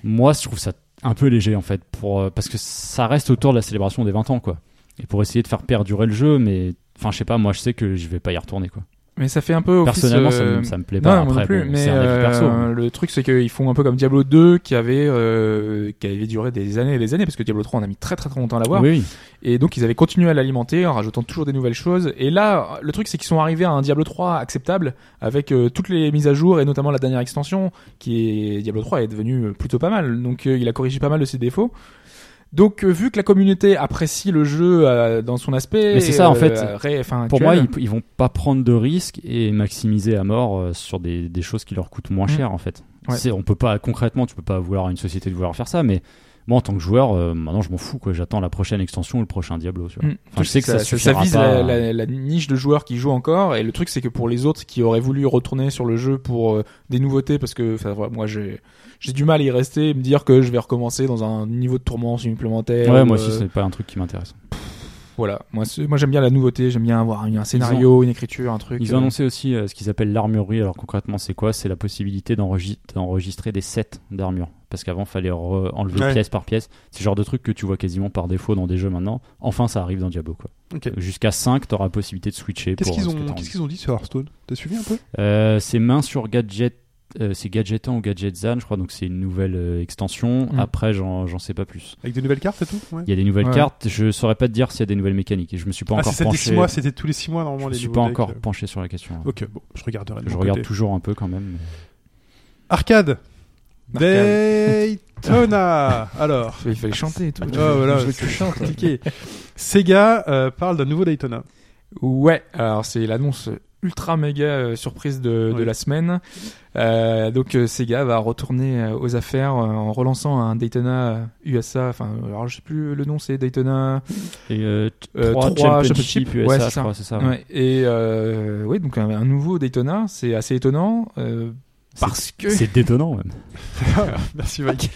Moi, je trouve ça un peu léger en fait pour euh, parce que ça reste autour de la célébration des 20 ans quoi. Et pour essayer de faire perdurer le jeu mais enfin je sais pas, moi je sais que je vais pas y retourner quoi.
Mais ça fait un peu office,
Personnellement, ça
euh,
me- ça me plaît
non,
pas.
moi
Après,
non plus,
bon,
mais
c'est un avis
euh,
perso, hein. mais-
le truc, c'est qu'ils font un peu comme Diablo 2, qui avait, euh, qui avait duré des années et des années, parce que Diablo 3, on a mis très très très longtemps à l'avoir.
Oui, oui.
Et donc, ils avaient continué à l'alimenter en rajoutant toujours des nouvelles choses. Et là, le truc, c'est qu'ils sont arrivés à un Diablo 3 acceptable, avec euh, toutes les mises à jour, et notamment la dernière extension, qui est Diablo 3 est devenu euh, plutôt pas mal. Donc, euh, il a corrigé pas mal de ses défauts. Donc, euh, vu que la communauté apprécie le jeu euh, dans son aspect,
Mais c'est ça, en
euh,
fait.
ré- enfin,
Pour moi,
actuel,
ils, ils vont pas prendre de risques et maximiser à mort euh, sur des, des choses qui leur coûtent moins
Mm.
cher, en fait.
Ouais.
C'est, on peut pas, concrètement, tu peux pas vouloir à une société de vouloir faire ça, mais moi, en tant que joueur, euh, maintenant, je m'en fous, quoi. J'attends la prochaine extension ou le prochain Diablo, tu vois.
Mm.
Enfin, je sais que ça suffira
vise
pas
la,
à-
la- la niche de joueurs qui jouent encore. Et le truc, c'est que pour les autres qui auraient voulu retourner sur le jeu pour euh, des nouveautés, parce que enfin, voilà, moi, j'ai j'ai du mal à y rester, et me dire que je vais recommencer dans un niveau de tourment supplémentaire.
Ouais,
ou,
moi
euh,
aussi, c'est pas un truc qui m'intéresse.
Voilà, moi, c'est- moi j'aime bien la nouveauté, j'aime bien avoir un, un scénario, une écriture, un truc.
Ils
euh,
ont annoncé aussi euh, ce qu'ils appellent l'armurerie. Alors concrètement, c'est quoi C'est la possibilité d'enregis- d'enregistrer des sets d'armure. Parce qu'avant, fallait re- enlever
Ouais.
pièce par pièce. C'est le genre de truc que tu vois quasiment par défaut dans des jeux maintenant. Enfin, ça arrive dans Diablo. quoi.
Ok.
Jusqu'à 5, tu auras possibilité de switcher.
Qu'est-ce
pour, euh,
qu'ils
ce que
ont,
t'as
qu'est-ce
envie.
qu'ils ont dit sur Hearthstone T'as suivi un peu
Euh, c'est main sur gadget. euh, c'est Gadgetan ou Gadgetzan, je crois, donc c'est une nouvelle euh, extension.
Mm.
Après, j'en j'en sais pas plus.
Avec des nouvelles cartes et tout Hmm. ouais.
Il y a des nouvelles
Ouais.
cartes, je saurais pas te dire s'il y a des nouvelles mécaniques. Et je me suis pas
Ah, c'est
encore
c'était 6
penché.
mois, c'était tous les 6 mois normalement
je me
les
suis
nouveaux
pas
decks. euh.
encore penché sur la question. hein.
Ok, bon, je regarderai. de
Je
mon
regarde
côté.
toujours un peu quand même. mais-
Arcade Daytona Alors.
Il fallait chanter et tout.
Ah, voilà,
je veux que
c'est
tu chantes.
compliqué. Sega euh, parle d'un nouveau Daytona.
Ouais, alors c'est l'annonce ultra méga euh, surprise de, de
Ouais.
la semaine. Euh, donc euh, Sega va retourner euh, aux affaires euh, en relançant un Daytona USA, enfin alors je sais plus le nom, c'est Daytona.
Et euh, t-
Euh,
trois
trois
championships
championships,
USA,
ouais, c'est
je
ça.
crois, c'est ça.
Ouais. Et euh, ouais, donc un, un nouveau Daytona, c'est assez étonnant euh,
C'est-
parce que
C'est détonnant, même.
Merci Mike.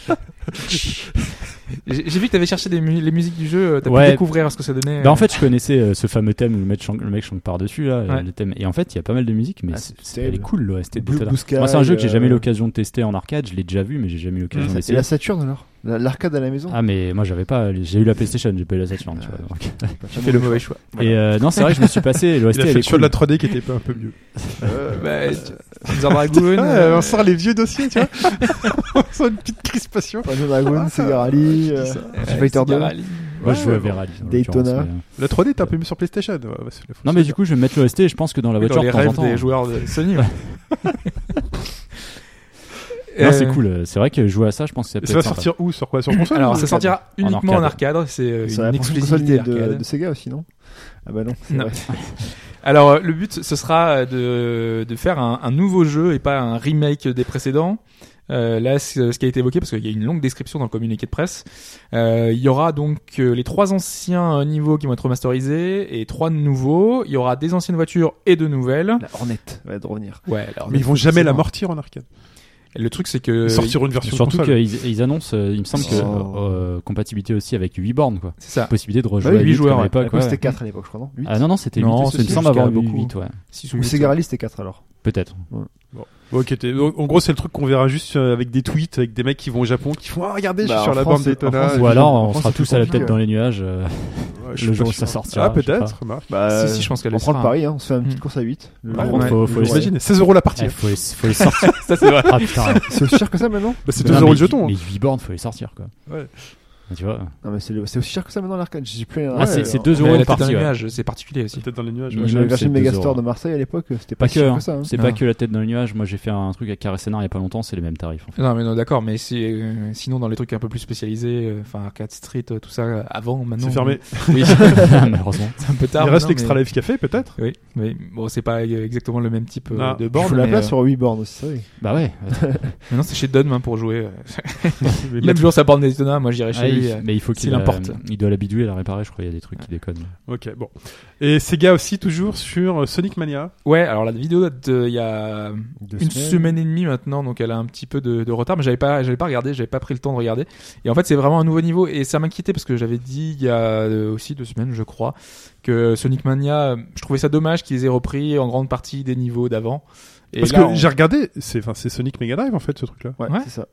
j'ai j'ai vu que t'avais cherché des mu- les musiques du jeu, euh, t'as
Ouais.
pu découvrir ce que ça donnait.
Bah, en fait, je connaissais euh, ce fameux thème où le mec chante, le mec chante par-dessus, là, euh,
Ouais.
le thème. Et en fait, il y a pas mal de musique, mais
Ah,
c'est-
c'était
elle est
le-
cool, l'OST de
Blue-
Daytona.
Blue Sky,
Moi, c'est un jeu que j'ai
euh,
jamais eu l'occasion de tester en arcade. Je l'ai déjà vu, mais j'ai jamais eu l'occasion
Et
d'essayer.
la Saturne alors La- L'arcade à la maison
Ah, mais moi, j'avais pas. J'ai eu la PlayStation, j'ai pas eu la Saturn. tu vois, donc.
j'ai fait le mauvais choix.
Et euh, non, c'est vrai que je me suis passé. L'OST,
Il a fait
elle
le
est
choix
cool.
de la 3D qui était pas un peu mieux.
Euh,
Bah, Zarbar Goon,
Ah,
euh,
on sort les vieux dossiers, tu vois. on sent une petite crispation.
Panzer Dragon, Sega Rally, euh,
euh,
Street Fighter 2.
Sega Rally.
Moi, je jouais à
Ouais, bon.
Verali, en
Daytona.
l'occurrence, mais, euh,
La 3D était un peu mieux sur PlayStation. Ouais, bah, c'est- faut
Non, mais du coup, je vais mettre l'OST. Je pense que dans la
Oui,
voiture,
dans les
de temps en
rêves
temps, hein.
des joueurs de Sony. hein. ouais.
Non, c'est
Euh,
cool. euh, C'est vrai que jouer à ça, je pense que ça peut
Ça
être
va
sympa.
sortir où Sur quoi Sur console
Alors,
ou-
ça sortira uniquement en arcade. C'est euh,
C'est la
une
prochaine console des-
exclusivité
de,
arcade.
de Sega aussi, non Ah bah non, c'est
Non.
vrai.
Alors, euh, le but, ce sera de, de faire un, un nouveau jeu et pas un remake des précédents. Euh, là, ce ce qui a été évoqué, parce qu'il y a une longue description dans le communiqué de presse, euh, il y aura donc euh, les trois anciens euh, niveaux qui vont être remasterisés et trois nouveaux. Il y aura des anciennes voitures et de nouvelles.
La Hornet va de revenir.
Ouais, alors,
Mais ils vont jamais
forcément.
l'amortir en arcade.
Le truc, c'est que
Ils sortiront une version
Surtout
console.
qu'ils ils annoncent, euh, il me semble que
Oh.
euh, euh, compatibilité aussi avec 8 bornes, quoi.
C'est ça.
Possibilité de rejouer
Ah. oui,
à
huit
huit comme
joueurs,
à
ouais.
l'époque,
Après,
ouais.
C'était 4 à l'époque, je crois, Ah, non Huit
Ah non, non, c'était 8.
Non,
il me
c'était
semble avoir
jusqu'à
eu
beaucoup.
8, ouais.
Six ou
Ou
huit,
Sega Rally, c'était 4 alors.
Peut-être.
Bon, ok, t'es- en en gros, c'est le truc qu'on verra juste euh, avec des tweets, avec des mecs qui vont au Japon, qui font Ah, regardez, je
Bah,
suis
en
sur la
France,
bande
c'est- en
Daytona.
France,
Ou
Ah,
alors,
en
on
France,
sera
c'est
tous
plus
à la
compliqué,
tête
ouais.
dans les nuages. euh,
Ouais, je suis
le
pas
jour où
sûr.
ça sortira.
Ah,
je sais pas.
peut-être, remarque.
Bah,
si, si, je pense qu'elle
on
le
prend le
sera.
pari, hein, on se fait une
Hmm.
petite course à 8. Le
Par
jour
contre,
où-
faut-
le
faut
jour où-
essayer.
J'imagine, 16 euros la
Eh,
partie.
faut, les, faut les sortir.
Ça, c'est vrai.
ah putain.
C'est aussi cher que ça maintenant
Bah, c'est
Non,
2 euros
mais
le jeton.
huit- Mais 8 bornes, faut les sortir, quoi.
Ouais.
Ah, Tu vois.
Non, mais c'est le- c'est aussi cher que ça maintenant l'arcade. J'ai plus rien.
Ah, c'est- c'est 2
Mais
euros
la
le
tête d'un
parti. ouais.
nuage, c'est particulier aussi.
Peut-être dans les nuages.
Mm.
ouais.
J'avais
Minimum,
versé
c'est
le
deux
Megastore
euros.
de Marseille à l'époque, c'était pas,
Pas
si
que,
cher
hein.
que ça. hein.
c'est
Ah.
pas que la tête dans les nuages. Moi, j'ai fait un truc à Carré-Sénard il y a pas longtemps, c'est les mêmes tarifs. en fait.
Non mais non d'accord mais c'est euh, sinon dans les trucs un peu plus spécialisés euh, enfin arcade street euh, tout ça euh, avant maintenant euh,
C'est fermé.
oui
Malheureusement.
c'est un peu tard
Il reste
maintenant,
l'Extra
mais-
Life Café, peut-être
oui mais bon c'est pas euh, exactement le même type euh,
Non.
de
Je
borne
fous la
mais,
place
euh,
sur 8 bornes aussi, c'est vrai.
Bah ouais.
maintenant c'est chez Dunn hein, pour jouer euh.
Mais
il a toujours sa borne Daytona moi j'irai chez
Ah, il-
lui euh.
mais il faut
s'il
qu'il la-
importe.
Il doit la bidouiller, la réparer. Je crois il y a des trucs qui déconnent.
Ok, bon. Et Sega aussi, toujours sur euh, Sonic Mania.
ouais alors la vidéo date euh, il y a
Deux
une
semaines.
semaine et demie maintenant, donc elle a un petit peu de, de retard, mais j'avais pas, j'avais pas regardé, j'avais pas pris le temps de regarder. Et en fait, c'est vraiment un nouveau niveau, et ça m'inquiétait parce que j'avais dit il y a euh, aussi deux semaines, je crois, que Sonic Mania, euh, je trouvais ça dommage qu'ils aient repris en grande partie des niveaux d'avant. Et
Parce
là,
que
on-
j'ai regardé, c'est enfin, c'est Sonic Mega Drive en fait ce truc-là.
Ouais,
Ouais.
c'est ça.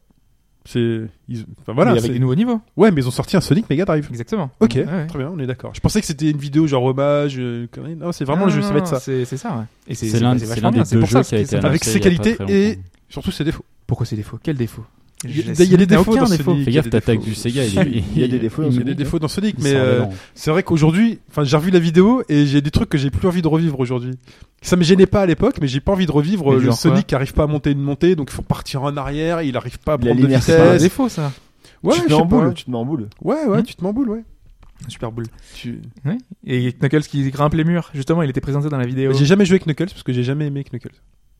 C'est ils- enfin, voilà.
mais avec
c'est-
des nouveaux niveaux.
Ouais, mais ils ont sorti un Sonic Mega Drive.
Exactement.
Ok,
Ouais, ouais.
très bien, on est d'accord. Je pensais que c'était une vidéo genre hommage, euh, connerie. Non, c'est vraiment
Non,
le jeu,
non,
ça va être
non,
ça.
C'est c'est ça, ouais. Et
C'est l'un
vachement
c'est l'un des
bien, c'est
deux
pour ça
jeux
que
qui a été
c'est-
annoncé.
Avec ses
il y a pas
qualités
très
et-
longtemps.
Surtout ses défauts.
Pourquoi c'est défauts Quel défaut
Il y a- il y a des
Il
défauts
aucun
dans
défaut.
Sonic.
Fais
il y a
gaffe,
des
t'attaques
défauts.
du Sega.
Il y a des défauts dans
il-
Il y a
Sonic,
des
hein.
défauts dans Sonic,
il
mais
sort
euh,
dedans.
c'est vrai qu'aujourd'hui, enfin, j'ai revu la vidéo et j'ai des trucs que j'ai plus envie de revivre aujourd'hui. Ça me gênait pas à l'époque, mais j'ai pas envie de revivre
Mais
euh, le
genre quoi
Sonic qui arrive pas à monter une montée, donc il faut partir en arrière, il arrive pas à
La
prendre de
linéaire,
C'est pas un
vitesse.
défaut, ça.
Ouais,
tu te
je
mets
sais
en
pas.
boule, tu te mets en boule.
Ouais, ouais,
Hmm
tu te m'emboules, ouais.
Super boule.
Tu-
Ouais. Et Knuckles qui grimpe les murs. Justement, il était présenté dans la vidéo.
J'ai jamais joué avec Knuckles parce que j'ai jamais aimé Knuckles.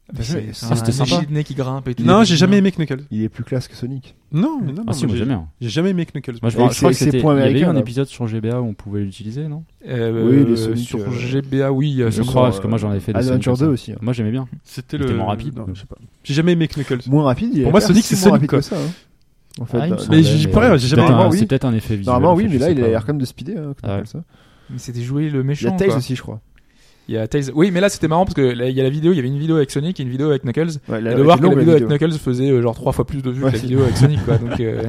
Bah,
Ah,
C'est c'est
c'était
un
sympa.
Sydney qui grimpe et tout.
Non, j'ai jamais aimé Knuckles.
Il est plus classe que Sonic.
Non, mais non, non,
Ah si,
moi,
moi
j'ai
j'aime bien.
j'ai jamais aimé Knuckles.
Moi, je,
Et
me- je
c'est-
crois que
c'est
c'était. Il y
point
avait eu un
américain, là.
épisode sur GBA où on pouvait l'utiliser, non
Euh,
Oui, les Sonic,
sur
euh,
GBA, oui. euh,
Je
sans-
crois, parce que moi, j'en ai fait des
Adventure
Sonic comme
2
ça.
aussi. hein.
Moi j'aimais bien.
C'était
Il
le.
était moins rapide,
Non,
donc.
je sais pas. J'ai jamais aimé Knuckles.
Moins rapide. il
Pour
est
moi,
pas
Sonic,
si
c'est
moins
Sonic,
rapide
quoi.
que ça, hein. En fait,
Ah, il me
dans-
semblait,
mais j'y
dans-
parais, j'ai jamais-
peut-être un-
Normalement, oui.
C'est peut-être un effet visuel.
Normalement, oui,
en fait,
mais
je
là,
sais
il a
pas.
l'air quand même de speeder. hein, quand
Ouais.
on fait ça.
Mais c'était joué le
Il y a
méchant.
Tails
quoi.
aussi, je crois.
Il y a Tails. Oui, mais là c'était marrant parce que là, il y a la vidéo, il y avait une vidéo avec Sonic et une vidéo avec Knuckles.
Ouais,
Et
la-
de voir
elle
que la
était longue,
vidéo avec Knuckles faisait euh, genre trois fois plus de vues
Ouais,
que la
c'est-
vidéo avec Sonic, quoi. Donc euh,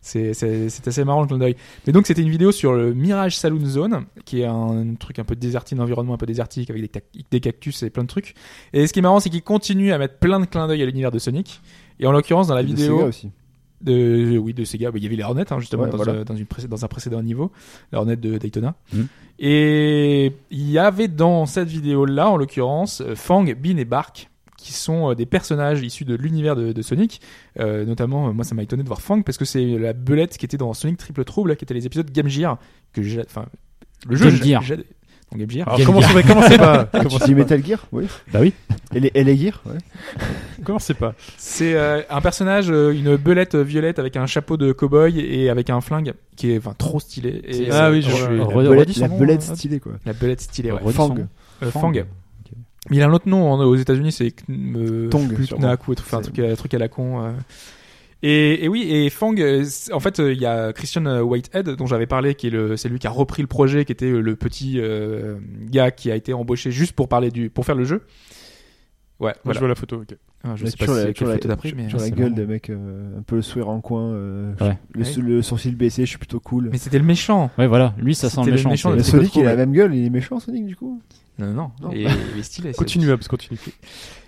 c'est c'est c'est assez marrant le clin d'œil. Mais donc c'était une vidéo sur le Mirage Saloon Zone, qui est un truc un peu désertique, un environnement un peu désertique avec des, tac- des cactus et plein de trucs. Et ce qui est marrant, c'est qu'il continue à mettre plein de clins d'œil à l'univers de Sonic. Et en l'occurrence dans la
Et de
vidéo,
Sega aussi.
de oui de Sega bah, il y avait les Hornets hein, justement
Ouais,
dans,
voilà.
un- dans une pré- dans un précédent niveau la Hornet de Daytona
Mhm.
et il y avait dans cette vidéo là en l'occurrence euh, Fang Bean et Bark qui sont euh, des personnages issus de l'univers de, de Sonic Euh, notamment euh, moi ça m'a étonné de voir Fang parce que c'est la belette qui était dans Sonic Triple Trouble qui étaient les épisodes Game Gear que j'ai enfin le jeu
Game
j'ai-
Gear.
j'ai- non, Game Gear
Alors
Game
commencez pas, commencez pas,
Ah, Tu
commencez
dis
pas,
Metal Gear Oui.
Bah oui.
Et les, et les Gear ouais.
commencez pas.
C'est euh, un personnage, euh, une belette violette avec un chapeau de cowboy et avec un flingue qui est enfin, trop stylé. Et,
C'est- Ah
oui, je-
la
Redis-
Belette-
redis son
La
nom,
belette
hein.
stylée, quoi.
La belette stylée, ouais.
Redis
Fang.
son nom.
Euh, Fang.
Fang.
Mais il a un autre nom en- aux États-Unis, c'est Kn- euh,
Tong,
je sais plus,
sûrement.
Knack ou tout, enfin, un
C'est-
truc, un truc à la con. euh. Et, et oui, et Fang, euh, c'est- en fait, euh, il y a Christian euh, Whitehead dont j'avais parlé, qui est le, c'est lui qui a repris le projet, qui était euh, le petit euh, gars qui a été embauché juste pour parler du, pour faire le jeu. Ouais,
Moi,
voilà.
Je vois la photo. ok.
Ah, je
Mais
sais pas
toujours
si
la-
c'est
toujours
quelle
la-
photo t'as pris, mais
Sur
euh,
la
c'est
gueule
marrant.
des mecs, euh, un peu le sourire en coin, euh,
Ouais.
le,
Ouais.
le sourcil baissé, je suis plutôt cool.
Mais c'était le méchant.
Ouais, voilà. Lui, ça sent
C'était
le
le
méchant.
méchant
c'est-
de-
Mais
c'est
Sonic,
pas
il a
trop,
la même gueule, il est méchant Sonic du coup
Non, non, non.
Non.
Et, il est stylé. c'est-
Continue, Hobbs, continue.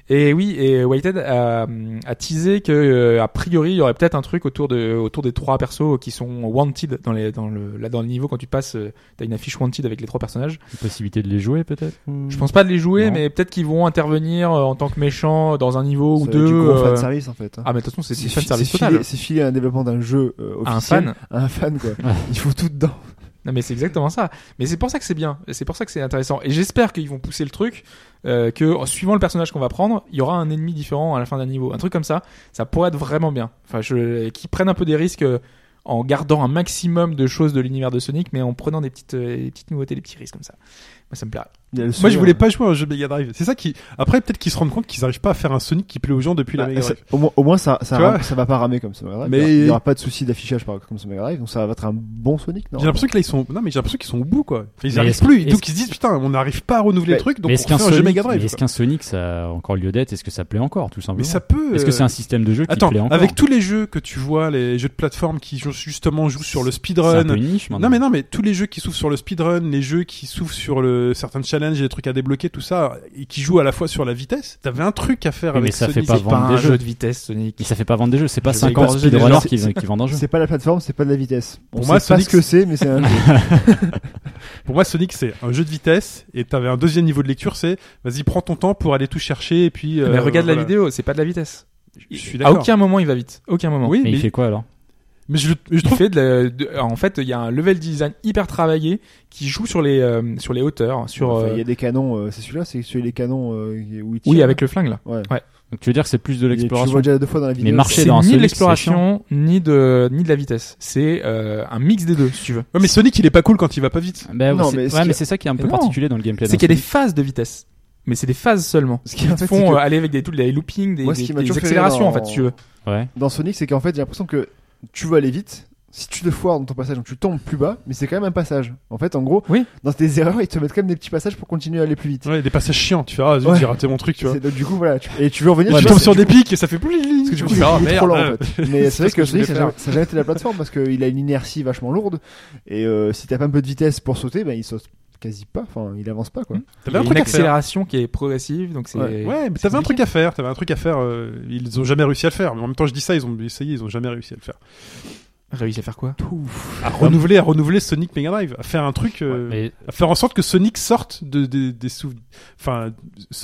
Et oui, et Whitehead a, a teasé que euh, a priori il y aurait peut-être un truc autour de autour des trois persos qui sont wanted dans les dans le là dans le niveau quand tu passes euh, t'as une affiche wanted avec les trois personnages.
Une possibilité de les jouer peut-être
Je pense pas de les jouer,
Non.
mais peut-être qu'ils vont intervenir euh, en tant que méchants dans un niveau ou
C'est du
deux.
gros
euh,
fan service en fait. hein.
Ah mais de toute façon c'est du
fi-
fan service
filé-
total.
C'est filé à un développement d'un jeu euh,
À un
officiel.
fan.
à un fan quoi.
Ouais.
Il faut tout dedans.
Non mais c'est exactement ça. Mais c'est pour ça que c'est bien. Et C'est pour ça que c'est intéressant. Et j'espère qu'ils vont pousser le truc euh, que en suivant le personnage qu'on va prendre, il y aura un ennemi différent à la fin d'un niveau. Un truc comme ça, ça pourrait être vraiment bien. Enfin, je, qu'ils prennent un peu des risques euh, en gardant un maximum de choses de l'univers de Sonic, mais en prenant des petites, euh, des petites nouveautés, des petits risques comme ça. Moi, ça me plairait.
Il y a le
Moi, je
sourire. euh,
voulais pas jouer à un jeu Mega Drive. C'est ça qui. Après, peut-être qu'ils se rendent compte qu'ils arrivent pas à faire un Sonic qui plaît aux gens depuis
Bah,
la Mega
ça-
Drive.
au, moins, au moins, ça, ça,
Tu vois
ram- ça va pas ramer comme ce Mega Drive.
Mais-
Il y aura pas de souci d'affichage par- comme ce Mega Drive, donc ça va être un bon Sonic.
J'ai l'impression que là ils sont. Non, mais j'ai l'impression qu'ils sont au bout, quoi. Enfin, ils
Mais
arrivent
est-ce-
plus. Et
est-ce-
donc ils se disent putain, on n'arrive pas à renouveler
Mais-
le truc, donc on
mais est-ce
fait
qu'un
un jeu
Sonic,
Mega Drive.
mais est-ce
quoi.
qu'un Sonic, ça a encore lieu d'être Est-ce que ça plaît encore, tout simplement
Mais ça peut.
Est-ce que c'est
euh,
un système de jeu qui
Attends,
plaît encore
avec tous les jeux que tu vois, les jeux de plateforme qui jouent- justement jouent sur le
C'est un peu
speedrun,
une niche maintenant.
Non mais non mais tous les jeux qui s'ouvrent sur le speedrun, les jeux qui s'ouvrent sur le certains challenges, et les trucs à débloquer, tout ça, et qui jouent à la fois sur la vitesse. T'avais un truc à faire
Oui, mais
avec
ça fait
Sonic.
pas
C'est
vendre des
un
jeux.
jeu de vitesse Sonic.
Mais ça fait pas vendre des jeux, c'est pas
Je
50
sais pas,
speedrunners
c'est-
qui,
c'est-
qui vendent un jeu.
C'est pas la plateforme, c'est pas de la vitesse.
Pour
On
moi,
sait pas
Sonic,
ce que c'est, mais c'est un jeu.
Pour moi Sonic c'est un jeu de vitesse et t'avais un deuxième niveau de lecture, c'est vas-y prends ton temps pour aller tout chercher et puis. euh,
mais regarde
voilà.
la vidéo, c'est pas de la vitesse.
Je suis
à
d'accord.
aucun moment il va vite. Aucun moment.
Oui
Mais
mais,
il fait quoi alors
mais je, le- je
Il
trouve.
fait de la- de- alors, en fait, il y a un level design hyper travaillé qui joue sur les euh, sur les hauteurs, sur
Enfin, Il
euh,
y a des canons, euh, c'est celui-là, c'est celui des canons euh, où il tire.
oui avec le flingue là.
Ouais.
Donc tu veux dire que c'est plus de
Et Tu le vois
l'exploration
déjà deux fois dans la vidéo.
Mais marcher
C'est
dans un
ni de
Sonic,
l'exploration ni de ni de la vitesse. C'est euh, un mix des deux si tu veux.
Ouais, mais Sonic il est pas cool quand il va pas vite.
Bah,
Non,
c'est-
mais ce
ouais,
qui-
mais c'est ça qui est un peu
Mais non.
particulier dans le gameplay.
C'est
d'un
qu'il y a des
Sonic.
phases de vitesse, mais c'est des phases seulement.
Ce qui, en
Ils
fait, c'est
font
que
euh, aller avec des tout des loopings, des,
Moi, ce
des-
qui m'a
des
toujours fait rire
accélérations en
dans-
fait si tu veux.
Ouais.
dans Sonic, c'est qu'en fait, j'ai l'impression que tu veux aller vite, si tu te foires dans ton passage, donc tu tombes plus bas, mais c'est quand même un passage. En fait, en gros,
Oui.
dans tes erreurs, ils te mettent quand même des petits passages pour continuer à aller plus vite.
Ouais, des passages chiants, tu fais ah zut,
Ouais.
j'ai raté mon truc, tu vois.
C'est- donc, du coup, voilà. tu- et tu veux revenir
Ouais, tu
tu vois,
tombes
c'est-
sur des pics et ça fait plus parce que tu
du coup,
fais
il
ah
est trop
merde.
lent en fait.
pas
Mais c'est vrai
ce que
que
je voulais
Sonic, ça
faire.
n'a jamais- ça n'a jamais été la plateforme parce qu'il a une inertie vachement lourde. Et euh, si t'as pas un peu de vitesse pour sauter, ben il saute quasi pas. Enfin, il avance pas quoi.
T'avais
Il y a
un
une
truc à faire.
accélération qui est progressive, donc c'est.
hein. Ouais, mais
c'est
t'avais un
compliqué.
truc à faire, t'avais un truc à faire, euh, ils ont jamais réussi à le faire, mais en même temps je dis ça, ils ont essayé, ils ont jamais réussi à le faire.
Réussi à faire quoi
À renouveler, à renouveler Sonic Mega Drive, à faire un truc, euh,
Mais
à faire en sorte que Sonic sorte de, des- des sou- enfin,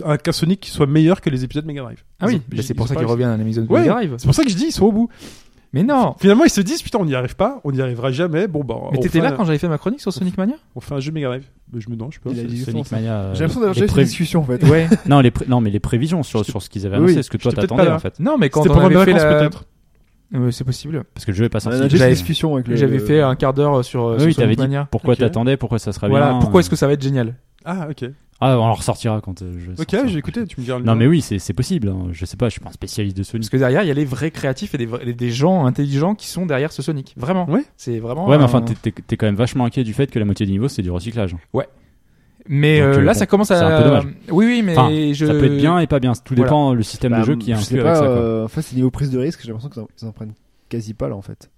un- qu'un Sonic qui soit meilleur que les épisodes Mega Drive.
Ah oui,
Ils ont-
bah,
ils
c'est
ont
pour ça
pas
qu'ils
réussi.
reviennent à la maison de
Ouais.
Mega Drive.
C'est pour ça que je dis, ils sont au bout.
Mais non
Finalement, ils se disent, putain, on n'y arrive pas, on n'y arrivera jamais, bon bah.
Mais
on
t'étais
fait
là
un-
quand j'avais fait ma chronique sur Sonic Mania
On fait un jeu Mega Drive. Mais je me non, je peux.
Il a dit justement
Sonic
ça.
Mania. euh,
J'ai l'impression d'avoir
les
déjà eu cette
pré-
discussion en fait.
Ouais.
Non, les pré- non, mais les prévisions sur, sur ce qu'ils avaient
Oui,
annoncé, ce que toi
j'étais peut-être
t'attendais
pas là.
en fait.
Non, mais quand
C'était
on
pendant
avait
mes
fait
vacances
la.
peut-être.
Euh, C'est possible.
Parce que le jeu est pas
On
sorti.
a déjà eu
j'avais-
cette discussion avec le.
J'avais fait un quart d'heure sur, euh,
Ah Oui,
sur
oui, t'avais
Sonic
dit
Mania.
pourquoi
Ok.
t'attendais, pourquoi ça serait
Voilà,
bien.
pourquoi
euh,
est-ce que ça va être génial
Ah, ok.
Ah, on en ressortira quand euh, je.
Ok,
sortirai.
j'ai écouté, tu me diras le
Non,
nom.
mais oui, c'est c'est possible. hein. Je sais pas, je suis pas un spécialiste de Sonic.
Parce que derrière, il y a les vrais créatifs et des, vrais- des gens intelligents qui sont derrière ce Sonic. Vraiment.
Ouais.
C'est vraiment.
Ouais, mais
un-
enfin, t'es- t'es t'es quand même vachement inquiet du fait que la moitié des niveaux c'est du recyclage.
Mais
Donc,
euh,
euh,
là,
bon,
ça commence à.
c'est un peu dommage.
Oui, oui, mais
Enfin,
je.
Ça peut être bien et pas bien. Tout
Voilà.
dépend euh, le système
Bah,
de jeu qui est
je sais
inclus
pas,
avec ça. quoi.
euh, en fait, c'est niveau prise de risque, j'ai l'impression qu'ils en, ils en prennent quasi pas là en fait.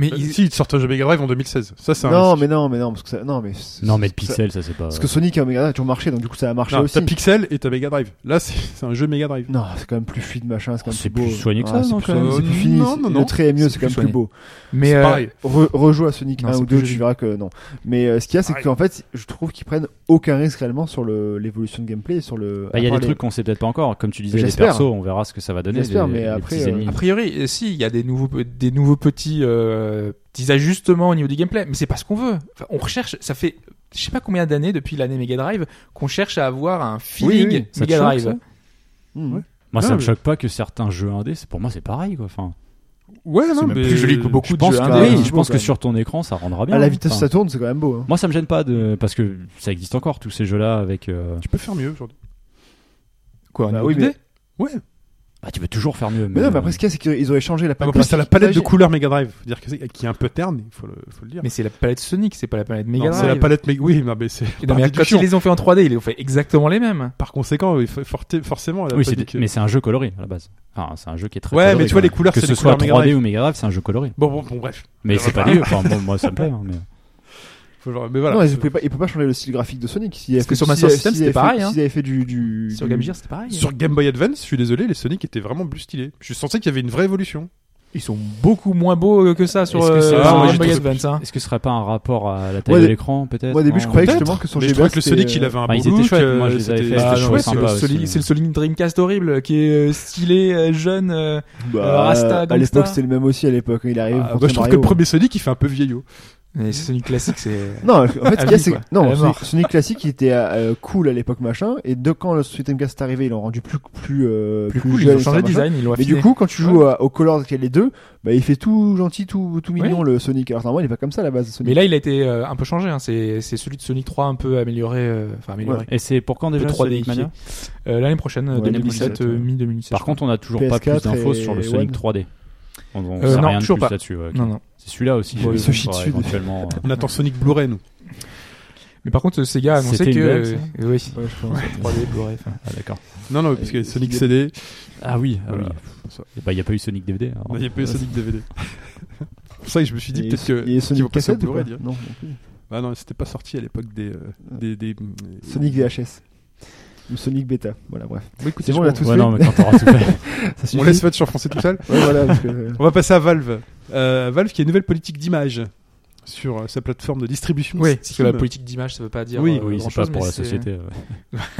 Mais
Euh,
ils-
Si, ils sortent un jeu Mega Drive en 2016. Ça, c'est un.
Non, mais non, mais non, parce que ça, non, mais c-
Non, mais le
ça-
pixel, euh. ça c'est pas.
Parce que Sonic et Mega Drive ont marché, donc du coup ça a marché
Non,
aussi.
t'as Pixel et t'as Mega Drive. Là, c'est c'est un jeu Mega Drive.
Non, c'est quand même plus fluide, machin, c'est quand même
C'est
plus beau.
plus soigné que
Ah,
ça,
c'est
non, quand
plus soigné,
même.
c'est plus
Euh,
fini.
non, non,
c'est-
non.
Le trait est mieux,
C'est plus
c'est quand même plus
soigné.
beau.
mais
c'est
euh,
pareil.
Re- Rejoue à Sonic
Non,
1
c'est
ou
plus
2,
joli.
tu verras que non. Mais euh, ce qu'il y a, c'est qu'en fait, je trouve qu'ils prennent aucun risque réellement sur le- l'évolution de gameplay. et sur le.
Bah, il y a des
à part les-
trucs qu'on sait peut-être pas encore. Comme tu disais, les
J'espère.
persos, on verra ce que ça va donner.
J'espère,
les-
mais
les
après,
petits
euh,
ennemis.
a priori, euh, si, il y a des nouveaux, des nouveaux petits, euh, petits ajustements au niveau du gameplay, mais c'est pas ce qu'on veut. Enfin, on recherche, ça fait, je sais pas combien d'années depuis l'année Mega Drive qu'on cherche à avoir un feeling
Oui, oui,
ça te
Mega
choque,
Drive.
ça
Mmh.
Ouais.
Moi, ça
Non,
me
mais-
choque pas que certains jeux indés, c'est pour moi, c'est pareil quoi. Enfin,
Ouais, non,
même
mais.
plus joli que beaucoup
je
de
pense
jeux
que,
indés,
oui,
hein.
je
beau,
pense
quand
que
même.
sur ton écran, ça rendra bien.
À Ah, la
hein.
vitesse où
Enfin,
ça tourne, c'est quand même beau. hein.
Moi, ça me gêne pas de parce que ça existe encore tous ces jeux-là avec. euh,
Tu peux faire mieux aujourd'hui.
Quoi,
Bah
une
oui,
idée
Ouais.
Bah, tu peux toujours faire mieux. euh,
Mais non, mais après, ce qu'il y a, c'est qu'ils auraient changé la
Ah, mais
palette.
Euh, en plus, t'as la
graphique.
palette de
Imagine-
couleurs Mega Drive. Faut dire que c'est- qui est un peu terne, il faut le, faut le dire.
Mais c'est la palette Sonic, c'est pas la palette
Non,
Mega Drive.
c'est la palette Mega. Oui, non, mais c'est.
Non, mais
par
quand
déduction.
ils les ont fait en 3D, ils les ont fait exactement les mêmes.
Par conséquent, il faut- forte- forcément. elle a
Oui,
pas
c'est-
dit que-
mais c'est un jeu coloré à la base. Enfin, c'est un jeu qui est très.
Ouais, mais
coloré,
tu vois,
quand
les
même.
couleurs,
que
c'est
ce
les
soit
couleurs Mega
3D ou Mega Drive, c'est un jeu coloré.
Bon, bon, bon, bref.
Mais c'est pas
bah,
mieux. Enfin, bon, moi, ça me plaît. hein, mais-
Faut genre- Mais voilà.
Non, ils pouvaient pas, ils pouvaient pas changer le style graphique de Sonic. S'ils
Parce
avaient
que
fait-
sur Master
s'ils avaient-
System,
s'ils avaient
c'était
fait-
pareil, hein.
S'ils avaient fait du. du-
Sur
du-
Game Gear, c'est pareil.
Sur Game Boy Advance, je suis désolé, les Sonic étaient vraiment plus stylés. Je sentais qu'il y avait une vraie évolution.
Ils sont beaucoup moins beaux que ça sur
Est-ce que c'est
euh,
pas-
sur
moi,
Game
je
Boy
trouve-
Advance. hein.
Est-ce que ce serait pas un rapport à la taille
Moi,
de
dé-
l'écran, peut-être
Moi, au début,
non
je croyais
Peut-être,
justement que sur
mais
Game
je trouvais
Boy,
que le
c'était,
Sonic, il
euh,
avait un
Enfin, ils
beau
étaient
look,
chouettes, moi,
euh,
je les avais
c'était-
fait,
Ah,
c'était
non,
chouette,
c'est-
Bah c'est
sympa
le
aussi.
Sonic, euh, c'est le Sonic Dreamcast horrible qui est euh, stylé euh, jeune. euh,
Bah,
Rasta,
à
Gangsta.
l'époque, c'était le même aussi. À l'époque, hein. il arrive.
Ah,
contre
bah, je trouve que
Mario.
le premier Sonic, il fait un peu vieillot.
Mais ce Sonic classique, c'est.
Non, en fait, ce qu'il y
vie,
a, c'est
quoi.
que- non,
À la
Sonic,
mort.
Sonic classique, il était euh, cool à l'époque machin, et de quand le Street Cast est arrivé, ils l'ont rendu plus plus euh,
Plus cool, ils
jeune,
ont changé de
etc., machin.
design, ils l'ont
Mais
affiné.
du coup, quand tu joues à- au Colors qu'il y a les deux, bah il fait tout gentil, tout tout mignon le Sonic. Alors normalement, il est pas comme ça à la base.
Mais
Sonic.
là, il a été euh, un peu changé. hein. C'est c'est celui de Sonic 3 un peu amélioré. euh, Enfin, amélioré.
Et c'est pour quand
Un peu
déjà
3D
Sonic Mania
Euh, L'année prochaine, euh,
Ouais,
2017,
2017,
euh,
ouais.
mi-2017.
Par contre, on a toujours pas plus
PS4
d'infos
et
sur le
One.
Sonic 3D. On, on
Euh,
sait
non,
rien de
toujours
plus
pas.
là-dessus. ouais, ok.
non, non.
C'est celui-là aussi.
Ouais,
euh,
se chie
on pourrait
dessus, des-
éventuellement, euh,
On attend Sonic Blu-ray, nous.
Mais par contre, euh, Sega a annoncé
C'était
que.
une blague, ça
euh, oui.
Ouais, je pense.
3D, Blu-ray, enfin.
Ah, d'accord.
Non, non, parce que
Euh,
Sonic
il est-
CD,
Ah oui, ah oui.
Voilà.
Et bah, il n'y a pas eu Sonic DVD. alors.
il n'y a pas eu Sonic DVD. C'est pour ça que je me suis dit
Et-
peut-être que.
et
qu'ils vont passer
Sonic
au
cassette ou
Blu-ray
pas
direct.
Non, non plus.
Ah non, c'était pas sorti à l'époque des, euh, des, des,
Sonic VHS. Ou Sonic Beta, voilà, bref.
Bon, écoutez,
C'est
je
bon, on a
pense-
tous
Ouais,
fait.
non, mais quand t'auras tout fait.
Ça
on
suffit.
laisse Fudge sur français tout seul.
Ouais, voilà, parce que, euh,
On va passer à Valve. Euh, Valve qui a une nouvelle politique d'image sur euh, sa plateforme de distribution.
Oui, parce que
Steam.
la politique d'image, ça veut pas dire.
Oui,
euh,
Oui, c'est pas
grand-chose,
pour
mais
la
c'est-
société. ouais.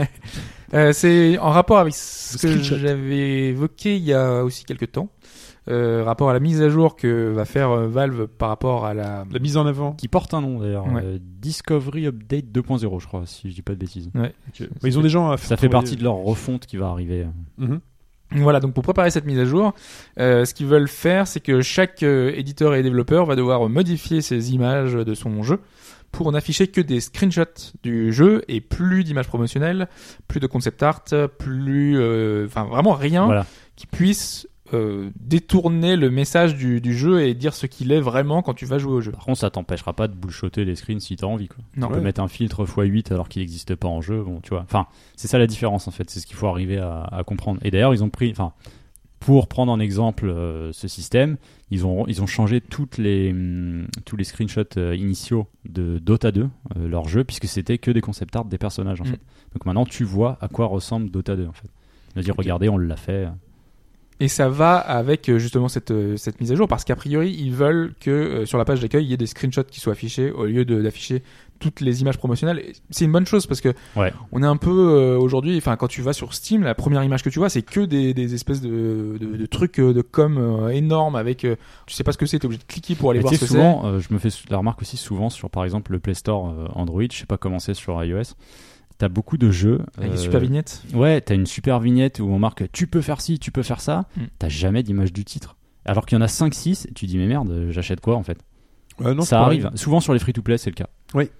Euh, c'est en rapport avec ce
Le
que
screenshot.
j'avais évoqué il y a aussi quelques temps, euh, rapport à la mise à jour que va faire euh, Valve par rapport à la.
La mise en avant.
Qui porte un nom d'ailleurs.
Ouais.
euh, Discovery Update 2.0, je crois, si je dis pas de bêtises.
Bah, Ils ont des gens à faire
Ça fait
travailler.
partie de leur refonte qui va arriver.
Mhm.
Voilà, donc pour préparer cette mise à jour, euh, ce qu'ils veulent faire, c'est que chaque euh, éditeur et développeur va devoir modifier ses images de son jeu pour n'afficher que des screenshots du jeu et plus d'images promotionnelles, plus de concept art, plus, euh, enfin vraiment rien
Voilà.
qui puisse euh, détourner le message du, du jeu et dire ce qu'il est vraiment quand tu vas jouer au jeu.
Par contre, ça t'empêchera pas de bullshotter les screens si t'as envie. Quoi.
Non.
On peut
Ouais.
mettre un filtre x8 alors qu'il n'existe pas en jeu. Bon, tu vois. Enfin, c'est ça la différence en fait. C'est ce qu'il faut arriver à, à comprendre. Et d'ailleurs, ils ont pris, enfin, pour prendre en exemple euh, ce système, ils ont ils ont changé toutes les hum, tous les screenshots euh, initiaux de Dota 2, euh, leur jeu, puisque c'était que des concept art des personnages en
Mm.
fait. Donc maintenant, tu vois à quoi ressemble Dota 2 en fait. De dire, regardez, on l'a fait.
Et ça va avec euh, justement cette, euh, cette mise à jour parce qu'a priori ils veulent que euh, sur la page d'accueil il y ait des screenshots qui soient affichés au lieu de- d'afficher toutes les images promotionnelles. Et C'est une bonne chose parce que
Ouais.
on est un peu euh, aujourd'hui, enfin quand tu vas sur Steam, la première image que tu vois c'est que des, des espèces de, de, de trucs euh, de com euh, énormes avec euh, tu sais pas ce que c'est, t'es obligé de cliquer pour aller
Mais
voir
tu
ce
sais,
que c'est.
souvent, euh, je me fais sou- la remarque aussi souvent sur par exemple le Play Store euh, Android, je sais pas comment c'est sur iOS. T'as beaucoup de jeux.
Avec des
euh,
super vignettes.
Ouais, t'as une super vignette où on marque tu peux faire ci, tu peux faire ça.
Mm.
T'as jamais d'image du titre. Alors qu'il y en a 5-6, et tu dis mais merde, euh, j'achète quoi en fait
Ouais, Euh, non, c'est
Ça
pareil.
arrive. Souvent sur les free-to-play, c'est le cas.
Oui.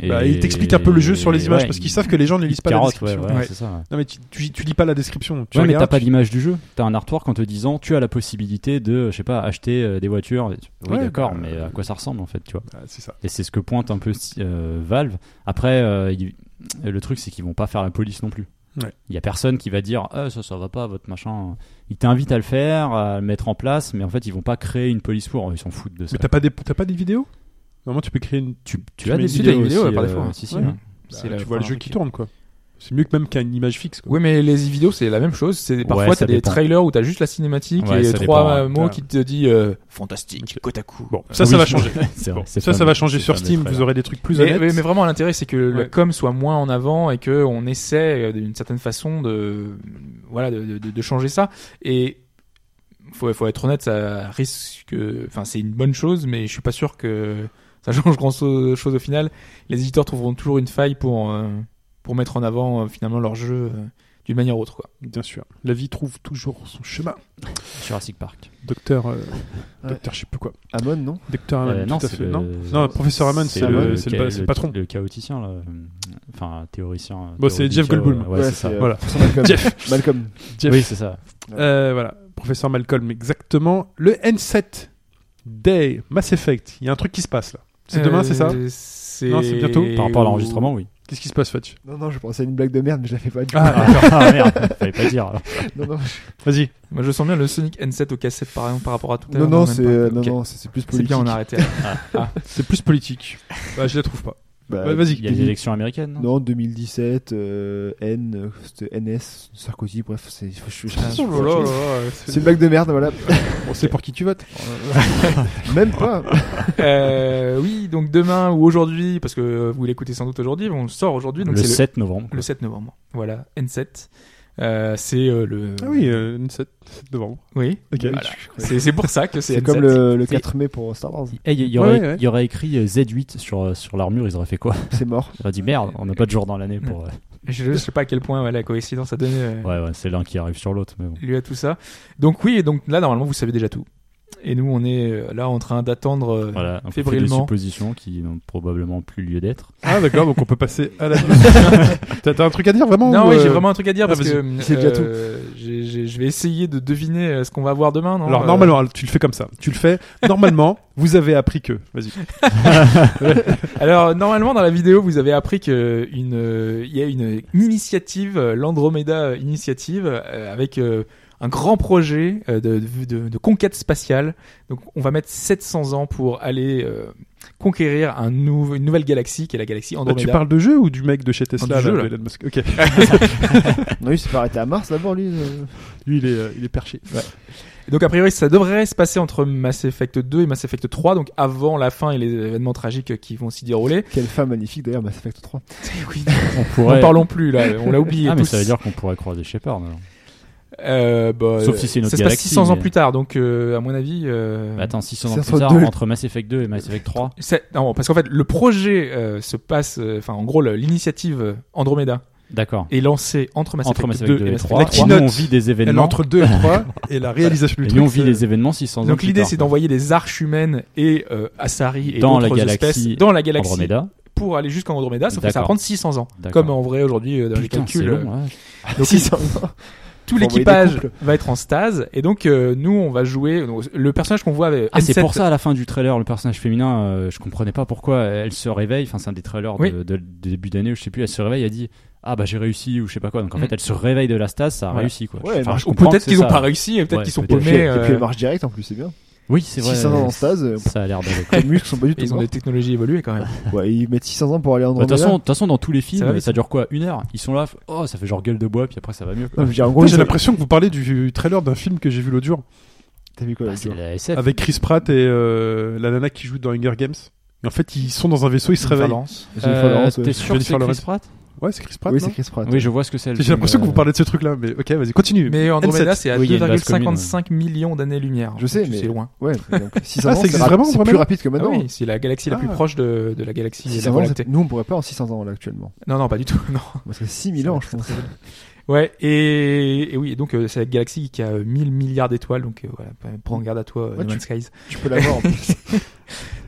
Et-
Bah, ils t'expliquent un peu le jeu sur les images
ouais,
parce qu'ils
ils-
savent que les gens ne
ils
lisent
te
pas
carottent,
la description.
ouais, voilà,
Ouais.
c'est ça. ouais.
Non mais tu, tu, tu lis pas la description. Tu
Ouais, mais
regardes,
t'as pas
tu-
d'image du jeu. T'as un artwork en te disant tu as la possibilité de, je sais pas, acheter euh, des voitures. Oui,
Ouais,
d'accord,
bah,
mais à quoi ça ressemble en fait, tu vois
Ah, c'est ça.
Et c'est ce que pointe un peu euh, Valve. Après, euh, il- le truc, c'est qu'ils vont pas faire la police non plus. Il
Ouais.
y a personne qui va dire Ah, ça, ça va pas, votre machin. Ils t'invitent à le faire, à le mettre en place, mais en fait, ils vont pas créer une police pour. Ils s'en foutent de ça.
Mais t'as pas des t'as pas des vidéos Normalement tu peux créer une.
tu, tu
tu
as
mets
des
une
vidéos,
vidéo,
aussi,
ouais, par
euh,
défaut, ouais.
si, si,
Ouais.
ouais.
Bah,
C'est la-
tu vois le
enfin,
jeu
un
qui
truc-
tourne quoi. C'est mieux que même qu'à une image fixe. Quoi.
Oui, mais les vidéos, c'est la même chose. C'est parfois
Ouais, ça
t'as des
dépend.
trailers où t'as juste la cinématique
Ouais,
et
ça
trois
dépend,
euh,
ouais.
mots
Ouais.
qui te dit euh, fantastique,
Ok.
côte à coup.
Bon, ça, ça
Oui,
va changer.
C'est vrai,
Bon,
c'est
ça,
pas
ça va
mal.
changer
C'est
sur
pas mal,
Steam.
très
Vous
bien.
aurez des trucs plus
Mais,
honnêtes.
mais- mais vraiment, l'intérêt, c'est que le
Ouais.
com soit moins en avant et que on essaie euh, d'une certaine façon de voilà de, de- de changer ça. Et faut, faut être honnête, ça risque. Enfin, c'est une bonne chose, mais je suis pas sûr que ça change grand so- chose au final. Les éditeurs trouveront toujours une faille pour euh, pour mettre en avant euh, finalement leur jeu euh, d'une manière ou autre. Quoi.
Bien sûr. La vie trouve toujours son chemin.
Jurassic Park.
Docteur, euh,
Ouais.
docteur, je sais plus quoi.
Amon, non
Docteur Hammond,
Euh, non,
tout à
c'est
fait.
le-
Non, non, professeur Hammond, c'est
le-
le, c'est le,
ca-
ba- c'est le patron.
Le chaoticien, là. Enfin, théoricien.
Bon, c'est
théoricien,
Jeff Goldblum.
euh, Ouais, c'est ça.
euh,
Voilà.
Professeur Malcolm.
Jeff.
Malcolm.
Jeff.
Oui, c'est ça.
Euh, voilà, professeur Malcolm, exactement. Le N7 Day Mass Effect. Il y a un truc qui se passe là. C'est demain, c'est
Euh,
ça
c'est
Non, c'est bientôt.
Par rapport à l'enregistrement, oui.
Qu'est-ce qui se passe, Fetch
Non, non, je pensais à une blague de merde, mais je la fais pas du tout.
Ah, ah, merde, fallait pas dire. alors.
Non, non, je-
Vas-y.
Moi, je sens bien le Sonic N7 au cassette par exemple par rapport à tout à
non,
l'heure.
non,
même
c'est
pas.
euh,
Ok.
non, non, c'est c'est plus
C'est
politique.
bien, on a arrêté.
C'est plus politique. bah, je la trouve pas.
Bah,
Ouais, Vas-y.
Il y a des élections américaines. non
Non, 2017, euh, N, euh, c'était NS, Sarkozy, bref, c'est. je- je- je-
Oh là là là,
C'est
c'est-
une blague de merde, voilà.
On sait pour qui tu votes.
Même pas.
Oh Euh, oui, donc demain ou aujourd'hui, parce que euh, vous l'écoutez sans doute aujourd'hui, on le sort aujourd'hui, donc
le
c'est
7 novembre.
le, le 7 novembre. Voilà, N7. Euh, c'est euh, le.
Ah oui, euh, N7, 7 novembre.
Oui.
Ok.
Voilà. C'est c'est pour ça que c'est
C'est
N7.
comme le, le
C'est-
4 mai pour Star Wars.
Eh, Il y, il y
Ouais,
aurait,
ouais, ouais.
il y aurait écrit euh, Z8 sur, euh, sur l'armure, ils auraient fait quoi
C'est mort.
Ils auraient dit merde, on n'a pas de jour dans l'année pour. euh,
Je, je sais pas à quel point ouais, la coïncidence a donné euh,
Ouais, ouais, c'est l'un qui arrive sur l'autre. Mais bon.
lieu à tout ça. Donc oui, et donc là normalement vous savez déjà tout. Et nous on est euh, là en train d'attendre euh,
Voilà, on fait des
fébrilement.
suppositions qui n'ont probablement plus lieu d'être.
Ah d'accord, donc on peut passer à la T'as t'as un truc à dire vraiment
Non,
ou,
oui,
euh,
j'ai vraiment un truc à dire
ah,
parce que
vas-y.
euh,
C'est déjà
j'ai- j'ai- je vais essayer de deviner euh, ce qu'on va voir demain. Non
Alors
Euh,
normalement, alors, tu le fais comme ça. Tu le fais. Normalement, vous avez appris que. Vas-y.
Alors normalement dans la vidéo vous avez appris que une euh, il y a une, une initiative euh, l'Andromeda Initiative euh, avec euh, un grand projet euh, de, de- de conquête spatiale. Donc on va mettre 700 ans pour aller euh, conquérir un nou- une nouvelle galaxie qui est la galaxie
Là, Bah, Euh, tu
Andromeda.
parles de jeu ou du mec de chez Tesla,
Ah, du jeu,
là,
là.
Elon Musk Ok.
Non, il s'est pas arrêté à Mars d'abord, lui. euh.
Lui, il est, euh, il est perché.
Et donc a priori ça devrait se passer entre Mass Effect 2 et Mass Effect 3 donc avant la fin et les événements tragiques qui vont s'y dérouler.
Quelle femme magnifique d'ailleurs, Mass Effect 3.
Oui,
On
N'en
pourrait.
parlons plus là, on l'a oublié.
ah, mais
tous.
ça veut dire qu'on pourrait croiser Shepard. alors.
Euh, bah,
Sauf si c'est une autre
ça se passe
galaxie,
600 ans
mais-
plus tard, donc euh, à mon avis. euh,
Mais Bah, attends, 600
C'est
ans
entre
plus tard,
deux.
entre Mass Effect 2 et Mass Effect 3.
c'est- Non, parce qu'en fait, le projet euh, se passe. euh, Enfin, en gros, le- l'initiative euh, Andromeda
D'accord.
est lancée entre Mass
Entre Mass
Effect,
Effect
2 et Mass
3.
Effect 3.
Nous, on
keynote,
vit des
Elle est
événements.
entre 2 et 3 et la réalisation du
Et
truc.
nous, on vit
c'est-
les événements 600 ans
Donc
plus
l'idée,
tard.
c'est d'envoyer des arches humaines et euh, Asari et
Dans la
d'autres
galaxie
espèces dans la galaxie
Andromeda.
pour aller jusqu'en Andromeda, sauf que ça va
D'accord.
prendre 600 ans.
D'accord. hein.
Comme en vrai aujourd'hui euh, dans les
Putain, c'est
calculs.
long.
euh,
ouais.
donc, tout
Faut
l'équipage
envoyer des
va être en stase et donc euh, nous on va jouer donc, le personnage qu'on voit avec
Ah, c'est
N7,
pour ça à la fin du trailer, le personnage féminin, euh, je comprenais pas pourquoi elle se réveille. Enfin, c'est un des trailers de-
Oui.
de, de début d'année où je sais plus. Elle se réveille, elle dit ah bah j'ai réussi ou je sais pas quoi. Donc en
Mm.
fait, elle se réveille de la stase, ça a
Voilà.
réussi quoi.
Ouais,
Enfin,
mais-
je
ou
comprends
peut-être
que c'est
qu'ils ont
ça.
pas réussi et peut-être
Ouais,
qu'ils sont
peut-être.
Et puis,
paumés
et puis
euh,
elle marche direct en plus, c'est bien.
Oui, c'est vrai.
600 ans en stase, euh,
Ça a l'air d'aller. quoi.
les muscles sont pas du tout.
ils ont
morts.
des technologies évoluées quand même
Ouais, ils mettent 600 ans pour aller en
Bah, De toute façon, de
Andromeda.
toute façon, dans tous les films,
Ça va
ça,
vite.
dure quoi Une heure Ils sont là, f- oh, ça fait genre gueule de bois, puis après ça va mieux.
Non,
Quoi.
je veux dire, en gros,
Putain, J'ai
ils ont-
l'impression que vous parlez du trailer d'un film que j'ai vu l'autre jour
T'as vu quoi
Bah,
là, tu
c'est
vois
la SF.
Ah,
avec Chris Pratt et euh, la nana qui joue dans Hunger Games. Et en fait, ils sont dans un vaisseau, ils se réveillent.
Valence.
Jennifer
Euh,
Lawrence, ouais.
T'es sûr que
Jennifer
c'est Chris
Lawrence.
Pratt
Ouais, c'est Chris Pratt.
Oui,
non
c'est Chris Pratt.
Oui, je vois ce que c'est. le
J'ai
film,
l'impression que
euh,
vous parlez de ce truc-là, mais ok, vas-y, continue.
mais Andromeda
N7.
c'est à
Oui, il y a une base commune,
2,55 millions d'années-lumière
Je sais,
Donc,
mais-
c'est loin
Ouais, mais donc 600
Ah,
ans,
ça
c'est
existe
rap-
vraiment,
C'est plus
Andromeda
rapide que
Ah
bah
maintenant.
oui, c'est la galaxie la plus
Ah.
proche de, de la galaxie de la
600
Voie
ans,
lactée.
c'est- nous on pourrait pas en 600 ans là actuellement.
Non, non, pas du tout. Non.
Parce que 6000 ans, je pense.
Ouais, et, et oui, et donc euh, c'est la galaxie qui a euh, 1000 milliards d'étoiles, donc euh, voilà, p- prends garde à toi, euh,
Ouais,
No Man's Skies.
Tu peux l'avoir. en plus.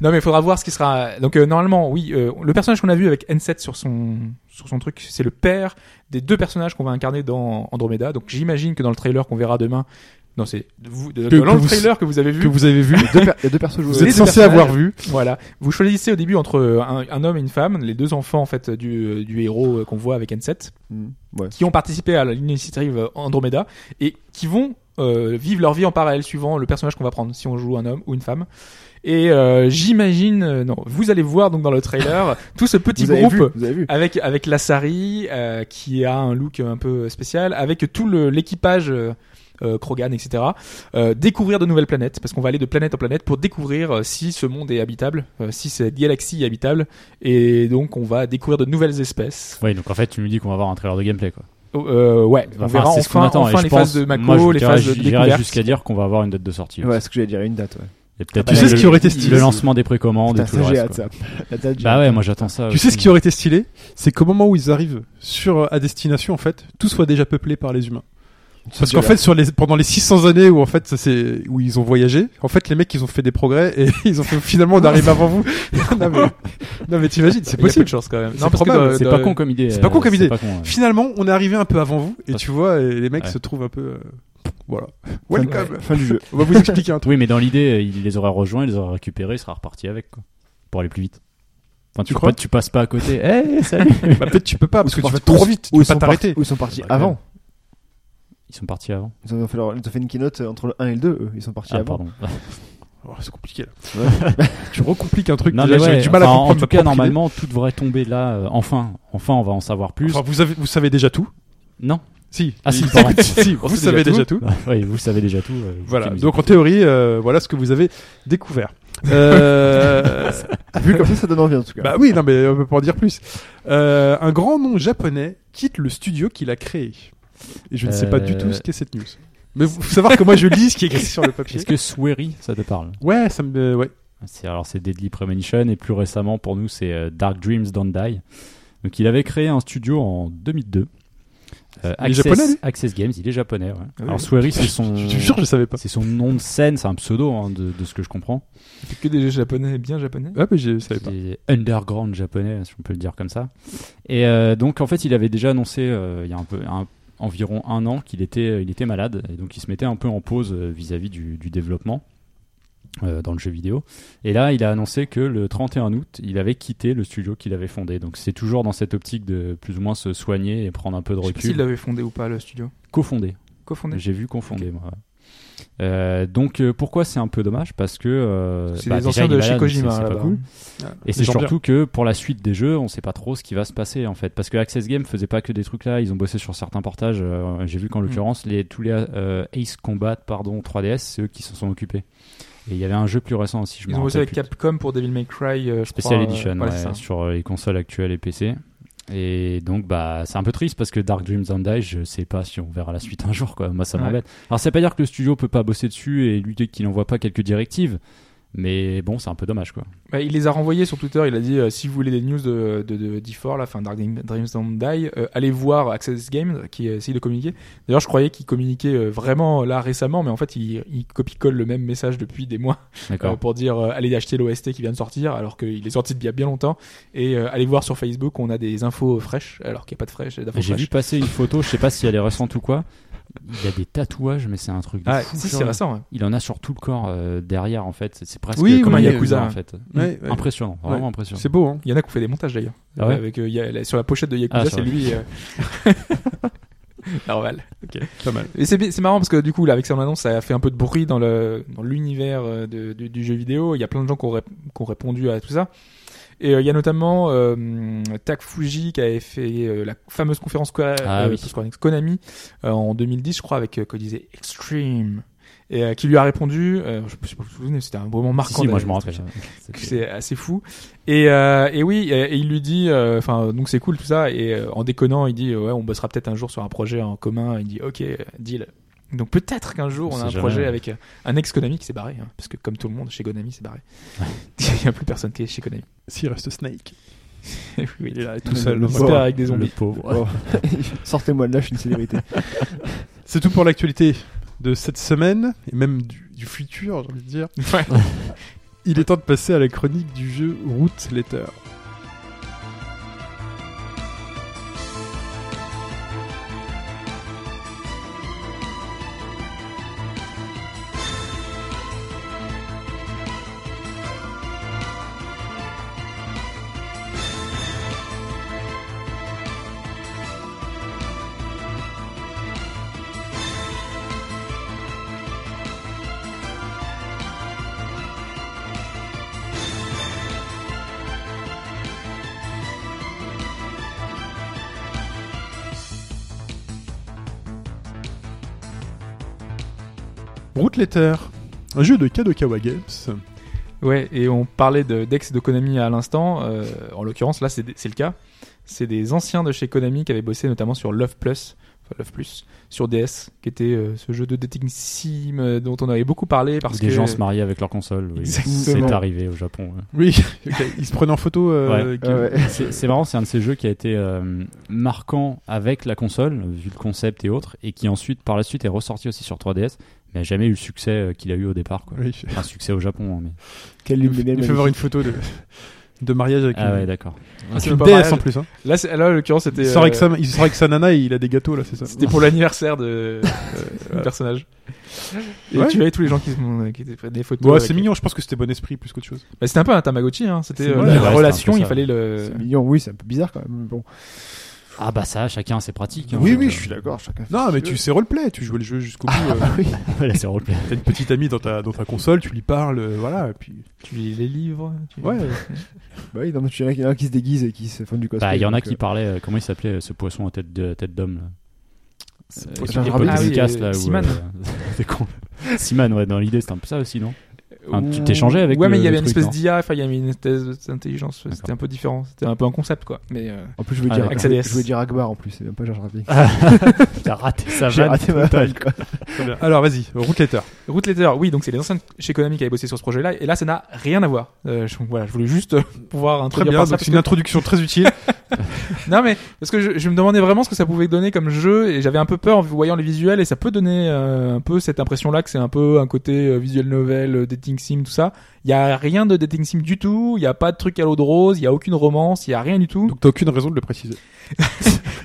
Non, mais il faudra voir ce qui sera. Donc euh, normalement, oui, euh, le personnage qu'on a vu avec N7 sur son sur son truc, c'est le père des deux personnages qu'on va incarner dans Andromeda. Donc j'imagine que dans le trailer qu'on verra demain, non, c'est de vous- de-
Que-
dans
que
le
vous-
trailer que vous avez vu,
Que vous avez vu,
Deux per- Il y a deux persos
vous
joués.
êtes
Les deux
censé
personnages.
avoir vu.
Voilà. Vous choisissez au début entre euh, un, un homme et une femme, les deux enfants en fait du, du héros euh, qu'on voit avec N7,
Mm, Ouais.
qui ont participé à l'initiative euh, Andromeda et qui vont euh, vivre leur vie en parallèle suivant le personnage qu'on va prendre, si on joue un homme ou une femme. Et euh, j'imagine, euh, non, vous allez voir donc dans le trailer tout ce petit
Vous avez
groupe
vu, vous avez vu.
avec avec Lassari euh, qui a un look un peu spécial, avec tout le- l'équipage. euh, euh, Krogan, etc. euh, découvrir de nouvelles planètes, parce qu'on va aller de planète en planète pour découvrir euh, si ce monde est habitable, euh, si cette galaxie est habitable, et donc on va découvrir de nouvelles espèces.
Oui, donc en fait, tu me dis qu'on va avoir un trailer de gameplay quoi.
Euh, ouais, on
Enfin,
verra
c'est ce qu'on
enfin,
attend, et
enfin
je
les
pense-
phases de Mako,
moi, je
les
dirais-
phases de
j'irais
découverte.
jusqu'à dire qu'on va avoir une date de sortie.
Ouais, ce que j'allais dire, une date. Ouais.
Et peut-être
Tu sais
le-
ce qui aurait été stylé
le lancement des précommandes et
Putain,
tout le
ça, j'ai hâte
reste. quoi.
ça. La date, j'ai
Bah
hâte.
ouais, moi j'attends ça.
Tu sais ce qui aurait été stylé C'est qu'au moment où ils arrivent sur euh, à destination, en fait, tout soit déjà peuplé par les humains. Parce qu'en fait, sur les, pendant les 600 années où en fait ça, c'est où ils ont voyagé, en fait les mecs ils ont fait des progrès et ils ont fait finalement on arrive avant vous. non mais, non, mais t'imagines, c'est
Il y a peu de
possible.
chance quand même.
C'est probable,
dans-
C'est
dans-
pas con comme idée.
c'est pas con
euh,
comme idée.
con, ouais.
Finalement, on est arrivé un peu avant vous et
Parce-
tu vois et les mecs
Ouais.
se trouvent un peu euh, voilà.
Fin du-
Welcome.
Fin du jeu.
On va vous expliquer un truc.
Oui, mais dans l'idée, euh, il les aurait rejoints, il les aurait récupérés, il sera reparti avec quoi. Pour aller plus vite. Enfin, tu,
Tu crois
pas- tu passes pas à côté. Eh, salut
Bah, peut-être tu peux pas parce que
Ou
tu
ils
vas
sont
trop
partis-
vite, tu
ou
peux
ils
pas
sont partis-
t'arrêter.
ou Ils sont partis
Bah, quand même.
avant.
Ils sont partis avant.
Ils ont fait leur- ils ont fait une keynote entre le 1 et le 2. eux. Ils sont partis
Ah,
avant.
pardon.
Oh, c'est compliqué là. tu recompliques un truc
Non,
déjà,
mais
j'avais
ouais,
du mal à
enfin,
comprendre ma
en tout cas,
propre idée.
normalement, tout devrait tomber là. euh, enfin, enfin, on va en savoir plus.
Enfin, vous avez vous savez déjà tout.
non
Si.
Ah, si,
Ils-
pardon.
si,
On
vous
sait
savez déjà tout.
oui, vous savez déjà tout. euh, vous
Voilà.
qui nous
Donc en théorie, euh, voilà ce que vous avez découvert. Euh,
Vu comme ça, ça donne envie en tout cas.
bah oui, non mais on peut pas en dire plus. Euh, un grand nom japonais quitte le studio qu'il a créé. Et je ne sais pas du
Euh.
tout ce qu'est cette news. Mais vous- faut savoir que moi je lis ce qui est écrit sur le
écoutez.
papier.
Est-ce que Swery, ça te parle
Ouais, ça me euh, ouais.
C'est alors c'est Deadly Premonition et plus récemment pour nous c'est euh, Dark Dreams Don't Die. Donc il avait créé un studio en 2002. Euh,
Il est
Access,
japonais, lui Ah
Access Games, il est japonais. ouais.
oui.
Alors Swery c'est son
Je suis sûr que je savais pas.
c'est son nom de scène, c'est un pseudo hein, de, de ce que je comprends.
C'est que des jeux japonais, bien japonais.
Ouais, Ah, mais je savais pas.
C'est underground japonais si on peut le dire comme ça. Et euh, donc en fait il avait déjà annoncé euh, il y a un peu un- environ un an qu'il était il était malade et donc il se mettait un peu en pause euh, vis-à-vis du, du développement euh, dans le jeu vidéo. Et là, il a annoncé que le 31 août, il avait quitté le studio qu'il avait fondé. Donc c'est toujours dans cette optique de plus ou moins se soigner et prendre un peu de
Je sais pas s'il
recul.
l'avait fondé ou pas le studio.
Cofondé.
Cofondé.
J'ai vu confondé, moi. ouais. Euh, donc euh, pourquoi c'est un peu dommage parce que euh,
C'est
bah,
des
déjà,
anciens
il est
de
malade,
chez
donc c'est-
Kojima
c'est pas
là-bas.
cool. Et c'est
gens bien.
surtout que pour la suite des jeux, on sait pas trop ce qui va se passer en fait. Parce que Access Game faisait pas que des trucs là, ils ont bossé sur certains portages. euh, J'ai vu qu'en l'occurrence, les, tous les euh, Ace Combat pardon, 3DS, c'est eux qui s'en sont occupés. Et il y avait un jeu plus récent aussi, je me
Ils ont bossé
rappelle
avec
plus.
Capcom pour Devil May Cry euh, je
Special
crois, euh,
Edition
voilà,
ouais,
c'est ça.
sur euh, les consoles actuelles et PC. Et donc bah c'est un peu triste parce que Dark Dreams Don't Die, je sais pas si on verra la suite un jour quoi. Moi ça
Ouais.
m'embête. Alors c'est pas dire que le studio peut pas bosser dessus et lui dire qu'il envoie pas quelques directives, mais bon c'est un peu dommage quoi.
Bah, il les a renvoyés sur Twitter. Il a dit euh, si vous voulez des news de, de, de D4, là, enfin Dark Dream- Dreams Don't Die, euh, allez voir Access Games qui euh, essaye de communiquer. D'ailleurs, je croyais qu'il communiquait euh, vraiment là récemment, mais en fait, il, il copie-colle le même message depuis des mois
D'accord.
euh, pour dire euh, allez acheter l'OST qui vient de sortir, alors qu'il est sorti il y a bien longtemps. Et euh, allez voir sur Facebook, on a des infos fraîches, alors qu'il n'y a pas de fraîches. d'infos
J'ai
fraîches.
vu passer une photo, je sais pas si elle est récente ou quoi, il a des tatouages, mais c'est un truc de
Ah,
fou.
si,
genre.
c'est récent. ouais.
Il en a sur tout le corps euh, derrière, en fait. C'est- C'est presque
Oui,
comme
oui,
un
oui,
yakuza,
oui.
en fait.
Ouais, ouais.
Impressionnant, vraiment
Ouais.
impressionnant.
C'est beau, hein.
Il y en a qui ont fait des montages d'ailleurs.
Ah ouais
Avec, euh, il y a la- sur la pochette de Yakuza,
Ah, c'est
c'est
vrai.
lui. euh, Normal.
Pas mal.
Et c'est bi- c'est marrant parce que du coup, là, avec son annonce, ça a fait un peu de bruit dans le dans l'univers euh, de- du, du jeu vidéo. Il y a plein de gens qui ont, rép- qui ont répondu à tout ça. Et euh, il y a notamment euh, hum, Tak Fuji qui avait fait euh, la fameuse conférence Square,
Ah
euh,
oui.
Square Enix Konami euh, en 2010, je crois, avec euh, qu'on disait Extreme. Et euh, qui lui a répondu, euh, je ne sais pas si vous vous souvenez, c'était un moment
Si,
marquant.
si, moi
d'ailleurs,
je me
ce
rappelle.
truc que
C'était-
c'est assez fou et, euh, et oui et, et il lui dit euh, enfin donc c'est cool tout ça et euh, en déconnant il dit euh, ouais on bossera peut-être un jour sur un projet en commun il dit ok euh, deal donc peut-être qu'un jour
On
on,
sait
a un
jamais,
projet
ouais.
avec euh, un ex Konami qui s'est barré hein, parce que comme tout le monde chez Konami c'est barré il n'y a plus personne qui est chez Konami
S'il reste Snake.
oui, oui, il est là,
Tout seul.
il se perd avec des zombies
Le pauvre.
Oh. Sortez-moi de là, je suis une célébrité.
C'est tout pour l'actualité de cette semaine, et même du, du futur, j'ai envie de dire.
Ouais.
Il est temps de passer à la chronique du jeu Root Letter. Root Letter, un jeu de Kadokawa Games.
ouais et on parlait de d'ex de Konami à l'instant euh, en l'occurrence là c'est des- c'est le cas c'est des anciens de chez Konami qui avaient bossé notamment sur Love Plus, enfin Love Plus, sur DS, qui était euh, ce jeu de dating sim euh, dont on avait beaucoup parlé parce
Des
que
gens se mariaient avec leur console. oui.
Exactement.
C'est arrivé au Japon. hein. ouais.
Oui, ok, il se prenait en photo. euh,
Ouais.
Guillaume.
Ah ouais.
C'est c'est marrant, c'est un de ces jeux qui a été euh, marquant avec la console, vu le concept et autres, et qui ensuite, par la suite, est ressorti aussi sur 3DS, mais a jamais eu le succès euh, qu'il a eu au départ. Quoi.
Oui.
Enfin, succès au Japon. hein, mais...
Quelle
Ah Il
lune
me
de
fait- il
miel
me fait voir une photo de, de mariage avec
Ah
une,
ouais, d'accord.
avec
C'est
une
pas
DS
mariage.
en plus. Hein.
Là, c'est- là, en l'occurrence, c'était.
Il, sort avec
euh,
sa, il sort avec sa nana et il a des gâteaux là, c'est ça.
C'était pour l'anniversaire de euh, du personnage. Et
Ouais.
tu avais tous les gens qui, se mon- qui étaient des photos.
Bon,
avec-
c'est mignon, je pense que c'était bon esprit plus qu'autre chose.
Bah, c'était un peu un Tamagotchi, hein. C'était
C'est
euh,
vrai.
la
Ouais,
relation,
c'était
il
un peu ça.
fallait le.
C'est mignon, oui, c'est un peu bizarre quand même. mais Bon.
Ah bah ça, chacun ses pratiques. hein,
oui,
donc,
oui,
euh,
je suis d'accord, chacun fait
Non,
ce
mais
qu'il
tu
veut.
sais roleplay, tu jouais le jeu jusqu'au bout. euh,
oui.
voilà, c'est roleplay.
T'as une petite amie dans ta, dans ta console, tu lui parles, euh, voilà, et puis.
Tu lis les livres. tu-
Ouais.
Bah oui, non, mais tu il y en a qui se déguisent et qui se font du cosplay.
Bah, il y en a
donc,
qui
euh,
parlaient, euh, comment il s'appelait euh, ce poisson à tête de- tête d'homme là
C'est-
Euh,
c'est-
il y a
Robin.
pas de
Ah oui,
podcast,
euh,
là où,
Seaman.
euh, c'est con. Seaman, ouais, dans l'idée c'était un peu ça aussi, non Un
Ou-
petit échange avec
Ouais, mais
le
il y avait une
truc,
espèce
non
d'IA, enfin, il y avait une espèce d'intelligence. C'était un peu différent. C'était un peu un concept, quoi. Mais. euh,
En plus, je voulais,
Ah,
dire,
avec
je,
sa
voulais,
DS.
je voulais dire Akbar en plus, c'est même pas Georges Rapic.
T'as raté sa
J'ai
vanne
raté ma
totale.
balle quoi.
Très bien. Alors vas-y, Root Letter.
Root Letter, oui, donc c'est les anciens de chez Konami qui avaient bossé sur ce projet-là, et là ça n'a rien à voir. Euh, je, voilà, je voulais juste euh, pouvoir
Très
introduire
bien,
par ça
donc
parce
c'est une introduction très utile.
que- non mais parce que je, je me demandais vraiment ce que ça pouvait donner comme jeu, et j'avais un peu peur en voyant les visuels, et ça peut donner euh, un peu cette impression-là que c'est un peu un côté euh, visuel novel, euh, dating sim, tout ça. Il y a rien de dating sim du tout, il y a pas de truc à l'eau de rose, il y a aucune romance, il y a rien du tout.
donc t'as aucune raison de le préciser.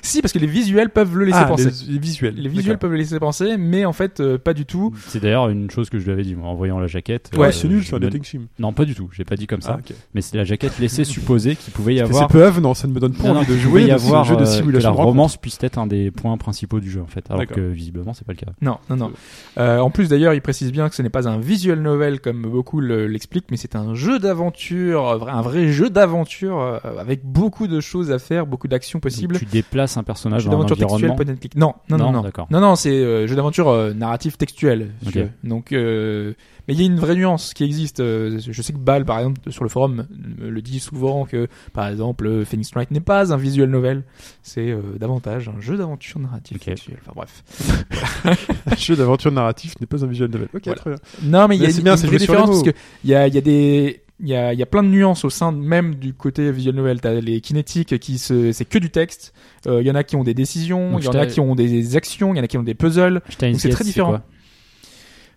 si parce que les visuels peuvent le laisser
Ah,
penser.
les, les visuels.
Les visuels peuvent le laisser penser, mais en fait euh, pas du tout.
C'est d'ailleurs une chose que je lui avais dit moi, en voyant la jaquette.
Ouais,
euh,
c'est nul,
je
c'est un
me-
dating sim.
Non, pas du tout. J'ai pas dit comme
Ah,
ça.
ok.
Mais c'est la jaquette laissait supposer qu'il pouvait y
Mais C'est
avoir.
peu avenant, ça ne me donne pas
Non, non,
envie de
qu'il
jouer
pouvait y
à ce
avoir
jeu de
euh, que la
simulation. de rencontre.
romance puisse être un des points principaux du jeu en fait, alors
D'accord.
que visiblement c'est pas le cas.
Non, non, non. Euh, en plus d'ailleurs, il précise bien que ce n'est pas un visual novel comme beaucoup le- l'expliquent, mais c'est un jeu d'aventure, euh, vrai- un vrai jeu d'aventure euh, avec beaucoup de choses à faire, beaucoup d'actions possibles.
Donc, tu déplaces un personnage
Jeu
dans un
d'aventure textuel,
environnement.
point and click. Non, non, non,
Non,
non.
d'accord.
Non, non, c'est euh, jeu d'aventure euh, narratif textuel. si
Ok.
tu veux. Donc, euh, mais il y a une vraie nuance qui existe. euh, je sais que Ball, par exemple, sur le forum, me le dit souvent que, par exemple, euh, Phoenix Wright n'est pas un visual novel. C'est euh, davantage un jeu d'aventure narratif
Ok.
textuel. Enfin bref.
Un jeu d'aventure narratif n'est pas un visuel novel. Ok,
Voilà.
très bien.
Non, mais il y a
Mais
une,
c'est bien,
une
c'est
vraie
jouer sur les
différence parce
mots.
que il y a, il y a des il y a, il y a plein de nuances au sein de- même du côté visual novel. T'as les kinétiques qui se, c'est que du texte. Euh, Il y en a qui ont des décisions,
Donc
il y en
je
a
t'ai-
qui ont des actions, il y en a qui ont des puzzles.
Steins
Donc, c'est
Gate,
très différent.
quoi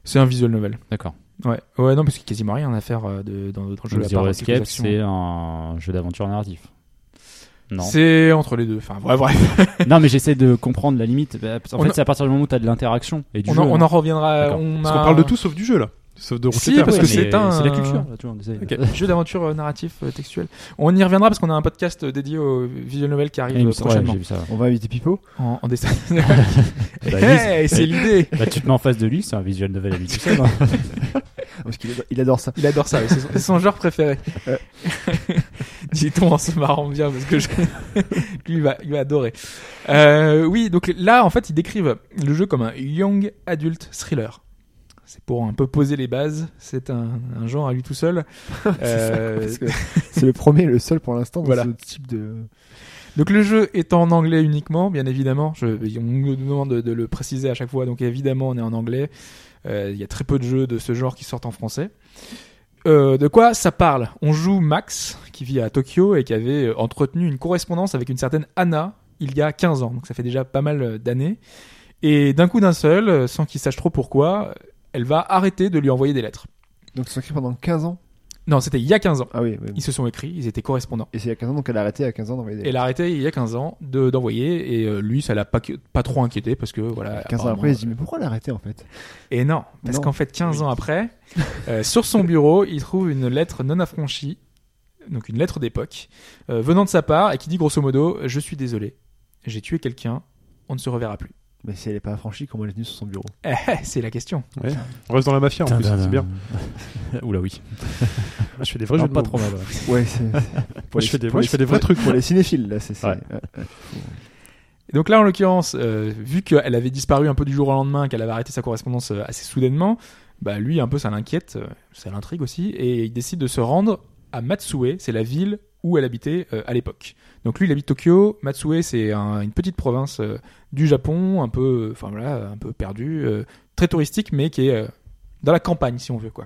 C'est un visual novel.
D'accord.
Ouais, ouais, non, parce qu'il y a quasiment rien à faire euh, de, dans d'autres jeux.
Donc,
à part
Zero
quelques
Escape,
actions.
c'est un jeu d'aventure narratif. Non.
C'est entre les deux. Enfin, bref, bref.
non, mais j'essaie de comprendre la limite. Bah, En
On
fait,
a-
c'est à partir du moment où t'as de l'interaction et du
On
jeu. hein.
en, on en reviendra.
D'accord.
On,
Parce
a-
qu'on parle de tout sauf du jeu là. Sauf de
Si,
Rocket Air.
parce
Ouais,
que
mais
c'est un-
la culture. Là, tu vois, on essaie.
Ok. Jeu d'aventure euh, narratif euh, textuel. On y reviendra parce qu'on a un podcast euh, dédié aux visual novels qui
Il
arrive
me semble- ouais,
prochainement
j'ai vu ça.
On va inviter Pipo.
en, en dessin.
Bah,
hey, c'est l'idée.
Bah, tu te mets en face de lui, c'est un visuel novel à lui tout seul. hein.
Parce qu'il adore, il adore ça.
Il adore ça. oui, C'est son, c'est son genre préféré.
Euh.
Dit-on en se marrant bien parce que je... lui il va, il va adorer. Euh, oui, donc là en fait ils décrivent le jeu comme un young adult thriller. C'est pour un peu poser les bases. C'est un, un genre à lui tout seul. Euh,
Parce que c'est le premier et le seul pour l'instant dans
Voilà.
ce type de.
Donc le jeu est en anglais uniquement, bien évidemment. Je, on nous demande de, de le préciser à chaque fois. Donc évidemment, on est en anglais. Euh, Il y a très peu de jeux de ce genre qui sortent en français. Euh, de quoi ça parle On joue Max, qui vit à Tokyo et qui avait euh, entretenu une correspondance avec une certaine Anna il y a 15 ans. Donc ça fait déjà pas mal euh, d'années. Et d'un coup d'un seul, euh, sans qu'il sache trop pourquoi, elle va arrêter de lui envoyer des lettres.
Donc, ils sont écrits pendant 15 ans.
Non, c'était il y a 15 ans.
Ah oui, oui.
Ils se sont écrits, ils étaient correspondants.
Et c'est il y a 15 ans, donc elle a arrêté à 15 ans d'envoyer des.
Elle a arrêté il y a 15 ans de- d'envoyer et euh, lui ça l'a pas, que- pas trop inquiété parce que voilà
15 ans
apparemment-
après, il se dit, mais pourquoi l'arrêter en fait
et non parce
Non.
qu'en fait 15 ans après euh, sur son bureau il trouve une lettre non affranchie donc une lettre d'époque euh, venant de sa part et qui dit grosso modo je suis désolé j'ai tué quelqu'un on ne se reverra plus
Mais si elle n'est pas affranchie, comment elle est venue sur son bureau
Eh, eh, c'est la question
On reste dans la mafia en plus, c'est bien.
Oula, oui.
Je fais des vrais
Non,
jeux de
pas
mots.
trop mal. ouais.
Ouais, c'est.
Moi, je fais des- moi, je fais des vrais trucs.
Pour les cinéphiles, là, c'est euh, ça.
Ouais.
Et donc là, en l'occurrence, euh, vu qu'elle avait disparu un peu du jour au lendemain, qu'elle avait arrêté sa correspondance euh, assez soudainement, bah lui, un peu, ça l'inquiète, euh, ça l'intrigue aussi, et il décide de se rendre à Matsue, c'est la ville où elle habitait euh, à l'époque. Donc lui, il habite Tokyo. Matsue, c'est un- une petite province euh, du Japon, un peu, euh, enfin voilà, un peu perdue, euh, très touristique, mais qui est euh, dans la campagne, si on veut, quoi.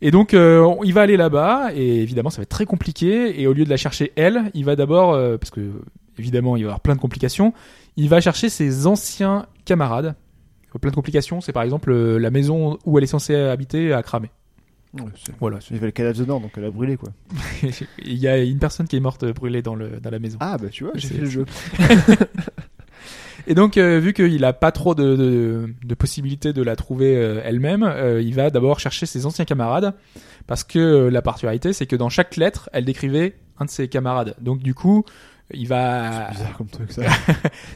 Et donc, euh, on- il va aller là-bas, et évidemment, ça va être très compliqué. Et au lieu de la chercher elle, il va d'abord, euh, parce que évidemment, il va y avoir plein de complications il va chercher ses anciens camarades. Euh, Plein de complications, c'est par exemple euh, la maison où elle est censée habiter a cramé. Voilà.
Il y avait le cadavre dedans, donc elle a brûlé quoi.
il y a une personne qui est morte euh, brûlée dans, le, dans la maison.
Ah bah tu vois, j'ai
C'est-
fait le jeu.
Et donc, euh, vu qu'il a pas trop de, de, de possibilités de la trouver euh, elle-même, euh, il va d'abord chercher ses anciens camarades, parce que euh, la particularité, c'est que dans chaque lettre, elle décrivait un de ses camarades. Donc du coup, il va...
Bizarre comme truc ça.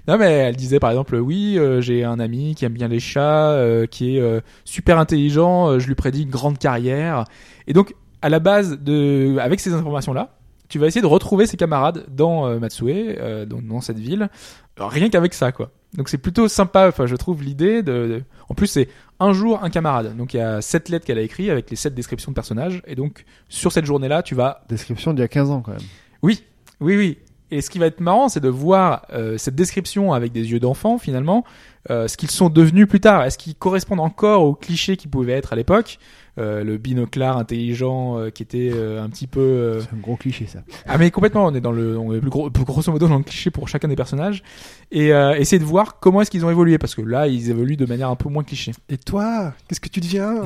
Non mais elle disait par exemple oui euh, j'ai un ami qui aime bien les chats euh, qui est euh, super intelligent euh, je lui prédis une grande carrière et donc à la base de avec ces informations là tu vas essayer de retrouver ses camarades dans euh, Matsue euh, donc dans cette ville Alors, rien qu'avec ça quoi donc c'est plutôt sympa enfin je trouve l'idée de, de- en plus c'est un jour un camarade donc il y a sept lettres qu'elle a écrites avec les sept descriptions de personnages et donc sur cette journée là tu vas
Description d'il y a 15 ans quand même.
oui, oui, oui. Et ce qui va être marrant, c'est de voir euh, cette description avec des yeux d'enfant, finalement, euh, ce qu'ils sont devenus plus tard. Est-ce qu'ils correspondent encore aux clichés qui pouvaient être à l'époque Euh, Le binoclard intelligent euh, qui était euh, un petit peu... euh,
C'est un gros cliché ça.
Ah mais complètement, on est dans le... On est plus gros, plus grosso modo dans le cliché pour chacun des personnages. Et euh, essayer de voir comment est-ce qu'ils ont évolué, parce que là, ils évoluent de manière un peu moins cliché.
Et toi, qu'est-ce que tu deviens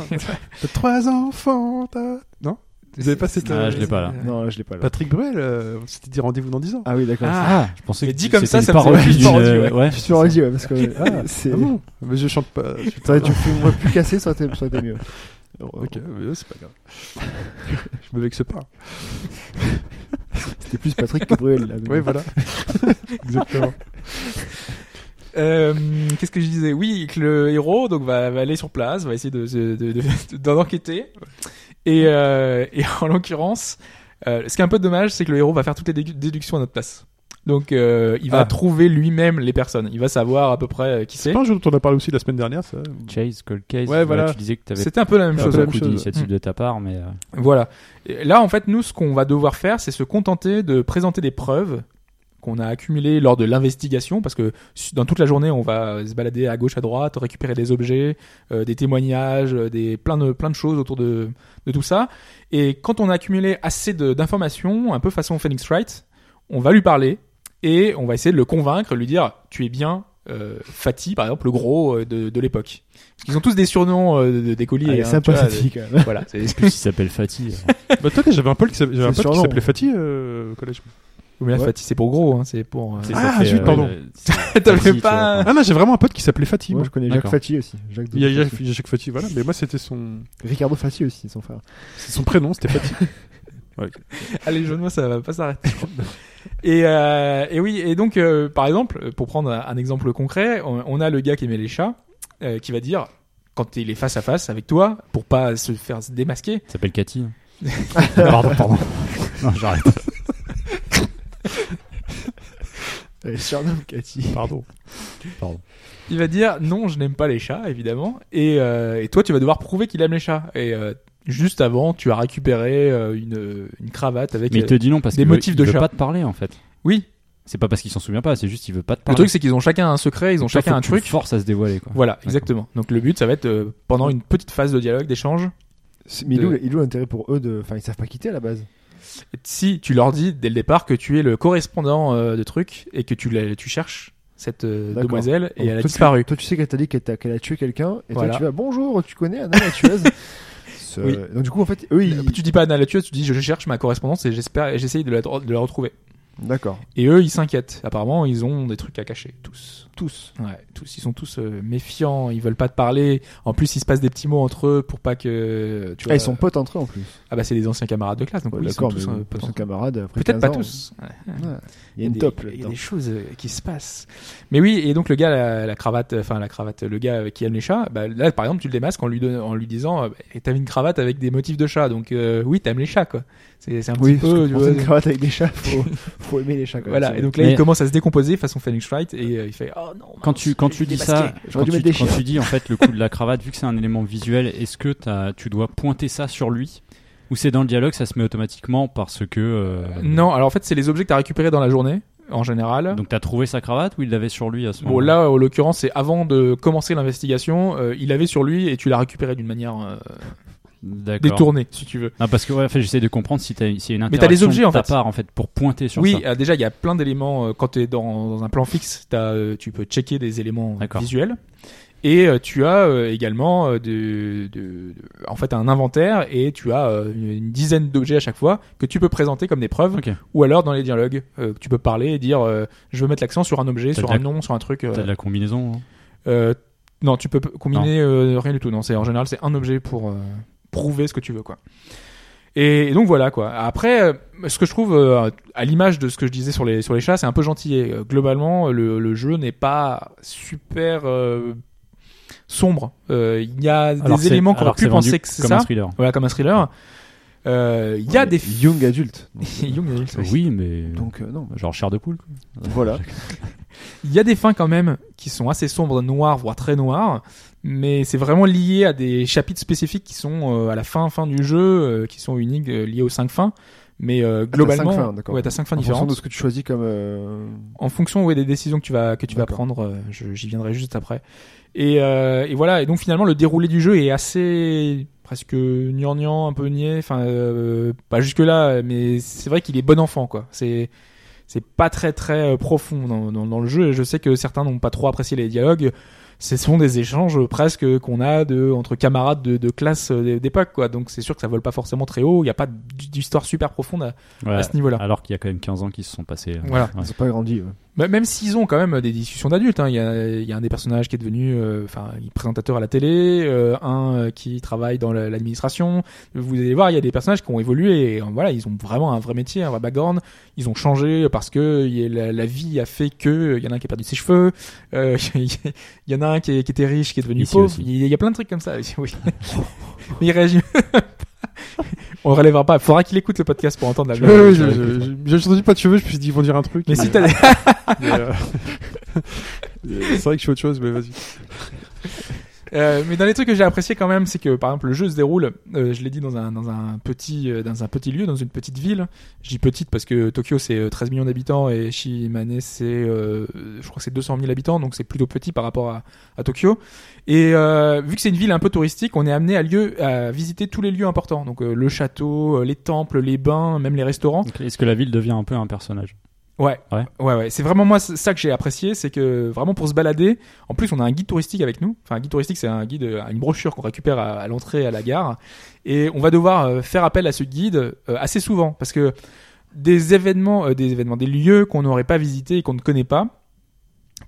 T'as trois enfants, t'as- Non Vous avez pas cette.
Ah,
euh,
je l'ai pas là.
Non, je l'ai pas là.
Patrick Bruel, euh, c'était dit rendez-vous dans 10 ans.
Ah oui, d'accord. Ah,
Ah,
Je pensais
Mais
que
dit comme
c'était
ça, ça
une
me faisait
parodie
plus
d'une- euh,
parodie, ouais.
ouais.
Je suis aurais dit, ouais, parce que. Ah, c'est.
Ah bon Mais je chante pas.
Ça aurait été- tu m'aurais plus cassé, ça aurait été, ça aurait été mieux.
Ok, mais c'est pas grave. je me vexe pas.
C'était plus Patrick que Bruel là. mais
Oui,
bon.
voilà. Exactement.
Euh, qu'est-ce que je disais Oui, que le héros donc va, va aller sur place, va essayer de, de- de- de- d'en enquêter. Et, euh, et en l'occurrence, euh, ce qui est un peu dommage, c'est que le héros va faire toutes les dédu- déductions à notre place. Donc euh, il va
Ah.
trouver lui-même les personnes. Il va savoir à peu près euh, qui c'est.
C'est pas un jeu dont on a parlé aussi la semaine dernière, ça
Chase, Cold Case.
Ouais, voilà.
Tu disais que t'avais
C'était un peu la même
C'est un
chose.
peu la
beaucoup
même chose.
d'initiatives
Mm.
de ta part, mais. euh,
Voilà. Et là, en fait, nous, ce qu'on va devoir faire, c'est se contenter de présenter des preuves qu'on a accumulées lors de l'investigation, parce que su- dans toute la journée, on va se balader à gauche, à droite, récupérer des objets, euh, des témoignages, euh, des plein de plein de choses autour de de tout ça. Et quand on a accumulé assez de- d'informations, un peu façon Phoenix Wright, on va lui parler et on va essayer de le convaincre, lui dire tu es bien. Euh, Fatih, par exemple, le gros euh, de, de l'époque. Parce qu'ils ont tous des surnoms euh, de- des colis.
Ah, il est
hein,
sympa
tu vois,
cette fille quand même.
Voilà, c'est
Plus il s'appelle Fatih.
Bah, toi, j'avais un pote qui s'appelait, j'avais un
C'est
pote qui
surnom.
s'appelait Fatih euh, au collège.
Oui, mais là,
Ouais.
Fatih, c'est pour gros, hein, c'est pour. euh,
C'est-
Ah,
ça fait,
zut, pardon.
euh, c'est-
T'avais
Fatih, tu
pas-
vois.
Ah non, j'ai vraiment un pote qui s'appelait Fatih.
Moi,
moi.
je connais Jacques
D'accord.
Fati aussi. Jacques de
Il y a il y a
Fati.
Jacques Fatih, voilà, mais moi c'était son,
Ricardo Fati aussi, son frère.
c'est son prénom, c'était Fatih.
Allez, jeune, moi, ça va pas s'arrêter. et, euh, et oui, et donc, euh, par exemple, pour prendre un un exemple concret, on, on a le gars qui aimait les chats, euh, qui va dire, quand il est face à face avec toi, pour pas se faire se démasquer,
Ça s'appelle Cathy. pardon, pardon. Non, j'arrête.
Et surnomme Cathy.
Pardon.
il va dire, non, je n'aime pas les chats, évidemment. Et, euh, et toi, tu vas devoir prouver qu'il aime les chats. Et euh, juste avant, tu as récupéré euh, une, une cravate avec.
Mais il te dit non parce
Des
qu'il veut,
motifs
il
de
veut
chat.
pas te parler en fait.
Oui.
C'est pas parce qu'il s'en souvient pas, c'est juste il veut pas te
Le
parler.
truc, c'est qu'ils ont chacun un secret, ils ont chacun un truc.
Force à se dévoiler quoi.
Voilà, exactement. Donc le but, ça va être euh, pendant une petite phase de dialogue, d'échange,
Mais il
De-
est où- il est où l'intérêt pour eux de. Enfin, ils savent pas quitter à la base.
si tu leur dis dès le départ que tu es le correspondant euh, de truc et que tu, la- tu cherches cette euh,
D'accord.
demoiselle et elle
Donc,
a
toi, tu-
disparu.
Toi, tu sais qu'elle t'a dit qu'elle t'a- qu'elle a tué quelqu'un, et
Voilà.
toi, tu vas bonjour, tu connais Anna la tueuse. Ce-
Oui.
Donc, du coup, en fait, eux, ils.
Euh, Tu dis pas Anna la tueuse, tu dis je cherche ma correspondance et j'espère et j'essaye de la, de la retrouver.
D'accord.
Et eux, ils s'inquiètent. Apparemment, ils ont des trucs à cacher, tous. Tous. Ouais, tous. Ils sont tous euh, méfiants, ils veulent pas te parler. En plus, il se passe des petits mots entre eux pour pas que. Tu vois,
Ah, ils sont potes entre eux en plus.
Ah bah, c'est des anciens camarades de classe, donc
Ouais,
oui, ils sont
D'accord, mais
tous euh, potes
son
entre-
camarade, après
Peut-être
15
pas
ans, hein.
tous. Ouais.
ouais. Il y a
des-
une top
Il y a
là-dedans.
des choses euh, qui se passent. Mais oui, et donc le gars, la, la cravate, euh, enfin la cravate, le gars euh, qui aime les chats, bah, là par exemple, tu le démasques en lui, donnant- en lui disant, euh, et t'as mis une cravate avec des motifs de chat, donc euh, oui, t'aimes les chats, quoi. C'est c'est un
Oui,
petit
parce
peu.
que
tu
porter
vois,
une cravate avec des chats, faut, faut aimer les chats quand même.
voilà,
c'est
et
vrai.
donc là,
Mais-
il commence à se décomposer façon Phoenix Wright, et euh, il fait, oh non.
Quand
mince,
tu, quand
je
tu
l'ai
dis ça,
démasqué.
quand
J'aurais dû
tu,
mettre des
quand
chiens.
tu dis en fait le coup de la cravate, vu que c'est un élément visuel, est-ce que t'as- tu dois pointer ça sur lui ou c'est dans le dialogue, ça se met automatiquement parce que euh,
Non, alors en fait, c'est les objets que t'as récupérés dans la journée, en général.
Donc t'as trouvé sa cravate ou il l'avait sur lui à ce
Bon
moment
là, en l'occurrence, c'est avant de commencer l'investigation, euh, il avait sur lui et tu l'as récupéré d'une manière euh,
D'accord.
détournée, si tu veux.
Non, parce que ouais, en fait, j'essaie de comprendre si t'as si y a une
Mais
interaction
t'as des objets,
de
en
ta
fait.
part en fait pour pointer sur
oui,
ça.
euh, déjà, il y a plein d'éléments. euh, Quand tu es dans, dans un plan fixe, t'as, euh, tu peux checker des éléments euh,
D'accord.
visuels. Et euh, tu as euh, également euh, de, de- de- en fait, un inventaire et tu as euh, une, une dizaine d'objets à chaque fois que tu peux présenter comme des preuves
Ok.
ou alors dans les dialogues. euh, tu peux parler et dire euh, je veux mettre l'accent sur un objet,
T'as
sur
de
un
la-
nom, sur un truc. euh,
T'as de la combinaison. hein.
euh, non, tu peux p- combiner euh, rien du tout. Non, c'est en général c'est un objet pour euh, prouver ce que tu veux quoi. Et, et donc voilà quoi. Après, euh, ce que je trouve euh, à l'image de ce que je disais sur les sur les chats, c'est un peu gentil. Et, euh, globalement, le, le jeu n'est pas super euh, sombre. Euh, Il y a des
Alors, c'est-
éléments qu'on
alors
aurait pu
c'est vendu
penser que c'est
comme
ça.
un thriller.
Voilà, comme un thriller. Euh, Il y a
Ouais,
des
Young adulte.
Young Adult, oui.
Oui, mais
Donc, euh, non. bah,
genre chair de poule. quoi.
Voilà.
Il y a des fins quand même qui sont assez sombres, noires, voire très noires, mais c'est vraiment lié à des chapitres spécifiques qui sont euh, à la fin, fin du jeu, euh, qui sont uniques, euh, liés aux cinq fins. Mais euh,
Ah, t'as
globalement,
cinq fins, d'accord.
ouais, t'as cinq fins
En fonction
différentes.
de ce que tu choisis comme. euh,
En fonction ouais, des décisions que tu vas que tu vas
D'accord.
prendre, euh, je- j'y viendrai juste après. Et, euh, et voilà. Et donc finalement, le déroulé du jeu est assez presque gnangnan, un peu niais. Enfin, euh, pas jusque là, mais c'est vrai qu'il est bon enfant, quoi. C'est c'est pas très très euh, profond dans, dans, dans le jeu. Et je sais que certains n'ont pas trop apprécié les dialogues. Ce sont des échanges presque qu'on a de entre camarades de, de classe euh, d'époque, quoi. Donc c'est sûr que ça vole pas forcément très haut. Il n'y a pas d'histoire super profonde à,
Ouais,
à ce niveau-là.
Alors qu'il y a quand même 15 ans qui se sont passés. euh,
Voilà.
ouais.
Ils ont pas grandi. ouais.
Bah, Même s'ils ont quand même des discussions d'adultes, hein. il, y a, il y a un des personnages qui est devenu euh, enfin présentateur à la télé, euh, un euh, qui travaille dans la- l'administration. Vous allez voir, il y a des personnages qui ont évolué. Et, euh, voilà, ils ont vraiment un vrai métier, un vrai background. Ils ont changé parce que il y a la, la vie a fait que euh, il y en a un qui a perdu ses cheveux, euh, il y en a un qui, est- qui était riche, qui est devenu
Ici
pauvre.
aussi.
Il y a- il y a plein de trucs comme ça. Oui. Mais il réagit. On relèvera pas. Faudra qu'il écoute le podcast pour entendre la
Ah, Oui,
blague.
oui, je- je- je- J'ai entendu pas de cheveux, je me suis dit ils vont dire un truc.
Mais
et-
si t'as des-
mais, euh, c'est vrai que je suis autre chose, mais vas-y.
Euh, mais dans les trucs que j'ai apprécié quand même, c'est que par exemple le jeu se déroule, euh, je l'ai dit dans un dans un petit euh, dans un petit lieu, dans une petite ville. Je dis petite parce que Tokyo c'est euh, 13 millions d'habitants et Shimane c'est euh, je crois que c'est 200 000 habitants, donc c'est plutôt petit par rapport à, à Tokyo. Et euh, vu que c'est une ville un peu touristique, on est amené à lieu à visiter tous les lieux importants, donc euh, le château, euh, les temples, les bains, même les restaurants.
Donc, Est-ce que la ville devient un peu un personnage
Ouais.
Ouais.
Ouais, ouais. C'est vraiment moi c- ça que j'ai apprécié, c'est que vraiment pour se balader. En plus, on a un guide touristique avec nous. Enfin, un guide touristique, c'est un guide, euh, une brochure qu'on récupère à, à l'entrée à la gare, et on va devoir euh, faire appel à ce guide euh, assez souvent parce que des événements, euh, des événements, des lieux qu'on n'aurait pas visités et qu'on ne connaît pas.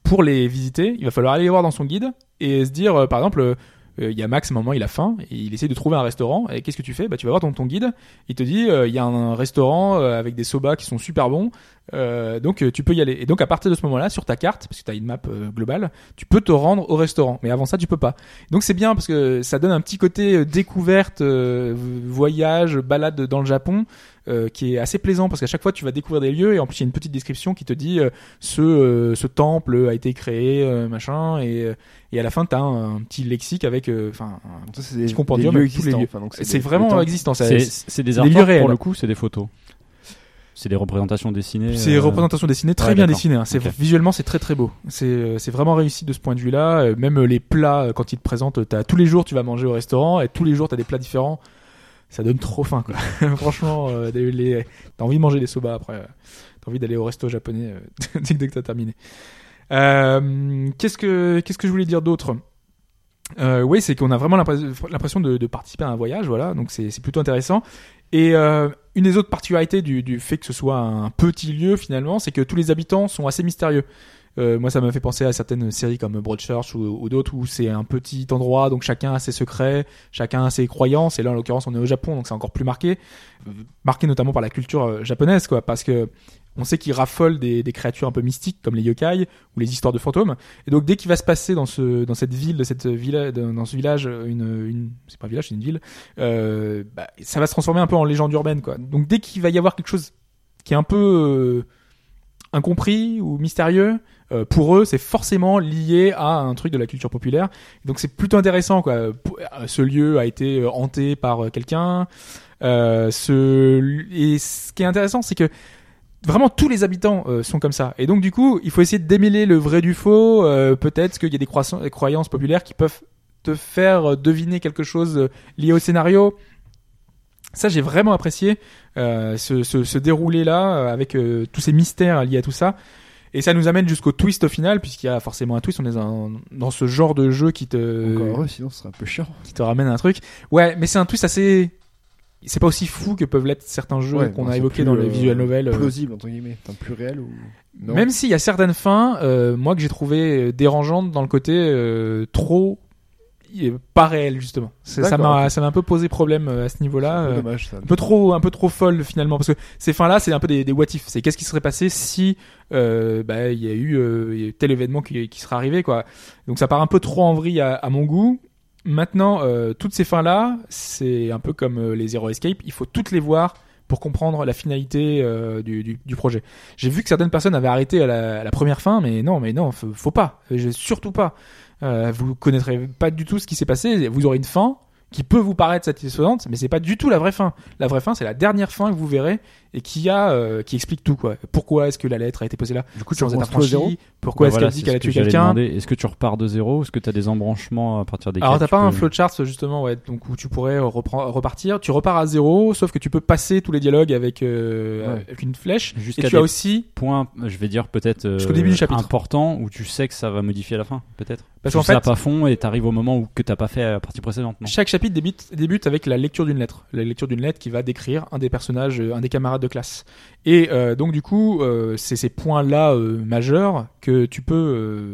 Pour les visiter, il va falloir aller les voir dans son guide et se dire, euh, par exemple, euh, euh, il y a Max, à un moment, il a faim, et il essaie de trouver un restaurant. Et qu'est-ce que tu fais Bah, tu vas voir ton, ton guide. Il te dit, euh, il y a un restaurant euh, avec des sobas qui sont super bons. euh, donc, euh, tu peux y aller. Et donc, à partir de ce moment-là, sur ta carte, parce que tu as une map euh, globale, tu peux te rendre au restaurant. Mais avant ça, tu peux pas. Donc, c'est bien parce que ça donne un petit côté euh, découverte, euh, voyage, balade dans le Japon. euh, qui est assez plaisant parce qu'à chaque fois tu vas découvrir des lieux et en plus il y a une petite description qui te dit euh, ce euh, ce temple a été créé euh, machin et euh, et à la fin t'as un, un petit lexique avec euh, enfin un-
Ça, c'est des,
Petit compendium
des lieux
avec tous les
existants.
lieux.
Enfin, donc
c'est
des-
vraiment
des
existant ça
C'est
C'est-
c'est des
des
artworks
lieux
pour
réels.
le coup, c'est des photos. C'est des représentations dessinées.
C'est
euh,
représentation dessinée très
ouais,
bien
d'accord.
dessinée. hein. C'est
Ok.
visuellement c'est très très beau. C'est euh, c'est vraiment réussi de ce point de vue-là. Euh, Même euh, les plats euh, quand ils te présentent, euh, t'as tous les jours tu vas manger au restaurant et tous les jours t'as des plats différents. Ça donne trop faim quoi. Franchement, euh, les- les- t'as envie de manger des soba après. euh. T'as envie d'aller au resto japonais euh, dès que dès que t'as terminé. Euh, qu'est-ce que qu'est-ce que je voulais dire d'autre euh, Oui, c'est qu'on a vraiment l'impres- l'impression de, de participer à un voyage, voilà. Donc c'est c'est plutôt intéressant. Et euh, une des autres particularités du, du fait que ce soit un petit lieu finalement, c'est que tous les habitants sont assez mystérieux. Euh, moi, ça m'a fait penser à certaines séries comme Broadchurch ou, ou d'autres où c'est un petit endroit, donc chacun a ses secrets, chacun a ses croyances. Et là, en l'occurrence, on est au Japon, donc c'est encore plus marqué, Euh, marqué notamment par la culture euh, japonaise, quoi, parce que on sait qu'ils raffolent des, des créatures un peu mystiques comme les yokai ou les histoires de fantômes. Et donc, dès qu'il va se passer dans ce dans cette ville, de cette ville, dans dans ce village, une, une c'est pas un village, c'est une ville, euh, bah, ça va se transformer un peu en légende urbaine quoi. Donc dès qu'il va y avoir quelque chose qui est un peu euh, incompris ou mystérieux euh, pour eux, c'est forcément lié à un truc de la culture populaire. Donc c'est plutôt intéressant quoi. Pou- euh, Ce lieu a été euh, hanté par euh, quelqu'un. Euh, ce et ce qui est intéressant, c'est que Vraiment tous les habitants euh, sont comme ça et donc du coup il faut essayer de démêler le vrai du faux. Euh, Peut-être qu'il y a des croissants- des croyances populaires qui peuvent te faire euh, deviner quelque chose euh, lié au scénario. Ça, j'ai vraiment apprécié euh, ce, ce, ce déroulé-là, euh, avec euh, tous ces mystères liés à tout ça. Et ça nous amène jusqu'au twist au final, puisqu'il y a forcément un twist. On est dans, dans ce genre de jeu qui te,
Encore heureux, sinon ce serait un peu chiant.
qui te ramène à un truc. Ouais, mais c'est un twist assez. C'est pas aussi fou que peuvent l'être certains jeux
Ouais,
qu'on
bon,
a
c'est
évoqués
plus,
dans les
euh,
visual novels. euh,
Plausible, entre guillemets. Enfin, plus réel ou. Non.
Même s'il y a certaines fins, euh, moi que j'ai trouvé euh, dérangeantes dans le côté euh, trop euh, pas réel justement. C'est- Ça
D'accord,
m'a ça m'a un peu posé problème euh, à ce niveau-là.
C'est un peu
euh,
Dommage, ça.
un peu trop un peu trop folle finalement parce que ces fins là c'est un peu des, des what if c'est qu'est-ce qui serait passé si euh, bah il y a eu euh, il y a eu tel événement qui qui serait arrivé quoi donc ça part un peu trop en vrille à, à mon goût maintenant euh, toutes ces fins là c'est un peu comme euh, les Zero Escape il faut toutes les voir pour comprendre la finalité euh, du, du, du projet. J'ai vu que certaines personnes avaient arrêté à la, à la première fin, mais non, mais non, faut, faut pas, Je- surtout pas. Euh, vous connaîtrez pas du tout ce qui s'est passé. Vous aurez une fin qui peut vous paraître satisfaisante, mais c'est pas du tout la vraie fin. La vraie fin, c'est la dernière fin que vous verrez et qui a, euh, qui explique tout quoi. Pourquoi est-ce que la lettre a été posée là
Du coup, tu
Sans être
recommences tout à zéro.
affranchie Pourquoi
bah
est-ce
voilà,
qu'elle dit
c'est
qu'elle
ce
a
que
tué
j'allais
quelqu'un
demander. Est-ce que tu repars de zéro ou est-ce que tu as des embranchements à partir desquels
alors t'as
tu
pas un
peux-
flowchart justement ouais, donc où tu pourrais repren- repartir. Tu repars à zéro, sauf que tu peux passer tous les dialogues avec, euh,
Ouais.
avec une flèche.
Jusqu'à
Et tu
des
as aussi
points, je vais dire peut-être euh,
Jusqu'au début du chapitre.
important où tu sais que ça va modifier la fin, peut-être.
Parce
Tu
qu'en
sais à
fait-
pas fond et t'arrives au moment où que t'as pas fait à la partie précédente. non
Chaque chapitre débute, débute avec la lecture d'une lettre. La lecture d'une lettre qui va décrire un des personnages, euh, un des camarades de classe. Et euh, donc, du coup, euh, c'est ces points-là euh, majeurs que tu peux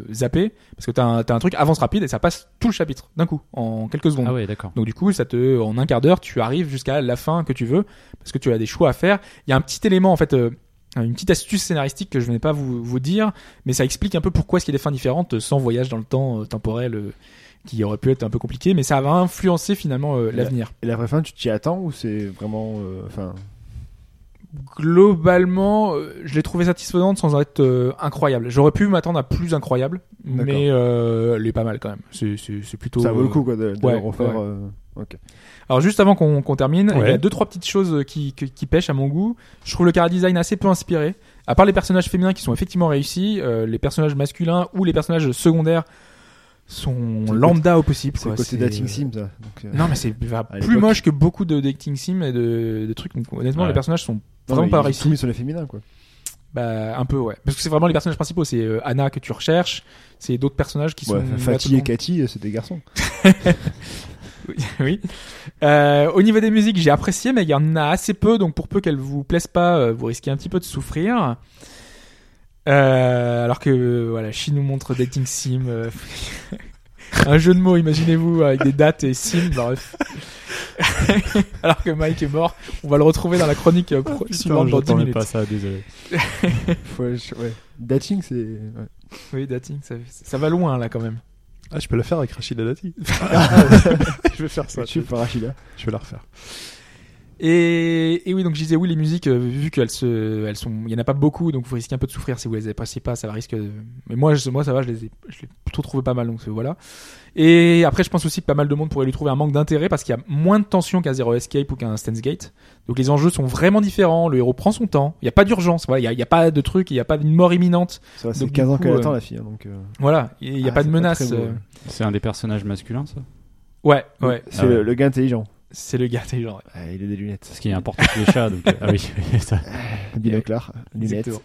euh, zapper parce que t'as un, t'as un truc avance rapide et ça passe tout le chapitre d'un coup, en quelques secondes.
Ah ouais, d'accord.
Donc du coup, ça te, en un quart d'heure, tu arrives jusqu'à la fin que tu veux, parce que tu as des choix à faire. Il y a un petit élément en fait, euh, une petite astuce scénaristique que je vais pas vous, vous dire, mais ça explique un peu pourquoi est-ce qu'il y a des fins différentes euh, sans voyage dans le temps euh, temporel, euh, qui aurait pu être un peu compliqué, mais ça va influencer finalement euh, l'avenir.
Et la vraie fin, tu t'y attends ou c'est vraiment. euh, Enfin.
Globalement, euh, je l'ai trouvé satisfaisante sans être euh, incroyable. J'aurais pu m'attendre à plus incroyable,
D'accord.
mais euh, elle est pas mal quand même. C'est- C'est c'est plutôt
ça vaut le
euh,
coup, quoi, de, de
ouais,
le refaire.
ouais.
euh, Ok.
Alors juste avant qu'on qu'on termine, il y a
Ouais.
deux trois petites choses qui, qui, qui pêchent à mon goût. Je trouve le chara design assez peu inspiré. À part les personnages féminins qui sont effectivement réussis, euh, les personnages masculins ou les personnages secondaires sont
C'est le
lambda au possible.
C'est le
quoi.
côté
C'est-
dating sim, ça. Donc, euh,
Non mais c'est bah,
À
plus
l'époque.
moche que beaucoup de dating sim et de, de trucs. Donc, honnêtement,
Ouais.
les personnages sont
non,
vraiment
mais
pas
ils ont
réussis.
tout mis sur les féminins, quoi.
Bah, un peu ouais. Parce que c'est vraiment les personnages principaux. C'est euh, Anna que tu recherches. C'est d'autres personnages qui
Ouais,
sont
Fatih et
là-dedans.
Cathy, euh, c'est des garçons.
oui. Euh, au niveau des musiques, j'ai apprécié, mais il y en a assez peu, donc pour peu qu'elles vous plaisent pas, euh, vous risquez un petit peu de souffrir. Euh, alors que euh, voilà, Chi nous montre Dating Sim, euh, un jeu de mots, imaginez-vous, avec des dates et Sim, bref. alors que Mike est mort, on va le retrouver dans la chronique euh, pro- suivante dans 10
j'attendais
minutes.
pas ça, désolé.
Faut- je- ouais. Dating, c'est. ouais.
Oui, dating, ça, ça va loin là quand même.
Ah, je peux la faire avec Rachid Dati. Ah, je vais faire ça.
Tu par Achille.
Je vais la refaire.
Et, et oui, donc je disais oui, les musiques, euh, vu qu'elles se, elles sont, il y en a pas beaucoup, donc vous risquez un peu de souffrir si vous les appréciez pas, ça risque. de- Mais moi, je- moi ça va, je les ai, je l'ai plutôt trouvé pas mal, donc euh, voilà. Et après, je pense aussi que pas mal de monde pourrait lui trouver un manque d'intérêt parce qu'il y a moins de tension qu'un Zero Escape ou qu'un Stan's Gate. Donc les enjeux sont vraiment différents. Le héros prend son temps. Il n'y a pas d'urgence. Voilà, il y a- il n'y a, pas de truc, il n'y a pas d'une mort imminente.
Ça va, c'est
Donc, du
15 ans
coup,
qu'elle
euh,
attend la fille. hein, donc, euh,
Voilà, il n'y a
ah,
pas de
c'est
menace.
très beau,
euh,
C'est un des personnages masculins, ça
Ouais, euh, ouais,
C'est
Ah ouais.
le, le gars intelligent.
c'est le gars intelligent. ouais.
Ah, il a des lunettes.
Parce qu'il y a un portrait tous les chats, donc. euh, Ah oui, ça.
Un binocle, lunettes.
Exactement.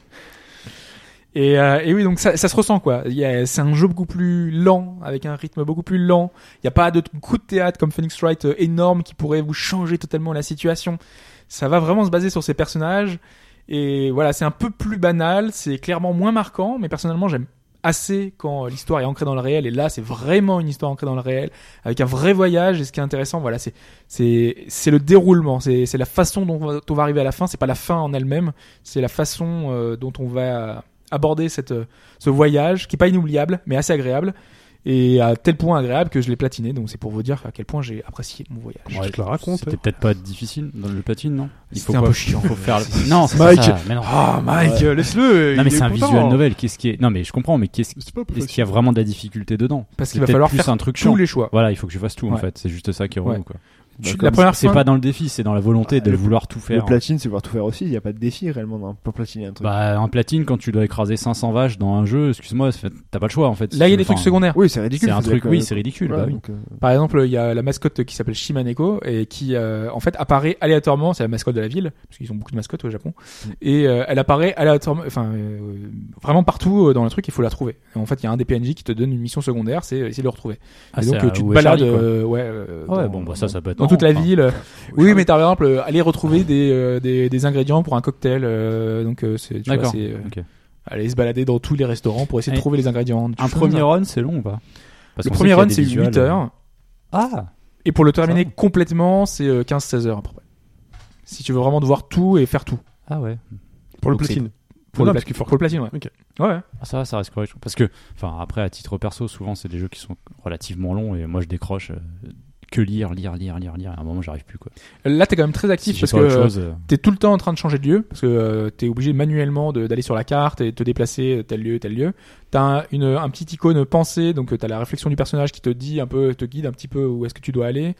Et, euh, et oui, donc ça, ça se ressent quoi. Il y a- C'est un jeu beaucoup plus lent, avec un rythme beaucoup plus lent. Il n'y a pas de t- coup de théâtre comme Phoenix Wright euh, énorme qui pourrait vous changer totalement la situation. Ça va vraiment se baser sur ces personnages. Et voilà, c'est un peu plus banal, c'est clairement moins marquant, mais personnellement j'aime assez quand euh, l'histoire est ancrée dans le réel. Et là, c'est vraiment une histoire ancrée dans le réel, avec un vrai voyage. Et ce qui est intéressant, voilà, c'est c'est c'est le déroulement, c'est c'est la façon dont on va- on va arriver à la fin. C'est pas la fin en elle-même c'est la façon euh, dont on va aborder cette, euh, ce voyage qui est pas inoubliable mais assez agréable et à tel point agréable que je l'ai platiné donc c'est pour vous dire à quel point j'ai apprécié mon voyage
Je te la raconte.
hein.
C'était peut-être pas difficile dans le platine, non
C'était un
pas-
peu chiant.
Faut faire. Non, c'est
Bah,
pas
Mike.
ça. Mais non.
Ah, Mike, euh, laisse-le.
Non
il
mais
est
c'est un
content.
hein.
visual novel. Qu'est-ce qui est Non mais je comprends, mais qu'est-ce
C'est pas
est-ce
possible.
qu'il y a vraiment de la difficulté dedans
parce
C'est
qu'il va
peut-être
falloir
plus
faire
un truc chiant.
tous les choix
Voilà, il faut que je fasse tout en
Ouais.
fait. C'est juste ça qui est relou
Ouais.
quoi.
Tu-
Bah,
la
comme
première
C'est
fois Ah,
pas dans le défi, c'est dans la volonté de
le-
vouloir tout
Le
faire. hein.
platine, c'est pouvoir tout faire aussi. Il n'y a pas de défi réellement dans- pour platiner un truc.
Bah un platine quand tu dois écraser 500 vaches dans un jeu, excuse-moi, c'est- t'as pas le choix en fait.
là il y a des
Enfin,
trucs secondaires
oui, c'est ridicule.
C'est un
c'est-à-dire
truc,
que-
oui, c'est ridicule.
voilà,
bah oui.
donc, euh,
par exemple il y a la mascotte qui s'appelle Shimaneko et qui euh, en fait apparaît aléatoirement c'est la mascotte de la ville parce qu'ils ont beaucoup de mascottes au Japon
Mm.
et euh, elle apparaît aléatoirement enfin euh, vraiment partout euh, dans le truc il faut la trouver Et en fait il y a un des PNJ qui te donne une mission secondaire c'est euh, essayer de le retrouver
Ah,
et donc
c'est
euh,
à
tu te
Où est
balades
Charlie, quoi.
euh, ouais, euh,
Ouais,
dans-
bon, bah ça, ça peut être
dans toute la
marrant,
ville. Oui, mais t'as, par exemple, euh, aller retrouver des, euh, des, des ingrédients pour un cocktail. euh, donc, euh, c'est, tu vois,
D'accord.
c'est, euh,
Ok.
aller se balader dans tous les restaurants pour essayer de
Et
trouver les ingrédients. Des
Un
choses.
premier run, c'est long ou pas Parce
Le
qu'on sait
premier
qu'il y a
run,
des
c'est
visuals,
8
euh,
heures.
Ah
Et pour le terminer
Ça va.
complètement, c'est euh, 15-16 heures à peu près. Si tu veux vraiment devoir tout et faire tout.
Ah ouais.
Pour le
Donc c'est-
platine.
Pour,
Non,
le,
parce
plat-
qu'il faut-
pour le platine, ouais.
Ok.
Ouais.
Ah, ça va, ça reste correct. je trouve. Parce que, enfin, après, à titre perso, souvent, c'est des jeux qui sont relativement longs et moi, je décroche euh, que lire, lire, lire, lire, lire. À un moment, j'arrive plus, quoi.
Là, t'es quand même très
Si
actif
j'ai
parce
pas
que
autre chose, euh,
t'es tout le temps en train de changer de lieu parce que euh, t'es obligé manuellement de- d'aller sur la carte et de te déplacer euh, tel lieu tel lieu t'as un, une un petit icône pensée donc euh, t'as la réflexion du personnage qui te dit un peu te guide un petit peu où est-ce que tu dois aller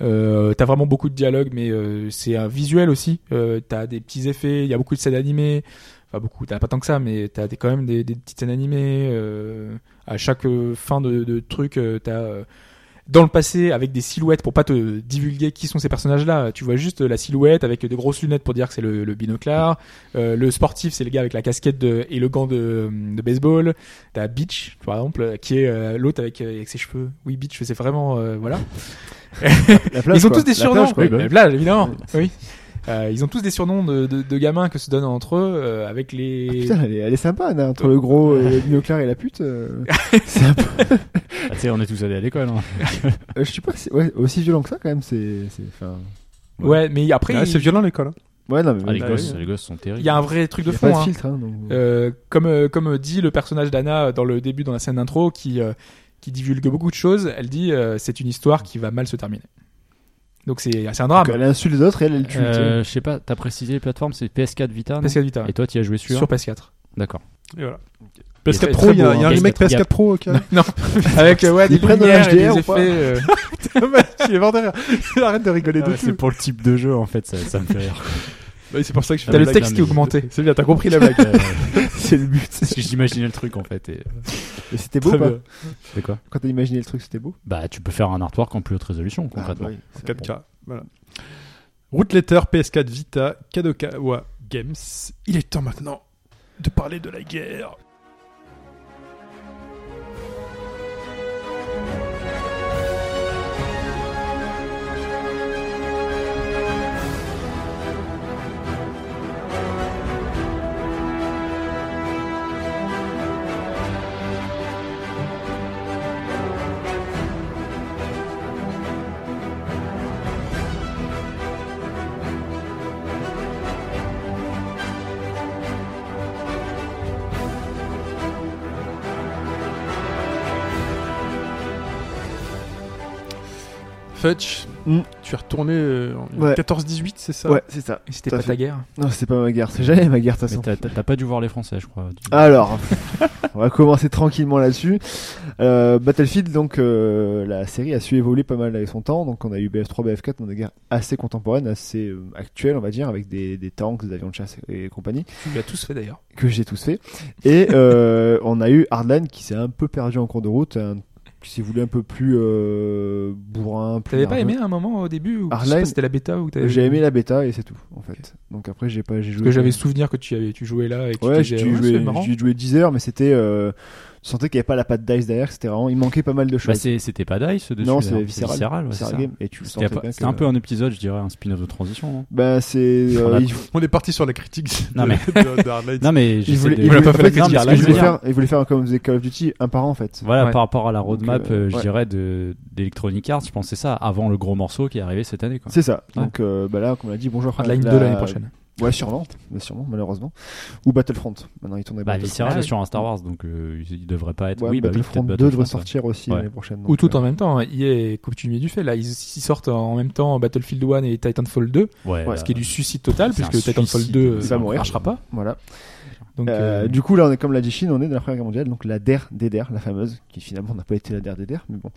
euh, t'as vraiment beaucoup de dialogues mais euh, c'est un visuel aussi euh, t'as des petits effets il y a beaucoup de scènes animées enfin beaucoup t'as pas tant que ça mais t'as des- quand même des, des petites scènes animées euh, à chaque euh, fin de, de truc euh, t'as euh, dans le passé avec des silhouettes pour pas te divulguer qui sont ces personnages là tu vois juste la silhouette avec des grosses lunettes pour dire que c'est le, le binoclard Euh, le sportif c'est le gars avec la casquette de- et le gant de, de baseball t'as Beach par exemple euh, qui est euh, l'autre avec, euh, avec ses cheveux oui Beach c'est vraiment euh, voilà
la plage,
ils ont
quoi.
tous des
La
surnoms.
plage, quoi.
oui, bah
La plage, évidemment. Oui. Euh, ils ont tous des surnoms de, de, de gamins que se donnent entre eux euh, avec
Ah,
les.
Putain, elle est, elle est sympa, Anna, entre le gros et le binoclard et la pute. euh, c'est un peu-
ah, tu sais, on est tous allés à l'école. hein.
euh, je sais pas, c'est ouais, aussi violent que ça quand même. C'est, c'est, enfin,
ouais, mais après
Ah,
il-
C'est violent l'école. hein.
ouais, non, mais
Ah, les,
bon,
Bah
gosses,
oui.
les gosses sont
il
terribles.
y a un vrai truc
y
de
a pas
fond.
de
hein.
filtre. Hein, donc,
Euh, comme euh, comme dit le personnage d'Anna euh, dans le début dans la scène d'intro qui euh, qui divulgue beaucoup de choses, elle dit euh, c'est une histoire qui va mal se terminer. Donc c'est c'est un drame.
Donc, elle insulte les autres et elle, elle tue. tu
Euh, je sais pas, t'as précisé les plateformes, c'est PS4 Vita. non
PS4 Vita.
Et toi, tu as joué sur,
Sur PS4.
D'accord.
Et voilà.
PS4
PS4
très
Pro, il y a
beau,
il y a un
hein.
remake
PS4
PS4 Pro. ok.
Non, avec euh, ouais, des
Ils prennent de
lumières et
l'HDR
des
ou
effets.
pas
euh,
Il est mort derrière. Arrête de rigoler
Ah ouais,
dessus.
pour le type de jeu, en fait, ça, ça me fait rire.
Bah, C'est pour ça que je fais
T'as
la
le
blague.
texte qui est
mais-
augmenté.
C'est bien, t'as compris la blague.
Euh,
vois. c'est le but.
parce que j'imaginais le truc, en fait. Et... euh,
Mais c'était beau,
Très
pas
bien.
C'est quoi
Quand t'as imaginé le truc, c'était beau.
Bah, tu peux faire un artwork en plus haute résolution, concrètement.
Ah, bah oui, c'est-
4K. Voilà. Route Letter, PS4 Vita, Kadokawa Games. Il est temps maintenant de parler de la guerre.
Thank
Fudge,
Mm.
tu es retourné euh, en
Ouais.
14-18, c'est ça
Ouais, c'est ça.
Et c'était
Tout à
pas ta guerre
Non, c'est pas ma guerre. C'est jamais ma guerre, de toute
Mais
façon.
t'as- T'as t'as pas dû voir les Français, je crois.
Ah,
Du-
Alors, on va commencer tranquillement là-dessus. Euh, Battlefield, donc euh, la série a su évoluer pas mal avec son temps. Donc on a eu BF3, BF4 dans des guerres assez contemporaines, assez euh, actuelles, on va dire, avec des, des tanks, des avions de chasse et compagnie,
Tu l'as tous fait d'ailleurs.
que j'ai tous fait. Et euh, on a eu Hardline qui s'est un peu perdu en cours de route, un- qui s'est voulu un peu plus euh, bourrin. plus
T'avais pas
nerveux.
aimé un moment au début ou je sais
Arlène-
pas si c'était la bêta ou t'avais
J'ai aimé la bêta et c'est tout, en fait. Donc après, j'ai pas, j'ai joué.
parce que
pas-
j'avais souvenir que tu avais tu jouais là et que
Ouais,
tu
j'ai
disais,
dû
c'est
jouer,
marrant.
j'ai dû jouer 10 heures, mais c'était. Euh, tu sentais qu'il n'y avait pas la patte dice derrière, que c'était vraiment. Il manquait pas mal de
Bah,
choses.
c'est- c'était pas Dice dessus.
non,
d'ailleurs.
c'est viscéral.
ouais, c'est
Visceral
ça.
Game, et tu le
C'était
sentais
pas-
bien
c'était
que-
un peu un épisode, je dirais, un spin-off de transition. hein.
Bah, c'est. euh,
Enfin, la-
il,
On est parti sur la critique de,
Non, mais-
de- de Hardline.
Non, mais
il
j'essaie
voulait,
de-
il
voulait
voulait-
pas
en
faire
fait,
la critique,
ce
ce
qu'il
que je
voulait
veux dire.
faire, il voulait faire comme faisait Call of Duty, un par an en fait.
Voilà,
Ouais.
par rapport à la roadmap,
Donc, euh,
euh, je
ouais.
dirais, de- d'Electronic Arts, je pensais ça avant le gros morceau qui est arrivé cette année. Quoi.
C'est ça.
Ouais. Ah,
Donc euh, bah là, comme on l'a dit, bonjour.
Hardline 2 l'année prochaine.
Ouais, sûrement. Mais sûrement, malheureusement. Ou Battlefront. Maintenant, il tourne à
Bah, Visceral,
Ah
c'est
oui.
sur un Star Wars, donc euh, il il devrait pas être.
Ouais,
oui, bah, oui,
Battlefront
peut-être
2 devrait
Battlefront, ouais.
sortir aussi
Ouais.
l'année prochaine.
Ou
donc,
tout
euh,
en même temps, EA est coutumier du fait. Là, ils, ils sortent en même temps Battlefield 1 et Titanfall 2,
Ouais,
Ouais.
euh,
ce qui est du suicide total,
C'est un
puisque Titanfall
suicide.
2
Ça va
ne
mourir.
marchera pas.
Voilà.
Donc,
Euh,
euh,
du coup, là, on est comme l'a dit Chine, on est dans la Première Guerre mondiale, donc la DER DDR, la fameuse, qui finalement n'a pas été la DER DDR, mais bon.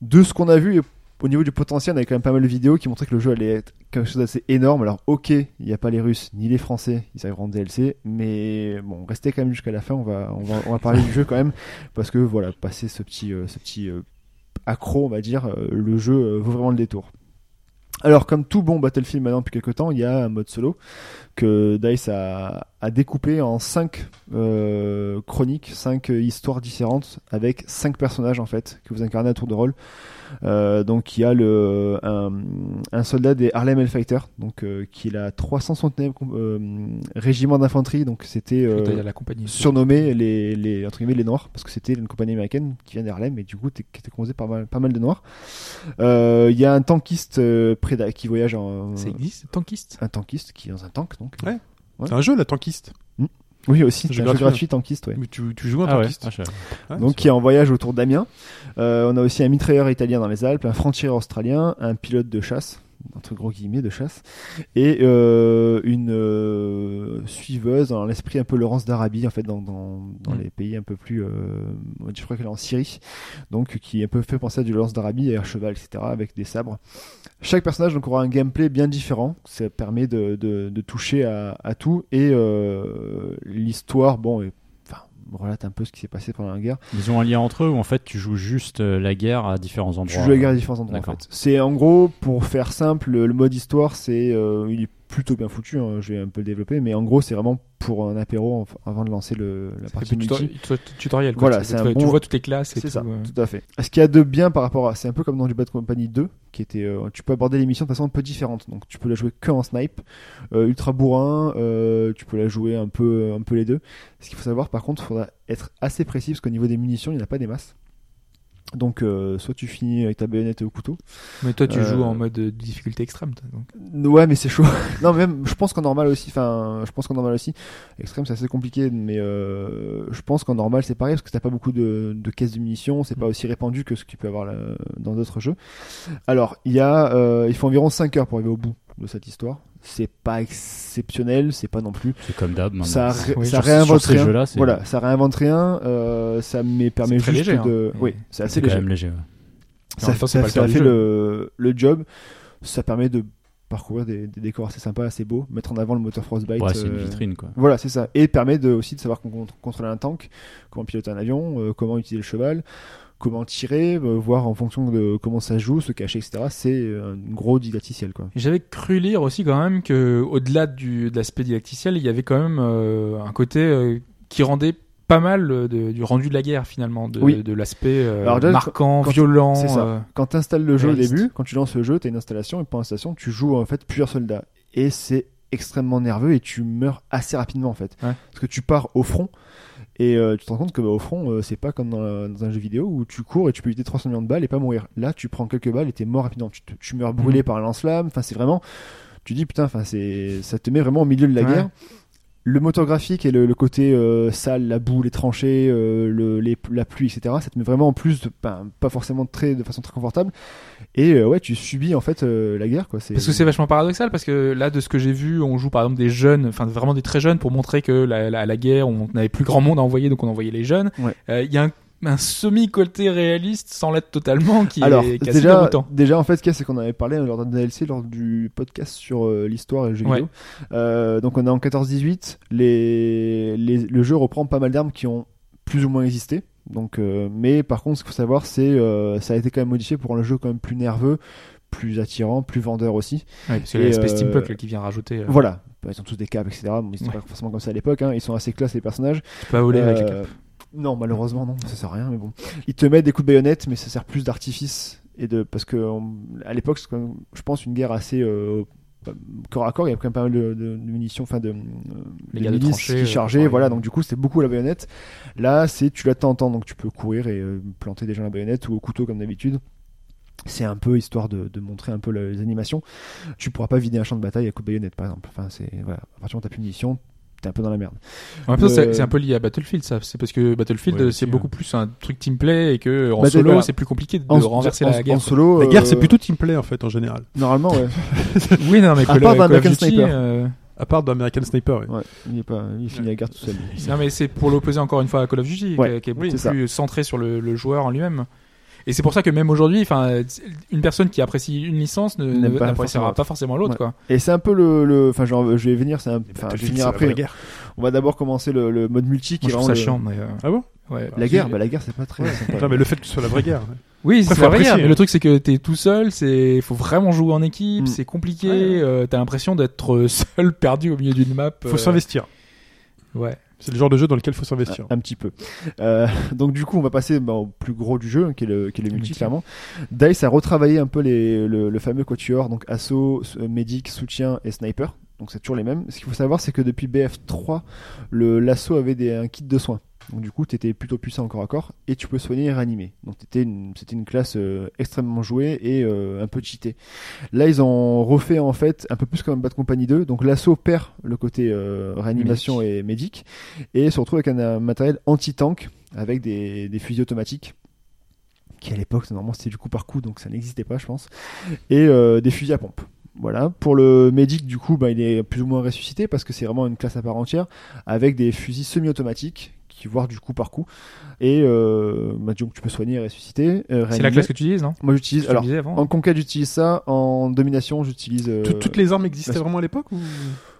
De ce qu'on a vu, et au niveau du potentiel, on avait quand même pas mal de vidéos qui montraient que le jeu allait être quelque chose d'assez énorme. Alors, ok, il n'y a pas les Russes ni les Français, ils arriveront en DLC, mais bon, restez quand même jusqu'à la fin, on va, on va, on va parler du jeu quand même, parce que voilà, passer ce petit, euh, ce petit euh, accro, on va dire, euh, le jeu euh, vaut vraiment le détour. Alors, comme tout bon Battlefield maintenant depuis quelques temps, il y a un mode solo que Dice a, a découpé en 5 chroniques, 5 histoires différentes avec 5 personnages en fait que vous incarnez à tour de rôle. Euh, donc il y a le, un, un soldat des Harlem Hellfighter, donc euh, qui est la 369 euh, régiment d'infanterie, donc c'était euh,
t'as la compagnie.
surnommé les, les, entre guillemets, les Noirs, parce que c'était une compagnie américaine qui vient d'Harlem, et du coup, t'es- qui était composée par mal, pas mal de Noirs. Euh, Il y a un tankiste euh, préda- qui voyage en.
Ça existe Tankiste
Un tankiste qui est dans un tank, donc.
Ouais. C'est un jeu, la tankiste.
Oui, aussi,
Jeu
c'est un jeu
gratuit.
gratuit tankiste, ouais.
Mais tu, tu joues un
Ah ouais,
tankiste.
ah, je-
Ouais,
Donc, qui est en voyage autour d'Amiens. Euh, on a aussi un mitrailleur italien dans les Alpes, un franc-tireur australien, un pilote de chasse, entre gros guillemets, de chasse, et euh, une euh, suiveuse dans l'esprit un peu Laurence d'Arabie, en fait, dans, dans, dans
Mm.
les pays un peu plus. euh, je crois qu'elle est en Syrie, donc qui est un peu fait penser à du Laurence d'Arabie, à un cheval, etc., avec des sabres. Chaque personnage donc, aura un gameplay bien différent. Ça permet de, de- de toucher à, à tout. Et euh, l'histoire, bon, est- enfin, relate un peu ce qui s'est passé pendant la guerre.
Ils ont un lien entre eux où en fait tu joues juste euh, la guerre à différents endroits.
Tu joues la guerre à différents endroits. En
D'accord.
fait. C'est en gros, pour faire simple, le mode histoire, c'est euh, il est plutôt bien foutu. hein, je vais un peu le développer, mais en gros, c'est vraiment pour un apéro en- avant de lancer le,
Ça
la
fait plus
partie multi.
tuto- tuto- tutoriel. quoi.
Voilà,
Tu-
c'est
tu- tu
un bon-
vois toutes les classes et
C'est
tout.
ça,
euh.
tout à fait. Ce qu'il y a de bien par rapport à, c'est un peu comme dans du Bad Company 2, qui était, euh, tu peux aborder l'émission de façon un peu différente. Donc tu peux la jouer que en snipe, euh, ultra bourrin, euh, tu peux la jouer un peu, euh, un peu les deux. Ce qu'il faut savoir, par contre, il faudra être assez précis parce qu'au niveau des munitions, il n'y en a pas des masses. Donc euh, soit tu finis avec ta baïonnette au couteau.
Mais toi, tu
Euh,
joues en mode euh, difficulté extrême. toi, donc.
Ouais, mais c'est chaud. non, même, je pense qu'en normal aussi, enfin, je pense qu'en normal aussi, extrême, c'est assez compliqué, mais euh, je pense qu'en normal, c'est pareil, parce que t'as pas beaucoup de, de caisses de munitions,
Mm.
c'est pas aussi répandu que ce qu'il peut y avoir là, dans d'autres jeux. Alors, il y a, euh, il faut environ 5 heures pour arriver au bout de cette histoire. C'est pas exceptionnel, c'est pas non plus.
C'est comme d'hab maintenant.
Ça,
C'est-
ré-
oui,
ça
sur-
réinvente
sur ces
rien.
jeux-là, c'est-
voilà, ça réinvente rien, euh, ça me permet
C'est très
juste
léger, hein.
de.
Mais-
Oui, c'est assez
C'est quand
léger
même léger. ouais.
En même temps, c'est pas le
ça
cœur du
fait
jeu.
le, le job. Ça permet de parcourir des, des décors assez sympas, assez beaux, mettre en avant le moteur Frostbite.
Ouais, c'est une
euh,
vitrine quoi.
Voilà, c'est ça. Et permet de, aussi de savoir qu'on contr- contrôler un tank, comment piloter un avion, euh, comment utiliser le cheval, comment tirer, euh, voir en fonction de comment ça se joue, se cacher, etc. C'est euh, un gros didacticiel, quoi.
J'avais cru lire aussi quand même que au-delà du de l'aspect didacticiel, il y avait quand même euh, un côté euh, qui rendait pas mal euh, de- du rendu de la guerre finalement, de,
Oui.
de l'aspect euh,
Alors déjà,
marquant,
quand-
violent.
c'est ça.
euh,
Quand tu installes le jeu
Réaliste.
au début, quand tu lances le jeu, tu as une installation et pendant l'installation, tu joues en fait plusieurs soldats. Et c'est extrêmement nerveux et tu meurs assez rapidement en fait.
Ouais.
Parce que tu pars au front et euh, tu te rends compte que bah, au front, euh, c'est pas comme dans, la- dans un jeu vidéo où tu cours et tu peux éviter 300 millions de balles et pas mourir. Là, tu prends quelques balles et t'es mort rapidement. Tu, te- tu meurs
Mhm.
brûlé par un lance-flamme. Enfin, c'est vraiment. Tu dis putain, enfin, c'est, ça te met vraiment au milieu de la
Ouais.
guerre. le moteur graphique et le, le côté euh, sale, la boue, les tranchées, euh, le- les- la pluie, etc. Ça te met vraiment en plus, de, ben, pas forcément très, de façon très confortable. Et euh, ouais, tu subis en fait euh, la guerre, quoi. C'est
Parce que c'est vachement paradoxal, parce que là, de ce que j'ai vu, on joue par exemple des jeunes, enfin vraiment des très jeunes, pour montrer que la, la, la guerre, on n'avait plus grand monde à envoyer, donc on envoyait les jeunes. Euh, Il
Ouais.
y a un, un semi-côté réaliste, sans l'être totalement, qui
Alors
est qui est assez
déjà,
déroutant.
déjà en fait, ce qu'il y a, c'est qu'on avait parlé lors d'un DLC, lors du podcast sur euh, l'histoire et le jeu
Ouais.
vidéo. Euh, donc on est en 14-18, les, les- le jeu reprend pas mal d'armes qui ont plus ou moins existé. Donc, euh, mais par contre, ce qu'il faut savoir, c'est euh, ça a été quand même modifié pour rendre le jeu quand même plus nerveux, plus attirant, plus vendeur aussi.
Ouais, parce que
Et,
l'aspect
euh,
steampunk là, qui vient rajouter, euh,
Voilà. Bah, Ils ont tous des capes, etc. Bon, ils sont
Ouais.
pas forcément comme ça à l'époque. hein. Ils sont assez classe les personnages.
tu peux voler avec les
Euh, Non, malheureusement, non. Ça sert à rien, mais bon. Ils te mettent des coups de baïonnette, mais ça sert plus d'artifice et de parce que on- à l'époque, c'est quand même, je pense, une guerre assez euh, corps à corps. Il y a quand même pas mal de, de- de munitions, enfin de, euh,
Les
de
guerres de
milices
tranchées, euh,
qui chargeaient.
ouais.
voilà. Donc du coup, c'était beaucoup à la baïonnette. Là, c'est tu l'attends, t'entends, donc tu peux courir et euh, planter des gens à la baïonnette ou au couteau comme d'habitude. C'est un peu histoire de, de montrer un peu le- les animations. Tu pourras pas vider un champ de bataille à coup de baïonnette, par exemple. Enfin, c'est voilà. À partir du moment où t'as plus de munitions, t'es un peu dans la merde.
En même temps, c'est-
euh,
c'est un peu lié à Battlefield, ça. C'est parce que Battlefield,
Ouais,
c'est
aussi,
beaucoup plus un truc teamplay et que en
Battle-
solo,
voilà.
c'est plus compliqué de
Bah, En-
renverser
en-
la guerre.
en solo.
La guerre,
euh,
c'est plutôt teamplay en fait en général.
Normalement, ouais.
Oui, non, mais
part
Call Call of
d'American
Duty,
Sniper.
euh,
À part d'American Sniper. oui.
Ouais, il est pas, il finit la guerre tout seul.
Non, mais c'est pour l'opposer encore une fois à Call of Duty,
Ouais,
qui est- qui est
oui,
beaucoup
c'est
plus centré sur le, le joueur en lui-même. Et c'est pour ça que même aujourd'hui, enfin, euh, une personne qui apprécie une licence ne-
N'aime
ne-
pas
n'appréciera
forcément
pas forcément l'autre,
Ouais.
quoi.
Et c'est un peu le, le- enfin, genre, je vais y venir, c'est un, enfin, je vais y
Battlefield,
venir
c'est la vraie
après.
guerre.
On va d'abord commencer le, le mode multi qui
Moi, je
est
trouve
vraiment
ça
le-
chiant, mais euh,
Ah bon
ouais.
La guerre, bah, la guerre, c'est pas très. sympa.
Non, mais le fait que ce soit la vraie guerre. ouais.
Oui,
Après,
c'est
faut
la vraie
apprécier,
guerre, mais
hein.
le truc c'est que t'es tout seul, c'est faut vraiment jouer en équipe,
Mm.
c'est compliqué,
Ouais, ouais.
euh, t'as l'impression d'être seul perdu au milieu d'une map.
Faut
euh,
s'investir.
Ouais.
C'est le genre de jeu dans lequel faut s'investir.
Un petit peu. Euh, donc du coup, on va passer bah, au plus gros du jeu, hein, qui est le, qui est le multi,
multi.
clairement. Dice a retravaillé un peu les, le, le fameux quatuor, donc assaut, s- euh, médic, soutien et sniper. Donc c'est toujours les mêmes. Ce qu'il faut savoir, c'est que depuis BF3, le l'assaut avait des, un kit de soins. Donc du coup, t'étais plutôt puissant encore à corps et tu peux soigner et réanimer. Donc t'étais une- c'était une classe euh, extrêmement jouée et euh, un peu cheatée. Là, ils ont refait en fait un peu plus comme Bad Company 2. Donc l'assaut perd le côté euh, réanimation et médic et se retrouve avec un, euh, matériel anti-tank avec des, des fusils automatiques qui à l'époque normalement c'était du coup par coup donc ça n'existait pas je pense et euh, des fusils à pompe voilà pour le médic du coup bah, il est plus ou moins ressuscité parce que c'est vraiment une classe à part entière avec des fusils semi-automatiques qui voire du coup par coup et euh, bah, donc tu peux soigner et ressusciter euh,
C'est
réanimer.
la classe que tu utilises, non
moi
Tu
j'utilise alors
disais avant.
en conquête j'utilise ça en domination j'utilise euh,
Tout- Toutes les armes existaient
parce-
vraiment à l'époque ou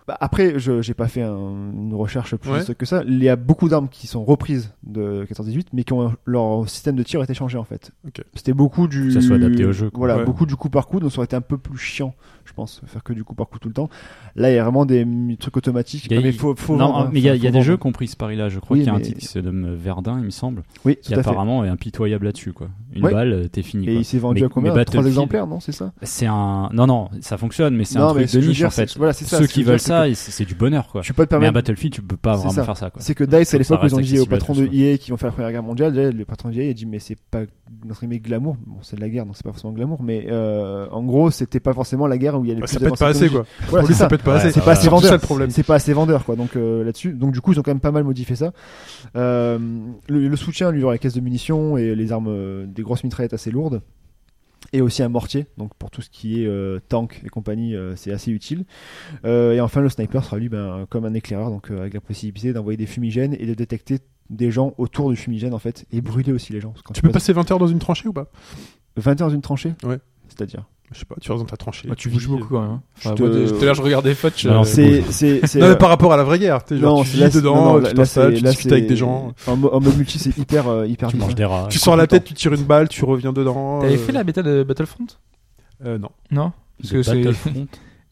bah, après, je j'ai pas fait un- une recherche plus
Ouais.
sérieuse que ça. Il y a beaucoup d'armes qui sont reprises de 14-18, mais qui ont leur système de tir a été changé en fait.
Ok.
C'était beaucoup du.
Que ça soit adapté au jeu, quoi.
Voilà,
Ouais.
beaucoup du coup par coup, donc ça aurait été un peu plus chiant, je pense, faire que du coup par coup tout le temps. Là, il y a vraiment des mm, trucs automatiques.
Il y a-
mais faut, faut
non,
vendre, hein.
mais il y a,
Faut-
il y a
faut
des
vendre.
jeux qui ont pris ce pari-là. Je crois
Oui,
qu'il y a un
mais-
titre qui se nomme Verdun, il me semble,
Oui,
qui
tout à fait.
apparemment est impitoyable là-dessus, quoi. Une
Ouais.
balle, euh, t'es fini.
Et
quoi.
il s'est vendu
Mais-
à combien
mais
Trois
Battlefield-
exemplaires, non C'est ça
C'est un. Non, non, ça fonctionne, mais c'est un
Non, mais
truc
ce que
de
je veux
niche
dire,
en
c'est-
fait.
Voilà, c'est ça.
Ceux
ce que
qui
je veux
veulent
dire, c'est
ça, et c'est c'est du bonheur,
que
quoi.
Tu peux te
Mais un
permettre
Battlefield, tu peux pas
C'est
vraiment
ça.
faire ça, quoi.
C'est que DICE,
Ça
à l'époque,
reste
ils ont dit au
accessible à
patron
tous, hein.
de
quoi.
EA qui vont faire la première guerre mondiale, déjà, le patron de EA il dit mais c'est pas notre guillemets glamour, bon c'est de la guerre donc c'est pas forcément glamour, mais euh, en gros c'était pas forcément la guerre où il y a les
Bah,
plus
Ça pète
avancées
pas assez quoi.
technologiques. Voilà,
Pour lui,
c'est
ça
ça.
pète pas
Ouais,
assez.
ça
C'est pas assez
C'est ça
vendeur.
le problème.
C'est pas assez vendeur quoi donc euh, là-dessus. Donc du coup ils ont quand même pas mal modifié ça. Euh, le, le soutien lui aura la caisse de munitions et les armes euh, des grosses mitraillettes assez lourdes et aussi un mortier donc pour tout ce qui est euh, tank et compagnie euh, c'est assez utile. Euh, et enfin le sniper sera lui ben, comme un éclaireur donc euh, avec la possibilité d'envoyer des fumigènes et de détecter des gens autour du fumigène en fait et brûler aussi les gens. Parce que quand
Tu peux passer 20 heures dans une tranchée ou pas
20 heures dans une tranchée.
Ouais.
C'est-à-dire.
Je sais pas, tu restes dans ta tranchée.
Ah, tu bouges beaucoup quand même. hein.
Je
Enfin,
te-
moi, de- Tout à l'heure, je regardais Fudge.
Non,
euh,
c'est-
C'est c'est c'est
Non, mais
euh,
par rapport à la vraie guerre, t'es genre, tu
c'est- là,
vis
c'est-
dedans,
non,
tu
là, là,
t'installes,
c'est-
tu
là,
discutes
c'est-
avec des gens,
En, mo- en mode multi, c'est hyper, euh, hyper
Tu
vif,
manges
hein.
des rats.
tu sors la
tout le
tête, tu tires une balle, tu reviens dedans.
T'avais
euh,
fait la bêta de Battlefront
euh, Non.
Non parce que
de
c'est-
Battlefront.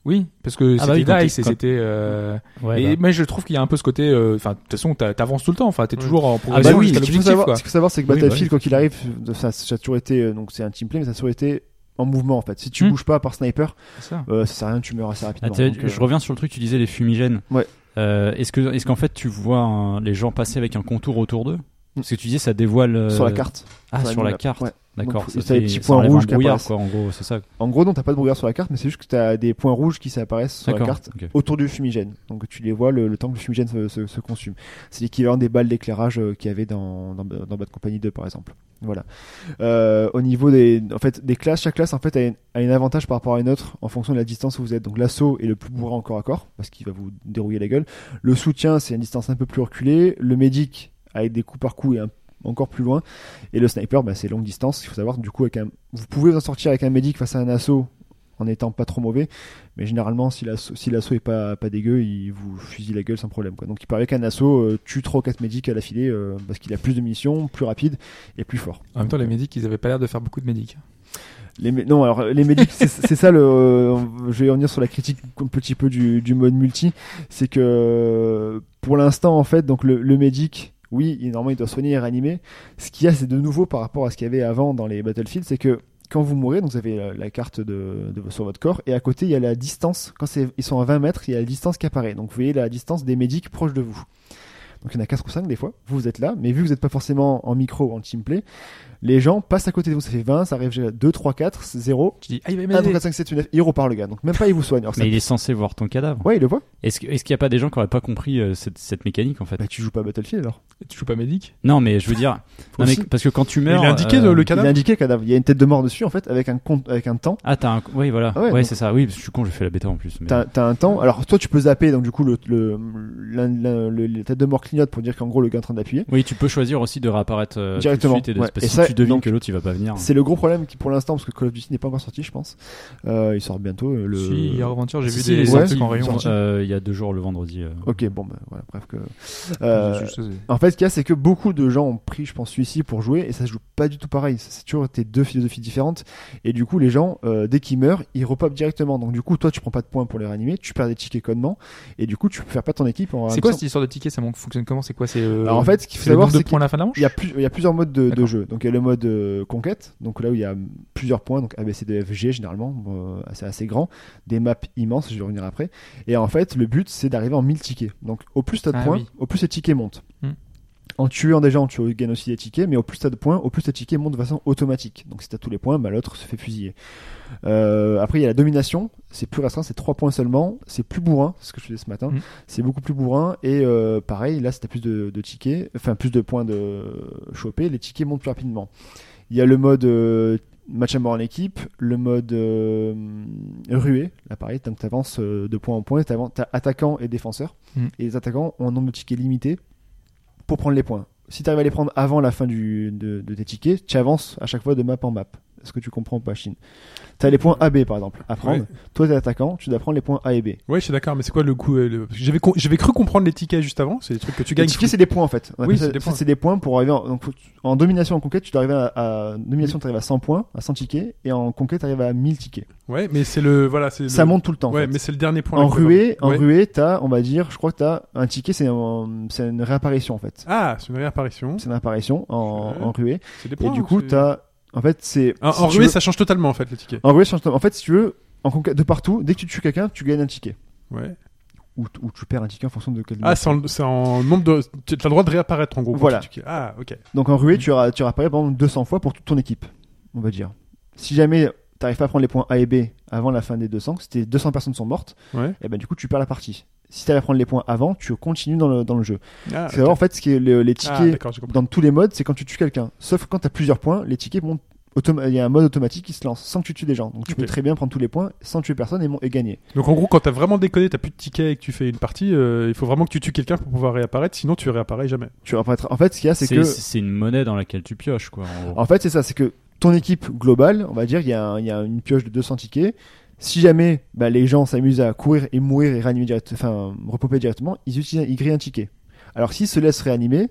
Oui, parce que
Ah bah
c'était
oui, quand
DICE
t'es-
et
quand-
c'était. euh,
Ouais,
et-
bah.
Mais je trouve qu'il y a un peu ce côté. euh, Enfin, de toute façon, t'a- t'avances tout le temps. Enfin, t'es
Ouais.
toujours en
Ah
Bah
progression
oui,
jusqu'à
ce qu'il faut
l'objectif.
savoir,
quoi.
ce qu'il faut savoir, c'est que
Oui,
Battlefield,
bah oui.
quand il arrive, de- ça, ça a toujours été, euh, donc c'est un teamplay, mais ça a toujours été en mouvement en fait. Si tu
Hmm.
bouges pas par sniper,
C'est ça.
euh, ça sert à rien, tu meurs assez
Ah,
rapidement.
t'as-
Donc, euh,
je reviens sur le truc, tu disais les fumigènes.
Ouais.
Euh, est-ce que, est-ce qu'en fait tu vois un- les gens passer avec un contour autour d'eux Parce que tu disais ça dévoile euh,
Mm. sur la carte.
Ah, sur la
map.
carte.
euh, Ouais.
D'accord.
Donc,
ça
ça, les
fait-
petits
ça
points
enlève
rouges
un
qui
brouillard,
apparaissent.
quoi, en gros, c'est ça.
En gros, non, t'as pas de brouillard sur la carte, mais c'est juste que t'as des points rouges qui s'apparaissent sur la
D'accord.
carte
ok.
autour du fumigène. Donc tu les vois le, le temps que le fumigène se, se- se consume. C'est l'équivalent des balles d'éclairage euh, qu'il y avait dans, dans, dans Bad Company 2 par exemple. Voilà. Euh, au niveau des, en fait, des classes, chaque classe en fait a, une- a un avantage par rapport à une autre en fonction de la distance où vous êtes. Donc l'assaut est le plus bourrin encore à corps parce qu'il va vous dérouiller la gueule. Le soutien c'est une distance un peu plus reculée. Le médic avec des coups par coup et un encore plus loin. Et le sniper, bah, c'est longue distance. Il faut savoir, du coup, avec un... vous pouvez vous en sortir avec un médic face à un assaut en étant pas trop mauvais. Mais généralement, si l'assaut si l'assaut est pas, pas dégueu, il vous fusille la gueule sans problème. Quoi. Donc il paraît qu'un assaut euh, tue 3 ou 4 médics à la filée euh, parce qu'il a plus de munitions, plus rapide et plus fort.
En même temps, les médics, ils avaient pas l'air de faire beaucoup de médics.
Les mé- non, alors les médics, c'est c'est ça le. euh, je vais revenir sur la critique un petit peu du, du mode multi. C'est que pour l'instant, en fait, donc le, le médic, oui, il- normalement, il doit soigner et réanimer. Ce qu'il y a, c'est de nouveau par rapport à ce qu'il y avait avant dans les Battlefield, c'est que quand vous mourrez, donc vous avez la, la carte de, de- sur votre corps, et à côté, il y a la distance. Quand c'est- ils sont à 20 mètres, il y a la distance qui apparaît. Donc vous voyez la distance des médics proches de vous. Donc il y en a 4 ou 5 des fois, vous, vous êtes là, mais vu que vous n'êtes pas forcément en micro ou en teamplay, les gens passent à côté de vous, ça fait 20, ça arrive à 2, 3, 4, 0,
Tu dis, ah, il va
1, 2,
m'aider.
3, 4, 5, 7, 8, 9, il repart le gars, donc même pas il vous soigne. Alors, ça-
Mais il est censé voir ton cadavre.
Ouais, il le voit
Est-ce que- est-ce qu'il n'y a pas des gens qui n'auraient pas compris euh, cette, cette mécanique en fait
Bah tu joues pas à Battlefield alors.
Tu joues pas médic
Non, mais je veux dire, non, mais
Aussi.
parce que quand tu
Mais
meurs,
il est indiqué
euh,
le- le
Il
cadavre
a indiqué cadavre, il y a une tête de mort dessus en fait, avec un compte, avec un temps.
Ah, t'as un. Oui, voilà.
Ah ouais,
ouais,
donc-
c'est ça. Oui, parce que je suis con, j'ai fait la bêta en plus. mais-
T'as t'as un temps. Alors toi tu peux zapper, donc du coup le, le, l'un- l'un- le- les têtes de mort clignotent pour dire qu'en gros le gars est en train d'appuyer.
Oui, tu peux choisir aussi de réapparaître euh,
Directement,
tout de suite et de...
ouais.
parce
Et
que si
ça,
tu devines
donc-
que l'autre il va pas venir.
C'est le gros problème qui pour l'instant, parce que Call of Duty n'est pas encore sorti je pense. Euh, il sort bientôt. euh, Le...
Si, hier aventure, j'ai
Si,
vu
si, il
des
est
sorti,
trucs en
il est
rayon.
sorti.
Euh, Il y a deux jours, le vendredi. euh.
Ok bon bah, voilà bref que.
Euh,
Euh,
je- je- je-
En fait, ce qu'il y a, c'est que beaucoup de gens ont pris, je pense, celui-ci pour jouer et ça se joue pas du tout pareil. Ça, C'est toujours tes deux philosophies différentes. Et du coup, les gens, euh, dès qu'ils meurent, ils repopent directement. Donc, du coup, toi, tu prends pas de points pour les réanimer, tu perds des tickets connement et du coup, tu peux faire pas ton équipe en
C'est quoi cette histoire de ticket Ça mon- fonctionne comment C'est quoi C'est. euh,
Alors, en fait, ce qu'il faut
c'est le
savoir,
nombre de
c'est qu'il
points à la fin de la manche
y a, plus- il y a plusieurs modes de, de
D'accord.
jeu. Donc, il y a le mode euh, conquête, donc là où il y a plusieurs points, donc ABCDFG E généralement, euh, c'est assez grand, des maps immenses, je vais revenir après. Et en fait, le but, c'est d'arriver en 1000 tickets. Donc, au plus t'as de
Ah
points,
oui.
au plus les tickets montent.
Hmm.
En tuant des gens, tu gagnes aussi des tickets, mais au plus t'as de points, au plus tes tickets montent de façon automatique. Donc si t'as tous les points, bah, l'autre se fait fusiller. Euh, après, il y a la domination, c'est plus restreint, c'est 3 points seulement, c'est plus bourrin, c'est ce que je faisais ce matin,
Mm.
c'est beaucoup plus bourrin, et euh, pareil, là si t'as plus de, de tickets, enfin plus de points de choper, les tickets montent plus rapidement. Il y a le mode euh, match à mort en équipe, le mode euh, ruée, là pareil, donc t'avances euh, de point en point, t'avan- t'as attaquant et défenseur,
Mm.
et les attaquants ont un nombre de tickets limité pour prendre les points. Si tu arrives à les prendre avant la fin du, de, de tes tickets, tu avances à chaque fois de map en map. Est-ce que tu comprends ou pas, Chine Tu as les points AB par exemple à prendre.
Ouais.
Toi, tu es attaquant, tu dois prendre les points A et B.
Ouais, je suis d'accord, mais c'est quoi le coup euh, le- J'avais con- j'avais cru comprendre les tickets juste avant, c'est des trucs que tu
Les
gagnes.
tickets, c'est des points en fait. On
Oui,
appelle ça-
c'est des
ça,
points.
c'est des points pour arriver en, donc, faut- en domination en conquête. Tu dois arriver à, à- domination,
Mm.
tu arrives à 100 points, à 100 tickets, et en conquête, tu arrives à 1000 tickets.
Ouais, mais c'est le voilà, c'est
Ça
le-
monte tout le temps. en
Ouais,
fait.
mais c'est le dernier point.
en
là, que-
ruée, en
Ouais.
ruée, t'as, on va dire, je crois que t'as un ticket, c'est un- c'est une réapparition en fait.
Ah, c'est une réapparition.
C'est une réapparition en,
Ouais.
en ruée.
C'est des
Et
points.
du
ou
coup,
c'est- Ah,
t'as, en fait, c'est.
En,
si
en
tu
ruée,
veux-
ça change totalement en fait le ticket.
En ruée, change- en fait, si tu veux, en conquête de partout, dès que tu tues quelqu'un, tu gagnes un ticket.
Ouais.
Ou, t- ou tu perds un ticket en fonction de quel.
Ah, c'est en, c'est en nombre de. Tu as le droit de réapparaître en gros. quand
Voilà.
tu tickets. Ah, ok.
Donc en ruée, tu auras, tu auras par exemple 200 fois pour toute ton équipe, on va dire. Si jamais t'arrives pas à prendre les points A et B avant la fin des 200, si tes 200 personnes sont mortes,
Ouais.
et ben du coup tu perds la partie. Si t'arrives à prendre les points avant, tu continues dans le, dans le jeu.
Ah,
c'est vraiment en fait ce qui est le- les
ah,
tickets
d'accord, j'ai compris.
dans tous les modes, c'est quand tu tues quelqu'un. Sauf quand t'as plusieurs points, les tickets montent. automa- Il y a un mode automatique qui se lance sans que tu tues des gens. Donc tu peux
Ok.
très bien prendre tous les points sans tuer personne et, mon- et gagner.
Donc en gros, quand t'as vraiment déconné, t'as plus de tickets et que tu fais une partie, euh, il faut vraiment que tu tues quelqu'un pour pouvoir réapparaître, sinon tu réapparais jamais.
Tu vas pas être- En fait, ce qu'il y a, c'est
C'est
que. Ah.
c'est une monnaie dans laquelle tu pioches, quoi. en gros.
En fait, c'est ça, c'est que ton équipe globale, on va dire, il y, a un- il y a une pioche de 200 tickets. Si jamais bah, les gens s'amusent à courir et mourir et réanimer direct, enfin, repoper directement, ils, utilisent, ils grillent un ticket. Alors s'ils se laissent réanimer,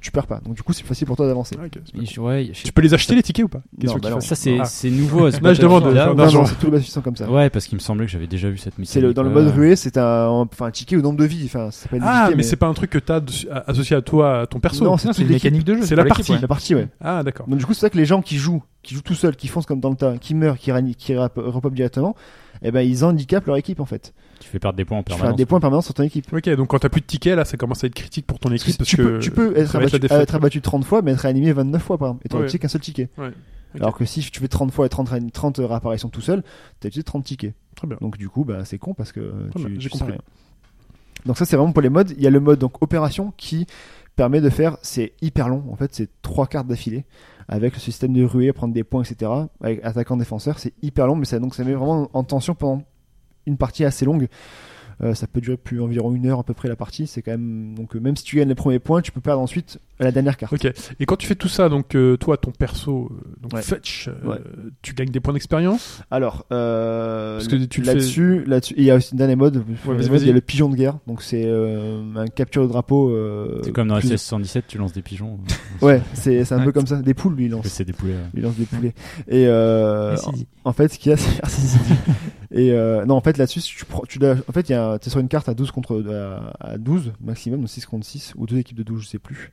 tu perds pas. Donc du coup, c'est facile pour toi d'avancer.
Ah, ok, c'est pas
Et
con.
je- ouais, je-
Tu peux les acheter les tickets ou pas Qu'est-ce
Non,
qu'il
bah non.
fasse
Ça, c'est
Ah.
c'est nouveau. à ce
Là, je demande,
Battlefield-là.
euh,
Non,
d'argent.
non, c'est tous les bâtiments sont comme ça.
Ah, Ouais, parce qu'il me semblait que j'avais déjà vu cette mécanique.
C'est le, dans le
euh,
mode ruée, c'est un, enfin, un ticket ou nombre de vies. Enfin, ça s'appelle des
Ah,
tickets,
mais, c'est pas un truc que t'as de- à- associé à toi, à ton perso.
Non,
Non,
c'est
c'est une
l'équipe.
mécanique de jeu.
C'est la
pour l'équipe,
partie.
ouais.
la partie, ouais.
Ah, d'accord.
Donc du coup, c'est ça que les gens qui jouent qui jouent tout seuls, qui foncent comme dans le tas, qui meurent, qui, rani- qui rap- repopent directement, eh ben ils handicapent leur équipe en fait.
Tu fais perdre des points en
Tu
permanence.
fais des points permanents sur ton équipe.
Ok, donc quand t'as plus de tickets, là, ça commence à être critique pour ton équipe.
Parce que
Parce
tu,
que
peux, tu peux être
ça va être la
abattu,
défaite.
être abattu 30 fois, mais être animé 29 fois par exemple, et t'auras
Ouais.
utilisé qu'un seul ticket.
Ouais. Ok.
Alors que si tu fais 30 fois et 30, ré- 30 réapparitions tout seul, t'as utilisé 30 tickets.
Très bien.
Donc du coup, bah, c'est con parce que euh,
Très bien,
tu,
j'ai
tu sais
compris.
rien. Donc ça, c'est vraiment pour les modes. Il y a le mode donc opération qui permet de faire, c'est hyper long. En fait, c'est trois cartes d'affilée avec le système de ruée, prendre des points, etc. Avec attaquant, défenseur, c'est hyper long, mais ça donc ça met vraiment en tension pendant une partie assez longue. Euh, ça peut durer plus environ une heure à peu près la partie. C'est quand même donc euh, même si tu gagnes les premiers points, tu peux perdre ensuite à la dernière carte.
Ok. Et quand tu fais tout ça, donc euh, toi, ton perso, euh, donc
Ouais.
fetch, euh,
Ouais.
tu gagnes des points d'expérience.
Alors, euh,
Parce que tu le
là-dessus, là-dessus, il y a aussi une dernier mode.
vas-y,
il y a
vas-y.
le pigeon de guerre, donc c'est euh, un capture de drapeau. euh,
C'est comme dans
plus-
SS117, tu lances des pigeons.
Ouais, c'est c'est un
Ouais.
peu comme ça. Des poules, lui, il
parce que
lance.
c'est des poulets. ouais.
Il lance des poulets. Et euh,
Merci.
en, en fait, ce qu'il y a, c'est merci, Didi. Et euh, non, en fait, là-dessus, tu prends, tu dois- en fait, il y a, un- t'es sur une carte à 12 contre, à, à 12 maximum, donc 6 contre 6, ou deux équipes de 12, je sais plus.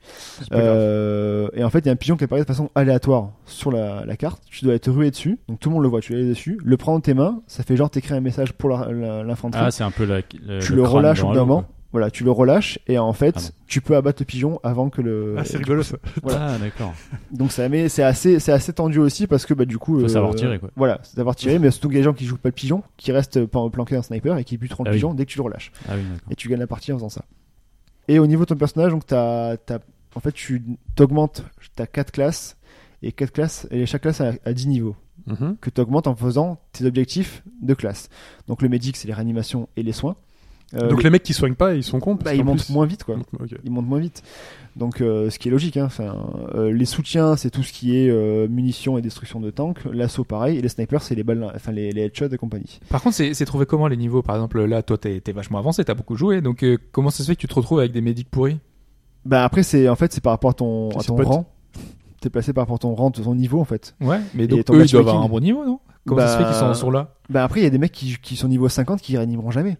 pas grave.
Euh, et en fait, il y a un pigeon qui apparaît de façon aléatoire sur la, la carte. Tu dois être rué dessus, donc tout le monde le voit. Tu es dessus, le prends dans tes mains, ça fait genre t'écris un message pour la- la- l'infanterie.
Ah, c'est un peu la.
tu le, relâches au bout d'un moment.
moment
Voilà, tu le relâches et en fait,
Ah bon.
tu peux abattre le pigeon avant que le.
ah, c'est rigolo ça.
Ah, d'accord.
Donc ça met, c'est assez, c'est assez tendu aussi parce que bah du coup,
Faut savoir tirer, quoi.
Voilà, c'est savoir tirer, mais surtout qu'il y a des gens qui jouent pas le pigeon, qui restent euh, pan- planqués dans un sniper et qui buteront le
Ah oui.
pigeon dès que tu le relâches.
Ah oui, d'accord.
Et tu gagnes la partie en faisant ça. Et au niveau de ton personnage, donc t'as, t'as, en fait, tu t'augmentes, t'as quatre classes et quatre classes et chaque classe a, a 10 niveaux
Mhm.
que tu augmentes en faisant tes objectifs de classe. Donc le médic, c'est les réanimations et les soins. Euh,
Donc
le-
les mecs qui soignent pas, ils sont cons. parce
bah, ils
qu'en
montent
plus-
moins vite quoi
Ok.
ils montent moins vite. Donc, euh, ce qui est logique. hein. Enfin, euh, les soutiens, c'est tout ce qui est euh, munitions et destruction de tanks. L'assaut, pareil. Et les snipers, c'est les balles, enfin les, les headshots et compagnie.
Par contre, c'est c'est trouvé comment les niveaux Par exemple, là, toi, t'es t'es vachement avancé, t'as beaucoup joué, donc euh, comment ça se fait que tu te retrouves avec des médics pourris
Bah après, c'est en fait, c'est par rapport à ton, à
C'est
ton
pote.
rang. T'es placé par rapport à ton rang, ton niveau en fait.
Ouais, mais
Et
donc
ton
eux, ils
matchmaking
doivent avoir un bon niveau, non Comment ça se fait
Bah,
qu'ils sont, sont là
Bah après, il y a des mecs qui, qui sont niveau 50 qui réanimeront jamais.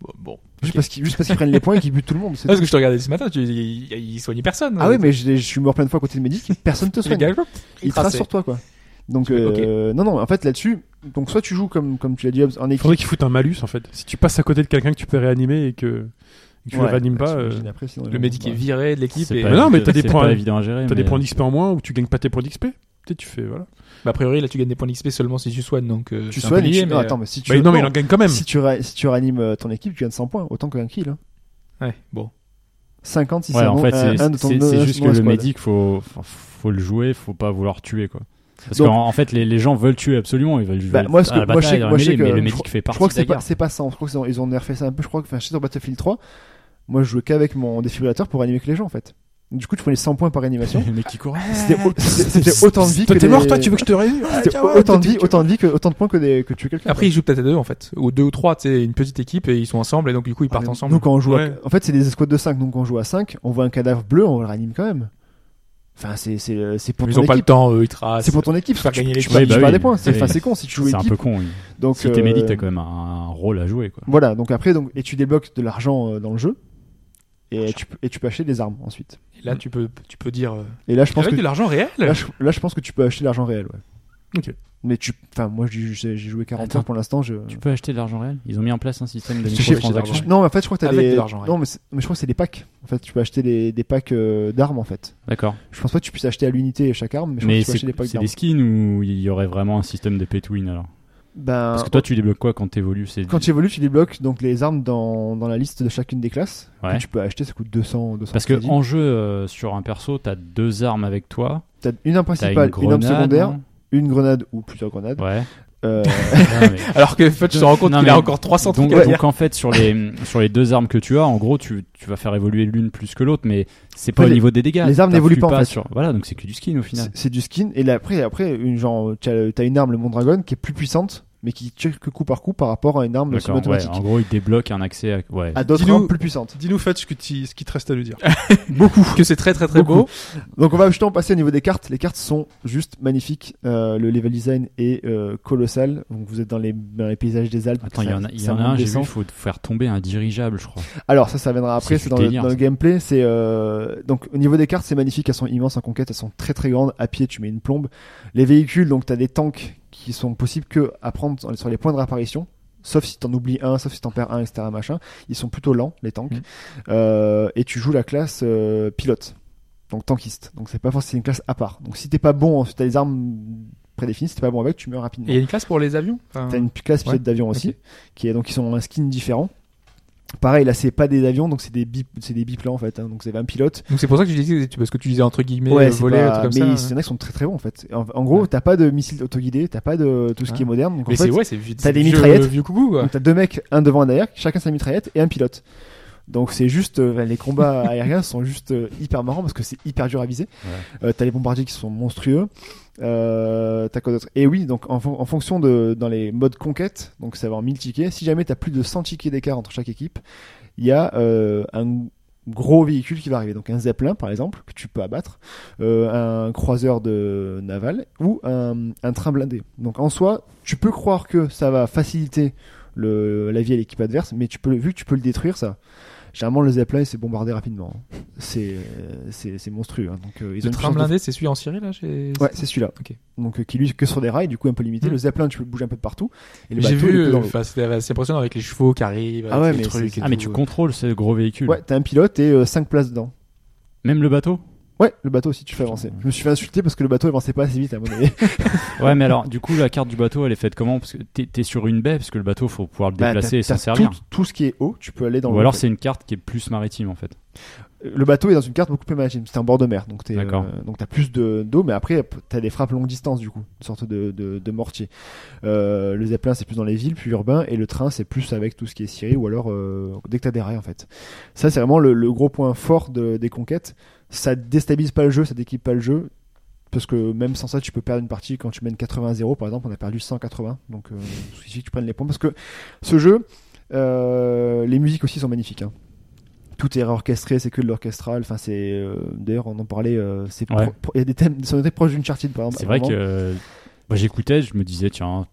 Bon, Bon.
Juste parce qu'ils juste parce qu'ils prennent les points et qu'ils butent tout le monde. c'est
Ah, Parce
tout.
que je te regardais ce matin, tu, ils, ils soignaient personne.
Ah oui, mais je, je suis mort plein de fois à côté de Medic. Personne te
les
soigne.
gars, hop, ils
il trace
traçaient.
sur toi quoi. Donc
Ok.
euh, non non en fait là-dessus donc soit tu joues comme comme tu l'as dit Hobbs, en
Il
équipe
faudrait qu'ils foutent un malus en fait. Si tu passes à côté de quelqu'un que tu peux réanimer et que, et que tu le
Ouais, bah,
réanimes pas, euh,
j'imagine après, sinon, ils
Le
vont-
médic est
voilà.
viré de l'équipe.
C'est
Et...
pas
Mais non, mais
évident-
t'as des
c'est
points-
pas évident à gérer.
t'as des
mais-
euh,
points d'XP en moins ou tu gagnes pas tes points d'XP. Peut-être tu fais voilà.
Bah, a priori, là, tu gagnes des points d'XP seulement si tu soignes, donc euh,
tu
c'est un peu
soignes et
lié,
tu-
mais,
non,
euh,
attends mais si tu
Bah, non, mais il
non,
en gagne quand même.
si tu, ra- si tu réanimes euh, ton équipe, tu gagnes 100 points, autant qu'un kill. Hein.
euh, Ouais, bon.
50 si
Ouais,
c'est
en
bon,
fait,
un,
c'est-
euh, un de ton
c'est
un de
c'est juste
ton
que le
squad.
médic, faut, faut, faut le jouer, faut pas vouloir tuer, quoi. Parce
Donc-
qu'en en fait, les, les gens veulent tuer absolument, ils veulent jouer
Bah, moi, ce
à la
que- moi, je sais
bataille,
que-
dans la
moi, je sais
mêlée, mais
que-
le médic fait
Je
partie
crois que
de la
c'est pas,
guerre.
c'est pas ça. hein. Je crois qu'ils ont, ils ont nerfé ça un peu. Je crois que enfin, chez sur Battlefield 3, moi je jouais qu'avec mon défibrillateur pour animer que les gens en fait. Du coup, tu prenais 100 points par animation.
Le mec qui court.
C'était au- c'était- c'était autant de vie que.
Toi t'es
des-
mort, toi tu veux que je te réanime Ah,
C'était
tiens, ouais,
autant de
t'es-
vie, autant de vie que autant de points que, des, que tu es quelqu'un.
Après, ils jouent peut-être à deux, en fait. Ou deux ou trois, tu sais, une petite équipe, et ils sont ensemble, et donc, du coup, ils partent
Ah, mais
ensemble.
Nous, quand on joue à-
Ouais.
En fait, c'est des escouades de 5. Donc, quand on joue à 5, on voit un cadavre bleu, on le réanime quand même. Enfin, c'est c'est- c'est pour
ils
ton
ont pas le
équipe.
temps, euh, eux, ils
Ah,
tracent.
C'est pour ton équipe.
faire
tu-
gagner
tu
l'équipe.
perds-
Oui,
tu
bah
perds
oui.
des points. C'est
Oui.
enfin, c'est con si tu joues
C'est un
équipe.
peu con. oui.
Donc,
Si t'es médic,
euh,
t'as quand même un un rôle à jouer, quoi.
Voilà, donc après, donc, et tu débloques de l'argent euh, dans le jeu, et tu, peux- et tu peux acheter des armes ensuite.
Et là, tu peux, tu peux dire. euh,
Et là, je pense
Avec
que,
de l'argent réel
là, je, là, je pense que tu peux acheter de l'argent réel, ouais.
Ok.
Mais tu, enfin, moi, j'ai j'ai- j'ai joué 40
Attends.
heures pour l'instant, je.
Tu peux acheter de l'argent réel Ils ont mis en place un système de
Je sais pas,
microtransactions.
j'ai
Non, mais en fait, je crois que t'as
Avec
des.
de l'argent réel.
non, mais, c'est- mais je crois que c'est des packs. En fait, tu peux acheter des, des packs euh, d'armes, en fait.
D'accord.
Je pense pas que tu puisses acheter à l'unité chaque arme, mais je
Mais
pense que
c'est
tu peux acheter des packs
c'est
d'armes.
des skins ou il y aurait vraiment un système de pay to win alors
Ben,
Parce que toi, tu débloques quoi quand t'évolues C'est
quand tu évolues, tu débloques donc les armes dans, dans la liste de chacune des classes.
Ouais.
Que tu peux acheter, ça coûte 200, 200
Parce que
crédits.
en jeu, euh, sur un perso, t'as deux armes avec toi.
T'as une arme
T'as une
principale,
grenade.
une, arme secondaire,
non
une grenade ou plusieurs grenades.
Ouais.
Euh,
Non, mais-
Alors que Fudge se rend compte
Non,
qu'il
mais-
a encore 300
Donc,
trucs à
donc,
dire.
en fait, sur les, sur les deux armes que tu as, en gros, tu, tu vas faire évoluer l'une plus que l'autre, mais c'est pas
Ouais,
au
les-
niveau des dégâts.
les armes
T'influes
n'évoluent pas, en fait.
Sur... Voilà, donc c'est que du skin au final.
C'est c'est du skin. Et là, après, après une genre, t'as t'as une arme, le Mondragon, qui est plus puissante. mais qui check coup par coup par rapport à une Ah, arme
D'accord, ouais,
semi-automatique.
en gros, il débloque un accès à. Ouais.
À d'autres
Dis-nous-
armes plus puissantes.
Dis-nous, Fetch, ce que tu- ce qui te reste à lui dire.
Beaucoup. Que c'est très très très beau.
Beaucoup. Donc on va justement passer au niveau des cartes. Les cartes sont juste magnifiques. Euh, le level design est euh, colossal. Donc vous êtes dans les, dans les paysages des Alpes.
Attends, il
Ça-
y en a, il y
ça
en a
monte,
un, j'ai vu,
descend.
il faut faire tomber un dirigeable, je crois.
Alors ça, ça viendra après,
C'est
c'est
du
dans, le-
délire,
dans le
ça.
gameplay. C'est euh, donc au niveau des cartes, c'est magnifique, elles sont immenses en conquête, elles sont très très grandes. À pied, tu mets une plombe. Les véhicules, donc t'as des tanks qui sont possibles que à prendre sur- sur les points de réapparition. Sauf si t'en oublies un, sauf si t'en perds un, etc. Machin. Ils sont plutôt lents les tanks.
Mhm.
Mm.
Euh, et tu joues la classe euh, pilote, donc tankiste. Donc c'est pas forcément une classe à part. Donc si t'es pas bon, si t'as des armes prédéfinies, si t'es pas bon avec, tu meurs rapidement.
Et il y a une classe pour les avions. Enfin,
T'as une classe pilote
Ouais,
d'avion aussi, qui est donc ils sont un skin différent. Pareil, là c'est pas des avions, donc c'est des bi- c'est des biplans en fait. hein. donc c'est un pilote.
Donc c'est pour ça que tu disais, tu- parce que tu disais entre guillemets euh,
c'est
voler,
pas-
un truc
mais
comme
il
ça.
y en a qui sont très très bons en fait. En, en gros,
Ouais.
t'as pas de missiles autoguidés, t'as pas de tout ce
Ah.
qui est moderne. Donc, en
Mais
fait,
c'est ouais, c'est vieux.
t'as des
vieux- euh,
mitraillettes.
Vieux coucou quoi.
donc, t'as deux mecs, un devant, un derrière, chacun sa mitraillette et un pilote. Donc c'est juste euh, les combats aériens sont juste euh, hyper marrants parce que c'est hyper dur à viser. Euh, t'as les bombardiers qui sont monstrueux. Euh, t'as quoi d'autre Et oui, donc en, fon- en fonction de dans les modes conquête, donc ça va en 1000 tickets. Si jamais t'as plus de 100 tickets d'écart entre chaque équipe, il y a euh, un gros véhicule qui va arriver. Donc un zeppelin par exemple que tu peux abattre, euh, un croiseur de naval ou un, un train blindé. Donc en soi, tu peux croire que ça va faciliter le, la vie à l'équipe adverse, mais tu peux le- vu que tu peux le détruire ça. Généralement, le zeppelin, il s'est bombardé rapidement. hein. C'est euh, c'est c'est monstrueux. hein. Donc, euh, ils ont
Le
une
train
chance de
blindé, c'est celui en Syrie là. chez-
Ouais, c'est celui-là.
Ok.
Donc euh, qui lui que sur des rails, du coup un peu limité.
Mm.
Le zeppelin, tu peux le bouger un peu de partout. Et le
J'ai
bateau, il est
vu,
plus
euh,
dans l'eau.
enfin, c'était assez impressionnant avec les chevaux qui arrivent.
Ah ouais,
avec les
mais
trucs
c'est-
et
Ah, mais
tout.
tu contrôles ce gros véhicule.
Ouais, t'as un pilote et 5 places dedans.
Même le bateau
Ouais, le bateau aussi, tu fais avancer. Je me suis fait insulter parce que le bateau avançait pas assez vite à mon avis.
Ouais, mais alors, du coup, la carte du bateau, elle est faite comment Parce que t'es t'es sur une baie, parce que le bateau, faut pouvoir le
Bah,
déplacer
t'as-
et s'en
t'as
servir.
Tout, tout ce qui est haut, tu peux aller dans Ah,
Ou
l'eau,
alors,
en fait.
c'est une carte qui est plus maritime, en fait.
Le bateau est dans une carte beaucoup plus maritime. C'est en bord de mer, donc t'es,
D'accord.
euh, donc t'as plus de d'eau, mais après t'as des frappes longue distance du coup, une sorte de de, de mortier. Euh, le zeppelin c'est plus dans les villes, plus urbain, et le train c'est plus avec tout ce qui est ciré ou alors euh, dès que t'as des rails en fait. Ça c'est vraiment le, le gros point fort de- des conquêtes. Ça déstabilise pas le jeu, ça déquipe pas le jeu. Parce que même sans ça, tu peux perdre une partie quand tu mènes 80 à 0. Par exemple, on a perdu 180. Donc, euh, il suffit que tu prennes les points. Parce que ce jeu, euh, les musiques aussi sont magnifiques. hein tout est réorchestré, c'est que de l'orchestral. Enfin, c'est euh, d'ailleurs on en parlait. euh, c'est pro-
Ouais.
pro- il y a des thèmes, sont proches d'une chartide par exemple.
C'est
à un
vrai que
moment.
euh, moi, j'écoutais, je me disais, tiens,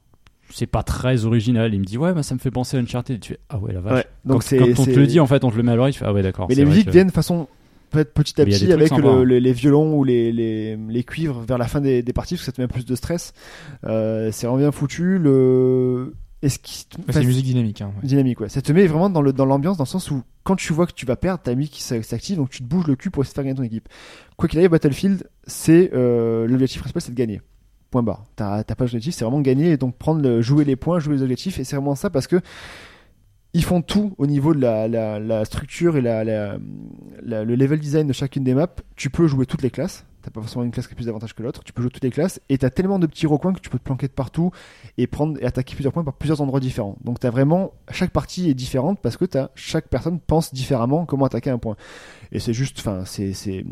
c'est pas très original. Il me dit, ouais, bah, ça me fait penser à Uncharted. Et tu fais, ah ouais, la vache.
Ouais. Donc
quand,
c'est.
quand on te
c'est-
le dit, en fait, on te le met à l'oreille, tu fais, ah ouais, d'accord.
Mais
c'est
les
vrai
musiques
que-
viennent de façon peut-être petit à
Mais il y a
petit
des trucs
avec
sympas,
le-
hein.
le- les violons ou les, les, les cuivres vers la fin des, des parties parce que ça te met plus de stress. Euh, c'est vraiment bien foutu. Le. Est-ce qui
Bah,
Ouais, C'est une musique dynamique. hein, ouais.
Dynamique, ouais. Ça te met vraiment dans le dans l'ambiance, dans le sens où quand tu vois que tu vas perdre, ta musique qui s'a- s'active, donc tu te bouges le cul pour essayer de faire gagner ton équipe. Quoi qu'il arrive, Battlefield, c'est euh, l'objectif principal, c'est de gagner. Point barre. T'as t'as pas d'objectif, c'est vraiment gagner et donc prendre le, jouer les points, jouer les objectifs et c'est vraiment ça parce que ils font tout au niveau de la, la, la structure et la, la, la- le level design de chacune des maps. Tu peux jouer toutes les classes. T'as pas forcément une classe qui a plus d'avantages que l'autre. Tu peux jouer toutes les classes et t'as tellement de petits recoins que tu peux te planquer de partout et prendre et attaquer plusieurs points par plusieurs endroits différents. Donc t'as vraiment chaque partie est différente parce que t'as chaque personne pense différemment comment attaquer un point. Et c'est juste, enfin c'est c'est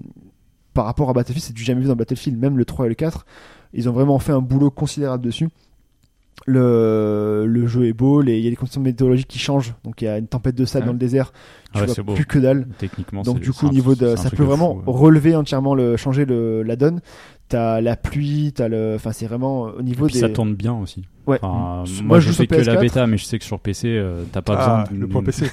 par rapport à Battlefield, c'est du jamais vu dans Battlefield, même le 3 et le 4, ils ont vraiment fait un boulot considérable dessus. Le, le jeu est beau, les- il y a des conditions météorologiques qui changent, donc il y a une tempête de sable
Ouais.
dans le désert,
Ah
tu
ouais, c'est
vois
beau.
plus que dalle.
Techniquement,
Donc
c'est-
du
c'est
coup, au
un-
niveau
c'est un
de, ça
truc
peut
de fou,
vraiment
ouais.
relever entièrement le, changer le, la donne. T'as la pluie, t'as le, enfin c'est vraiment euh, au
Et
niveau
puis
des.
ça tourne bien aussi.
Ouais.
Enfin,
Moi,
moi,
je
je
joue
sais
sur
que la
PS4.
bêta, mais je sais que sur PC, euh, t'as pas
Ah,
besoin.
le point PC.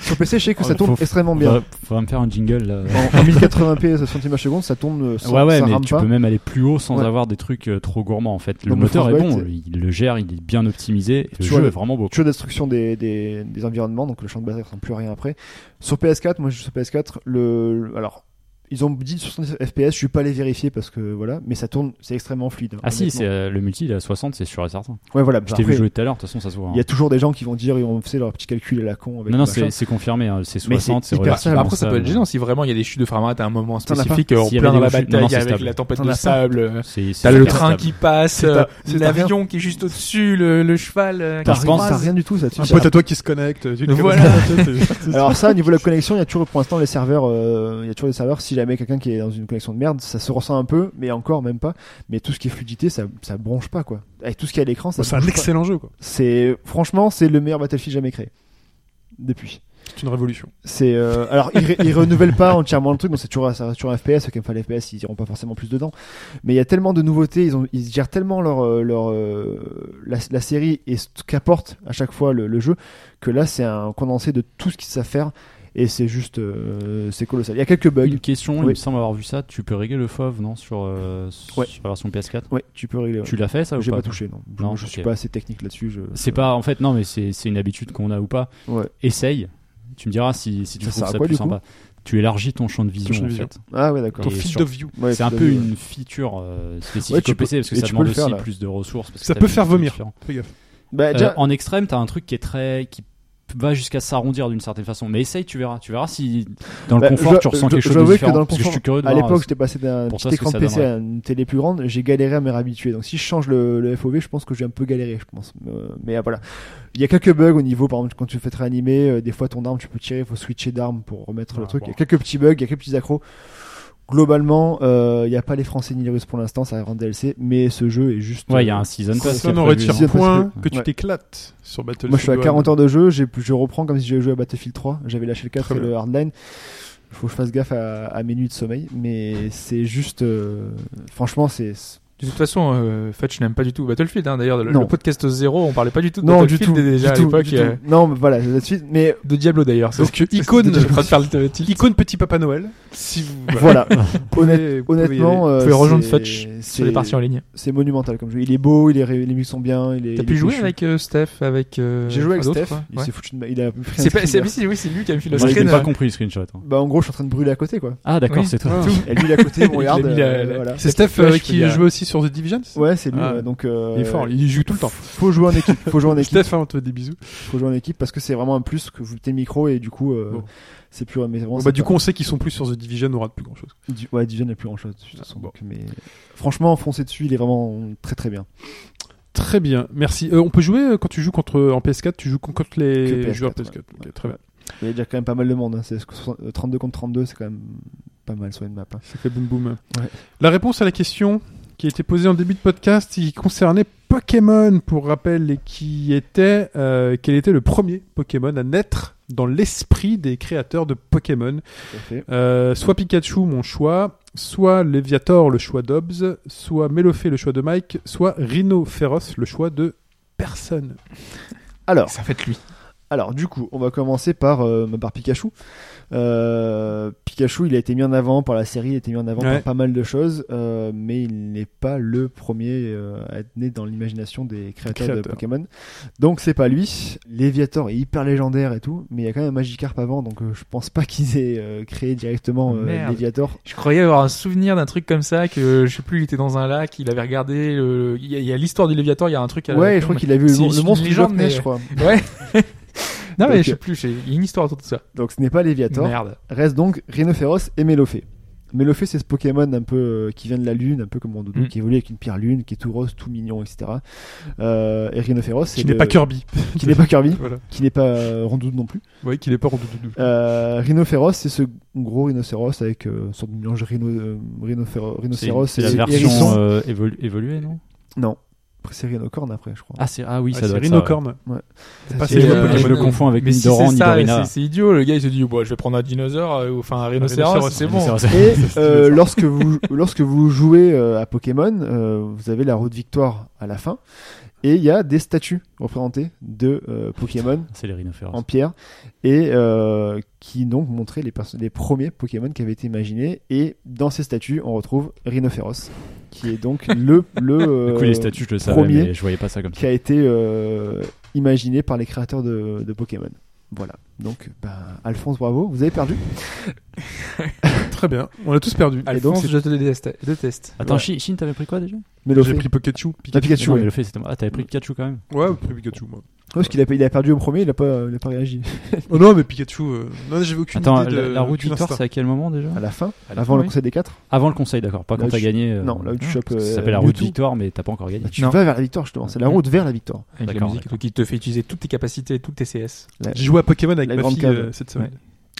Sur PC, je sais que ça
Faut-
tourne
Ah, faut-
extrêmement bien.
Va, va me faire un jingle. là.
en, en 1080p 60 images secondes ça tourne euh, sans,
ouais, ouais,
ça
mais
rame
tu
pas
peux même aller plus haut sans
Ouais.
avoir des trucs euh, trop gourmands en fait. Le
Donc, le
moteur est
Frostbite,
bon, il le gère, il est bien optimisé. Le
Tu
jeu
vois,
est vraiment beau.
tu as destruction des, des, des environnements donc le champ de bataille ressemble plus à rien après sur PS4 moi je joue sur PS4 le, le- alors ils ont dit 60 FPS je suis pas allé vérifier parce que voilà mais ça tourne c'est extrêmement fluide hein,
Ah si,
honnêtement.
c'est, euh, le multi il est à 60, c'est sûr et certain.
ouais voilà bah,
Je t'ai vu
après,
jouer tout à l'heure, de toute façon ça se voit. hein.
il y a toujours des gens qui vont dire ils ont fait leur petit calcul à la con avec
Non, non,
machin.
c'est c'est confirmé, hein, c'est
Mais c'est
60, c'est
hyper
relativement
stable.
Après, ça peut
stable.
être gênant si vraiment il y a des chutes de framat à un moment
T'en as pas.
spécifique, euh, en
S'il y
plein
avait
dans
des
la
chutes- non,
bataille,
non, c'est
avec
stable.
la tempête
T'en
de
as pas.
sable. euh,
C'est- c'est
T'as le
hyper
train
stable.
qui passe,
C'est
euh,
ta- c'est ta
l'avion qui est juste au-dessus, le, le cheval. euh,
T'as
qui
rien-
croise.
t'as rien du tout ça dessus
Un pote à toi qui se connecte. tu te
Voilà.
connectes, c'est-
Alors ça, au niveau de la connexion, il y a toujours pour l'instant les serveurs, euh, il y a toujours des serveurs. Si jamais quelqu'un qui est dans une collection de merde, ça se ressent un peu, mais encore même pas. Mais tout ce qui est fluidité, ça, ça bronche pas quoi. Avec tout ce qui est à l'écran, ça.
C'est un
bronche pas.
excellent jeu, quoi.
C'est franchement, c'est le meilleur Battlefield jamais créé depuis.
C'est une révolution.
C'est euh, alors ils, ré- ils renouvellent pas entièrement le truc, donc c'est toujours ça reste toujours un FPS. Ceux qui aiment pas les FPS, ils iront pas forcément plus dedans. Mais il y a tellement de nouveautés, ils, ont, ils gèrent tellement leur euh, leur euh, la, la série et ce qu'apporte à chaque fois le, le jeu que là c'est un condensé de tout ce qu'ils savent faire et c'est juste euh, c'est colossal. Il y a quelques bugs.
Une question, il
Oui.
me semble avoir vu ça. Tu peux régler le FOV, non Sur, euh, sur
Ouais.
la version PS4
Ouais, tu peux régler. ouais.
Tu l'as fait ça ou
J'ai
pas
pas touché non. Je-
Non,
je suis
ok.
pas assez technique là-dessus. Je...
C'est pas en fait non mais c'est c'est une habitude qu'on a ou pas.
Ouais.
Essaye. Tu me diras si, si tu
Ça sert
trouves
à
ça
quoi,
plus
du coup
sympa. Tu élargis ton champ de vision,
champ de
en
vision.
fait.
Ah ouais d'accord.
Ton
Et
field
sur-
of view.
Ouais,
c'est un
faut
peu
la-
une feature euh, spécifique
Ouais,
au
tu peux-
PC parce que
et
ça
tu peux
demande
le faire,
aussi
là.
plus de ressources. parce que
Ça
t'as
peut
des
faire
trucs
vomir.
différents.
Fais gaffe.
Bah,
Euh,
déjà-
en extrême, t'as un truc qui est très qui va jusqu'à s'arrondir d'une certaine façon. Mais essaye, tu verras. Tu verras si dans le
Bah,
confort
je-
tu ressens
je-
quelque chose
j'avoue
de
que
différent.
dans le
parce que je
confort,
suis curieux de
À
voir,
l'époque,
euh,
j'étais passé d'un
pour
petit
ça, ce
écran
que
de
ça
PC à une télé plus grande. J'ai galéré à me réhabituer. Donc, si je change le, le FOV, je pense que j'ai un peu galéré, je pense. Euh, mais euh, voilà. Il y a quelques bugs au niveau, par exemple, quand tu fais te réanimer, euh, des fois ton arme, tu peux tirer, il faut switcher d'arme pour remettre le
Ah,
truc.
bon.
Il y a quelques petits bugs, il y a quelques petits accros. Globalement, euh, il n'y a pas les Français ni les Russes pour l'instant, ça rend DLC, mais ce jeu est juste.
Ouais, il y a
euh,
un season pass. qui est
Personne n'aurait
prévu,
tiré
hein.
un point
parce que-
que tu
Ouais.
t'éclates sur Battlefield.
Moi, je suis à
One.
40 heures de jeu, j'ai- je reprends comme si j'avais joué à Battlefield 3. J'avais lâché le 4
Très
et
bien.
le Hardline. Faut que je fasse gaffe à, à mes nuits de sommeil, mais c'est juste. euh, franchement, c'est. c'est-
De toute façon, euh, Fetch n'aime pas du tout Battlefield. hein. D'ailleurs, le,
Non.
le podcast zéro, on parlait pas du tout de
Non, du
Battlefield
tout.
déjà
du
à
tout,
l'époque.
du
euh,
tout. Non, mais voilà, c'est la suite. Mais
de Diablo d'ailleurs. C'est
Donc, icône,
je suis en train de faire le tilt.
icône petit Papa Noël. Si vous,
voilà,
Vous pouvez-
honnête-
vous pouvez y aller.
honnêtement.
Vous
euh,
pouvez rejoindre
c'est-
Fudge
c'est-
sur les parties en ligne.
C'est monumental comme jeu. Il est beau, il est, ré- les musiques sont bien. il est-
T'as
il
pu
est
jouer
fichu.
avec euh, Steph, avec. euh,
J'ai joué avec
enfin,
Steph.
d'autres, hein.
Il
Ouais.
s'est foutu de ma- Il a pris un
C'est pas,
screen
c'est,
grab.
oui, c'est lui qui a mis le
Moi, j'ai
screen.
pas compris le screenshot. hein.
Bah, en gros, je suis en train de brûler à côté, quoi.
Ah d'accord,
Oui.
c'est toi.
Et lui, il est à côté, il me regarde.
Il a mis la-
euh,
la-
voilà.
C'est Steph
Flash,
euh, qui
il y a-
joue aussi sur The Division. c'est ça
Ouais, c'est lui.
Ah.
ouais, Donc, euh,
Il est fort, il joue tout le temps.
Faut jouer en équipe. Faut jouer en équipe.
Steph, hein, on te dit bisous.
faut jouer en équipe parce que c'est vraiment un plus que vous mettez le micro et du coup euh,
Bon.
c'est plus mais vraiment,
Bon,
c'est
bah, du
pas-
coup, on sait qu'ils sont plus sur The Division, on rate plus grand chose.
du, ouais Dijon n'a plus grand chose de toute façon,
Bon.
donc, mais franchement foncez dessus il est vraiment très très bien
Très bien, merci. Euh, on peut jouer euh, quand tu joues contre en PS4, tu joues contre les
Que PS4,
joueurs PS4.
ouais.
Ok, très bien.
il y a déjà quand même pas mal de monde hein. c'est euh, 32 contre 32 c'est quand même pas mal sur une map hein.
Ça fait boum boum.
Ouais.
La réponse à la question qui a été posée en début de podcast, qui concernait Pokémon, pour rappel, et qui était euh, quel était le premier Pokémon à naître dans l'esprit des créateurs de Pokémon.
tout à fait
Euh, soit Pikachu, mon choix, soit Leviator, le choix d'Obs, soit Melofé, le choix de Mike, soit Rhino Féroce, le choix de personne.
alors
Ça fait lui.
alors du coup on va commencer par euh, par Pikachu Euh, Pikachu il a été mis en avant par la série il a été mis en avant
Ouais.
par pas mal de choses euh, mais il n'est pas le premier euh, à être né dans l'imagination des créateurs de
Créateurs.
Pokémon Donc c'est pas lui. Léviator est hyper légendaire et tout, mais il y a quand même un Magikarp avant, donc euh, je pense pas qu'ils aient euh, créé directement
Oh,
euh,
merde.
Léviator.
Je croyais avoir un souvenir d'un truc comme ça, que je sais plus, il était dans un lac, il avait regardé. le- Il y a- il y a l'histoire du Léviathan, il y a un truc à la
Ouais,
con,
je crois
mais-
qu'il a vu
c'est
le, le
une
monstre du
légende,
Loch Ness,
mais-
je crois.
Ouais. non, mais
Donc,
je
euh,
sais plus, je sais- il y a une histoire autour de ça.
Donc ce n'est pas Léviator.
Merde.
Reste donc Rhinophéros et Mélofée. Mélofée, c'est ce Pokémon un peu euh, qui vient de la Lune, un peu comme mon doudou,
Mm.
qui évolue avec une pierre lune, qui est tout rose, tout mignon, etc. Euh, et Rhinophéros, c'est
Qui n'est
le-
pas Kirby.
qui n'est pas Kirby,
Voilà.
qui n'est pas euh, Rondoudou non plus.
Oui, qu'il est pas rondoudou.
Euh, Rhinophéros, c'est ce gros rhinocéros avec euh, une sorte de mélange rhino, euh, rhinophéro-
C'est
rhinocéros
c'est
et
la
hérisson.
version euh, évolu- évoluée, non
Non. Après, C'est Rhinocorne après, je crois.
Ah c'est ah oui,
Ah,
ça doit
c'est
être ça, ouais.
Rhinocorne.
Ça,
pas
Ah,
C'est
c'est-
Et,
le
euh,
Pokémon
je le
de-
confonds avec
Mais si
Nidoran,
c'est ça,
Nidorina.
c'est c'est idiot, le gars il se dit bon, je vais prendre un dinosaure, euh, ou enfin un rhinocéros,
rhinocéros,
c'est bon.
Et euh, lorsque vous lorsque vous jouez euh, à Pokémon, euh, vous avez la roue de victoire à la fin, et il y a des statues représentées de euh, Pokémon
C'est les rhinophéros.
en pierre et euh, qui donc montraient les, perso- les premiers Pokémon qui avaient été imaginés. Et dans ces statues, on retrouve Rhinophéros, qui est donc le le
Du coup,
euh,
les statues, je le savais,
premier.
mais je voyais pas ça comme ça.
qui a été euh, imaginé par les créateurs de, de Pokémon. Voilà. Donc, ben, Alphonse, bravo, vous avez perdu.
Très bien, on a tous perdu.
Alphonse,
c'est-
je te déteste. déteste.
Attends,
Ouais.
Shin, Shin, t'avais pris quoi déjà
Mais
J'ai pris Pikachu.
Ah,
Pikachu.
Pikachu,
Non,
ouais.
mais le fait, c'était moi. Ah, t'avais pris Pikachu quand même.
Ouais, j'ai pris Pikachu moi.
Ouais, parce qu'il a, il a perdu au premier, il a pas, il a pas réagi.
Oh non, mais Pikachu. euh, Non, j'avais aucune
Attends,
idée. De...
la, la roue de
aucune
victoire,
instinct.
c'est à quel moment déjà
À la fin,
À la
avant
fin,
le
oui.
conseil des quatre,
Avant le conseil, d'accord. Pas
Là
quand
où
t'as
tu-
gagné. euh,
Non, là où tu
ah,
chopes,
parce que
euh,
Ça s'appelle la roue de
Mewtwo.
victoire, mais t'as pas encore gagné.
là, tu
Non.
vas vers la victoire justement, c'est la
Ouais.
route vers la victoire.
Avec la
D'accord,
musique, donc il te fait utiliser toutes tes capacités, toutes tes CS.
La-
J'ai joué à Pokémon avec
La
ma
grande
fille
cave.
euh, cette semaine.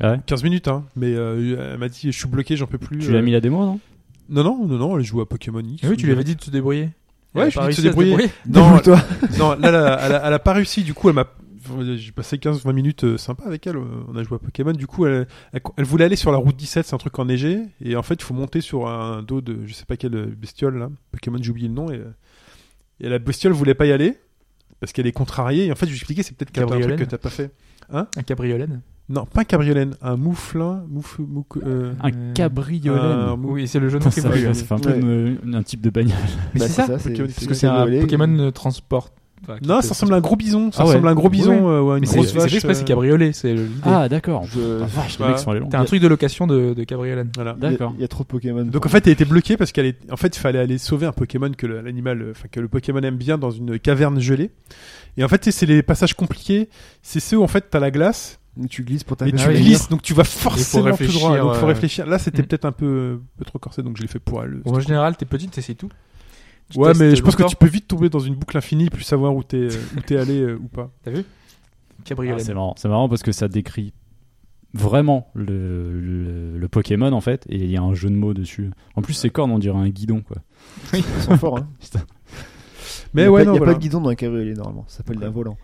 Ah ouais
15 minutes, hein. Mais euh, elle m'a dit, je suis bloqué, j'en peux plus. euh.
Tu lui as mis la démo, non
Non, non, non, non, elle joue à Pokémon X.
Ah oui, tu lui avais dit de se débrouiller.
Ouais,
Elle a
je
pas
lui ai dit de se
réussi à
débrouiller. Non,
Non, toi.
non, là, là, elle, a, elle a pas réussi. Du coup, elle m'a. J'ai passé 15-20 minutes euh, sympa avec elle. euh, On a joué à Pokémon. Du coup, elle, elle- elle voulait aller sur la route 17, c'est un truc enneigé. Et en fait, il faut monter sur un dos de je sais pas quelle bestiole là. Pokémon, j'ai oublié le nom. Et, et la bestiole voulait pas y aller parce qu'elle est contrariée. Et en fait, je lui expliquais, c'est peut-être qu'elle a fait un truc
Cabriolène.
que t'as pas fait.
Un cabriolet.
Non, pas un cabriolet, un mouflin. Mouf, mouc- euh,
Ah,
Un cabriolet.
un mou-
Oui, c'est le jeu de
Putain,
nom qui est
ça,
voulu.
ça fait un peu
Ouais.
une- un type de bagnole.
Mais
Bah,
c'est ça.
c'est-
Pokémon,
Parce que c'est un
cabriolet.
Pokémon euh, transport. Enfin, qui
Non,
te-
ça ressemble à un gros bison. Ça
Ah ouais.
ressemble à un gros
Oui,
bison
oui.
euh, ou à une
Mais c'est
grosse
c'est fait
vache.
exprès, c'est
euh,
cabriolet, c'est l'idée.
Ah, d'accord.
Je-
Ah, vache, les
Ouais.
mecs sont allés loin.
T'as un truc de location de, de cabriolet.
voilà.
Il y a-
D'accord.
Il y a trop de Pokémon.
Donc en fait, elle était bloquée parce qu'elle est... en fait, il fallait aller sauver un Pokémon que le- l'animal, euh, enfin que le Pokémon aime bien dans une caverne gelée. Et en fait, tu sais, c'est les passages compliqués. C'est ceux où en fait t'as la glace
Donc tu glisses pour
et
taper.
tu
Ah oui.
glisses, donc tu vas forcément tout
réfléchir,
droit. Donc faut
euh,
réfléchir. Là, c'était
Mm.
peut-être un peu, euh, un peu trop corsé, donc je l'ai fait pour elle.
En général, t'es petite, t'essayes tout. Tu
ouais,
testes
mais je pense que
longtemps.
tu peux vite tomber dans une boucle infinie, plus savoir où t'es, euh, où t'es allé euh, ou pas.
T'as vu
Ah,
Cabriolet.
c'est marrant, c'est marrant parce que ça décrit vraiment le, le- le Pokémon en fait, et il y a un jeu de mots dessus. En plus, ses cornes, on dirait un guidon quoi.
Ils sont forts. hein.
Mais
Il y a
ouais,
pas-
non,
Il n'y a
voilà.
pas de guidon dans un cabriolet normalement. Ça s'appelle un volant.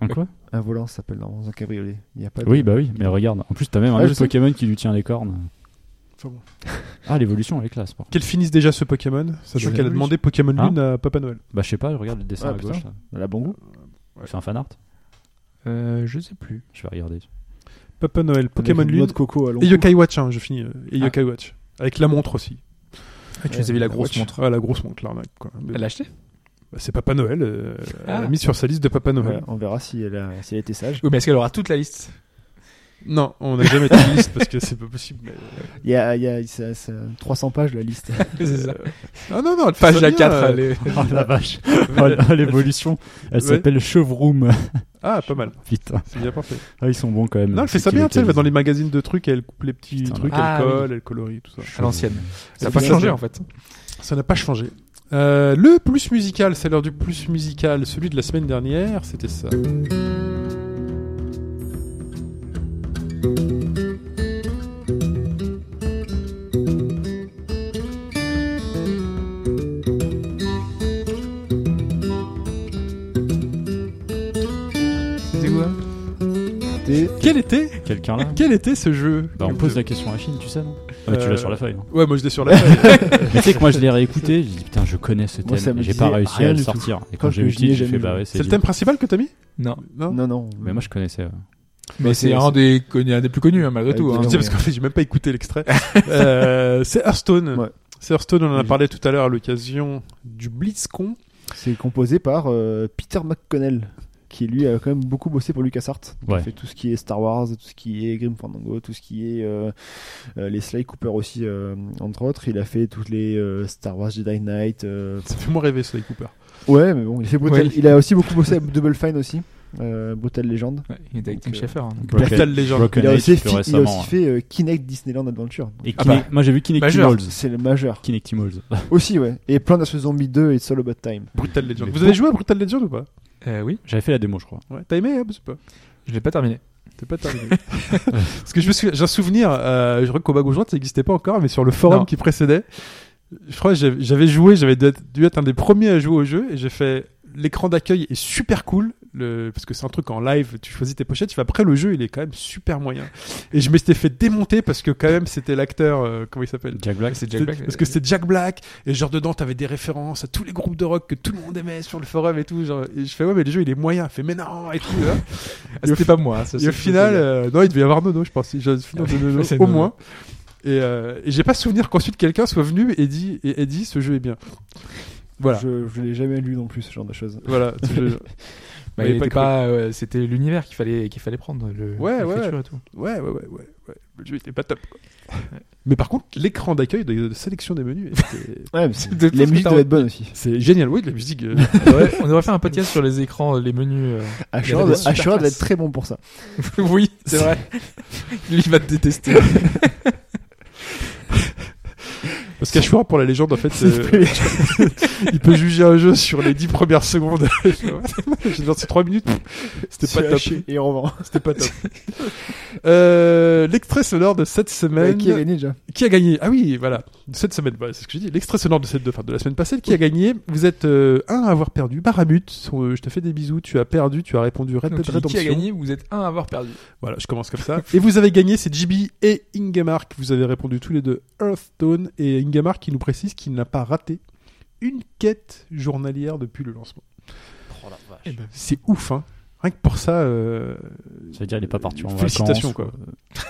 Un quoi
Un volant ça s'appelle normalement dans un cabriolet. Il y a pas. de-
Oui, bah oui, mais regarde, en plus t'as même un
euh, Ouais,
jeu
je
de
sais.
Pokémon qui lui tient les cornes.
Enfin bon.
Ah, l'évolution elle est classe. par contre.
Qu'elle finisse déjà ce Pokémon, sachant
Je-
qu'elle a demandé Pokémon
Hein
Lune à Papa Noël.
Bah je sais pas, je regarde le dessin
Ah,
à gauche. là.
Elle a bon goût.
C'est un fan art
Euh, je sais plus.
Je vais regarder.
Papa Noël, Pokémon
Avec une noix
Lune
de coco à long
et
cours.
Yokai Watch. Hein, je finis. euh, Et
Ah.
Yokai Watch avec la montre aussi.
Ah, tu nous avais la grosse
Watch.
montre.
Ouais, la grosse montre, l'arnaque. quoi. Mais-
Elle l'a acheté
bah, c'est Papa Noël. euh,
Ah.
Elle a mis sur sa liste de Papa Noël.
Ouais, On verra si elle a si elle était sage.
Oui, mais est-ce qu'elle aura toute la liste
Non, on n'a jamais de liste parce que c'est pas possible. mais, euh,
Il y a, il y a ça- ça- 300 pages la liste.
C'est ça.
Ah non, non, elle fait
Page
ça
à
bien,
4.
euh,
elle est-
Ah la vache Oh,
mais-
L'évolution, elle s'appelle Chevroom.
Ah, pas mal.
Putain,
C'est bien parfait.
ah, ils sont bons quand même.
Non, elle fait ça bien, tu sais. Elle va dans les magazines de trucs, elle coupe les petits
Putain,
trucs,
ah,
elle colle, elle colorie, tout ça.
À l'ancienne. Ça n'a
C'est
pas
bien.
changé en fait.
Ça n'a pas changé. Euh, le plus musical, c'est l'heure du plus musical, celui de la semaine dernière, c'était ça.
C'était quoi
T'es-
Quel était,
Quelqu'un là
quel était ce jeu
Bah, on pose la question à la Chine, tu sais non Ah, Tu
Euh,
l'as sur la feuille. hein.
Ouais, moi je l'ai sur la feuille.
Mais tu sais que moi je l'ai réécouté, j'ai dit putain je connais ce
Moi, ça
thème,
me
et j'ai pas
disait
réussi
rien
à le
du tout.
sortir. Et
Quand
quand j'ai
je
eu le
l'ai vu, je
titre, j'ai
l'ai
fait
jamais
bah
vu.
ouais
c'est le thème principal que t'as mis
Non.
Non.
Non non.
Mais moi je connaissais. euh, ouais.
Mais c'est
c'est-
un des, connus- un des plus connus hein, malgré
Ouais,
tout. hein.
Je
Non,
sais
mais-
parce qu'en fait, j'ai même pas écouté l'extrait. Euh, c'est Hearthstone.
Ouais.
C'est Hearthstone, on en a
Oui.
parlé tout à l'heure à l'occasion du BlitzCon.
C'est composé par euh, Peter McConnell, qui lui a quand même beaucoup bossé pour LucasArts. Donc,
Ouais.
Il fait tout ce qui est Star Wars, tout ce qui est Grim Fandango, tout ce qui est euh, euh, les Sly Cooper aussi, euh, entre autres. Il a fait toutes les euh, Star Wars Jedi Knight. euh,
Ça fait moins rêver, Sly Cooper.
Ouais, mais bon, il, fait Brutal-
Oui.
il a aussi beaucoup bossé à Double Fine aussi, euh, Brutal Legend.
Ouais, il était avec Tim
Donc, euh,
Schafer. hein.
Broken-
Brutal Legend.
Broken
Il a
Age,
aussi,
plus
fait- il a aussi
récemment, ouais.
fait euh, Kinect Disneyland Adventure.
Et
Ah
Kinect- moi j'ai vu
Majeur.
Kinectimals.
C'est le majeur.
Kinectimals.
Aussi, ouais. Et plein vs Zombie 2 et Solo About Time.
Brutal Legend.
Mais
Vous avez joué à Brutal Legend ou pas
Euh, oui,
J'avais fait la démo, je crois.
ouais. T'as aimé hein, ou pas
je l'ai pas terminé.
T'es pas terminé. Parce que je me souviens, j'ai un souvenir, euh, je crois qu'au bas gauche droite ça n'existait pas encore, mais sur le forum
Non.
qui précédait, je crois que j'avais- j'avais joué, j'avais dû être- dû être un des premiers à jouer au jeu, et j'ai fait l'écran d'accueil est super cool, le, parce que c'est un truc en live, tu choisis tes pochettes, tu fais, après le jeu il est quand même super moyen. Et je m'étais fait démonter parce que quand même c'était l'acteur, euh, comment il s'appelle
Jack Black.
C'est Jack Black. euh,
parce que c'était Jack Black et genre dedans t'avais des références à tous les groupes de rock que tout le monde aimait sur le forum et tout genre et je fais ouais mais le jeu il est moyen il fait mais non et tout là.
Ah, c'était pas moi. ça,
et
c'est-
au final euh, non il devait y avoir Nono je pense Je- non,
oui,
Nono,
c'est
au
Nono.
moins et, euh, et j'ai pas souvenir qu'ensuite quelqu'un soit venu et dit et, et dit ce jeu est bien voilà
Je, je l'ai jamais lu non plus, ce genre de choses.
voilà ce jeu.
Bah,
Mais
il
pas
était
cru.
pas, euh, c'était l'univers qu'il fallait, qu'il fallait prendre. Le,
Ouais,
la
ouais.
Feature et tout.
ouais ouais ouais ouais, ouais. le jeu était pas top quoi. mais par contre l'écran d'accueil de, de sélection des menus était-
Ouais, mais c'est-
De tout ce
les
que
musiques
t'as-
doivent être bonnes aussi.
c'est génial oui de la musique euh,
On devrait faire un podcast sur les écrans, les menus. euh.
Ashura
des
doit
super
Ashura doit
faces.
être très bon pour ça.
euh. oui, c'est vrai. Lui, il va te détester.
Parce qu'Ashura, pour la légende, en fait, euh, il peut juger un jeu sur les 10 premières secondes. J'ai lancé 3 minutes, c'était pas top.
Et on revend.
C'était pas top. Euh, L'extrait sonore de cette semaine.
Qui a gagné déjà
Qui a gagné Ah oui, voilà. Cette semaine, bah, c'est ce que j'ai dit. L'extrait sonore de cette de, enfin, de la semaine passée, qui a gagné Vous êtes euh, un à avoir perdu. Baramut, euh, je te fais des bisous. Tu as perdu. Tu as répondu Red
Donc,
Dead
tu dis qui a
Redemption.
gagné Vous êtes un à avoir perdu.
Voilà, je commence comme ça. et vous avez gagné, c'est JB et Ingemar. qui Vous avez répondu tous les deux Hearthstone et Ingemar qui nous précise qu'il n'a pas raté une quête journalière depuis le lancement.
Oh
Eh ben.
C'est ouf, hein. Rien que pour ça, euh,
Ça veut dire il est pas parti en
Félicitations,
vacances.
quoi.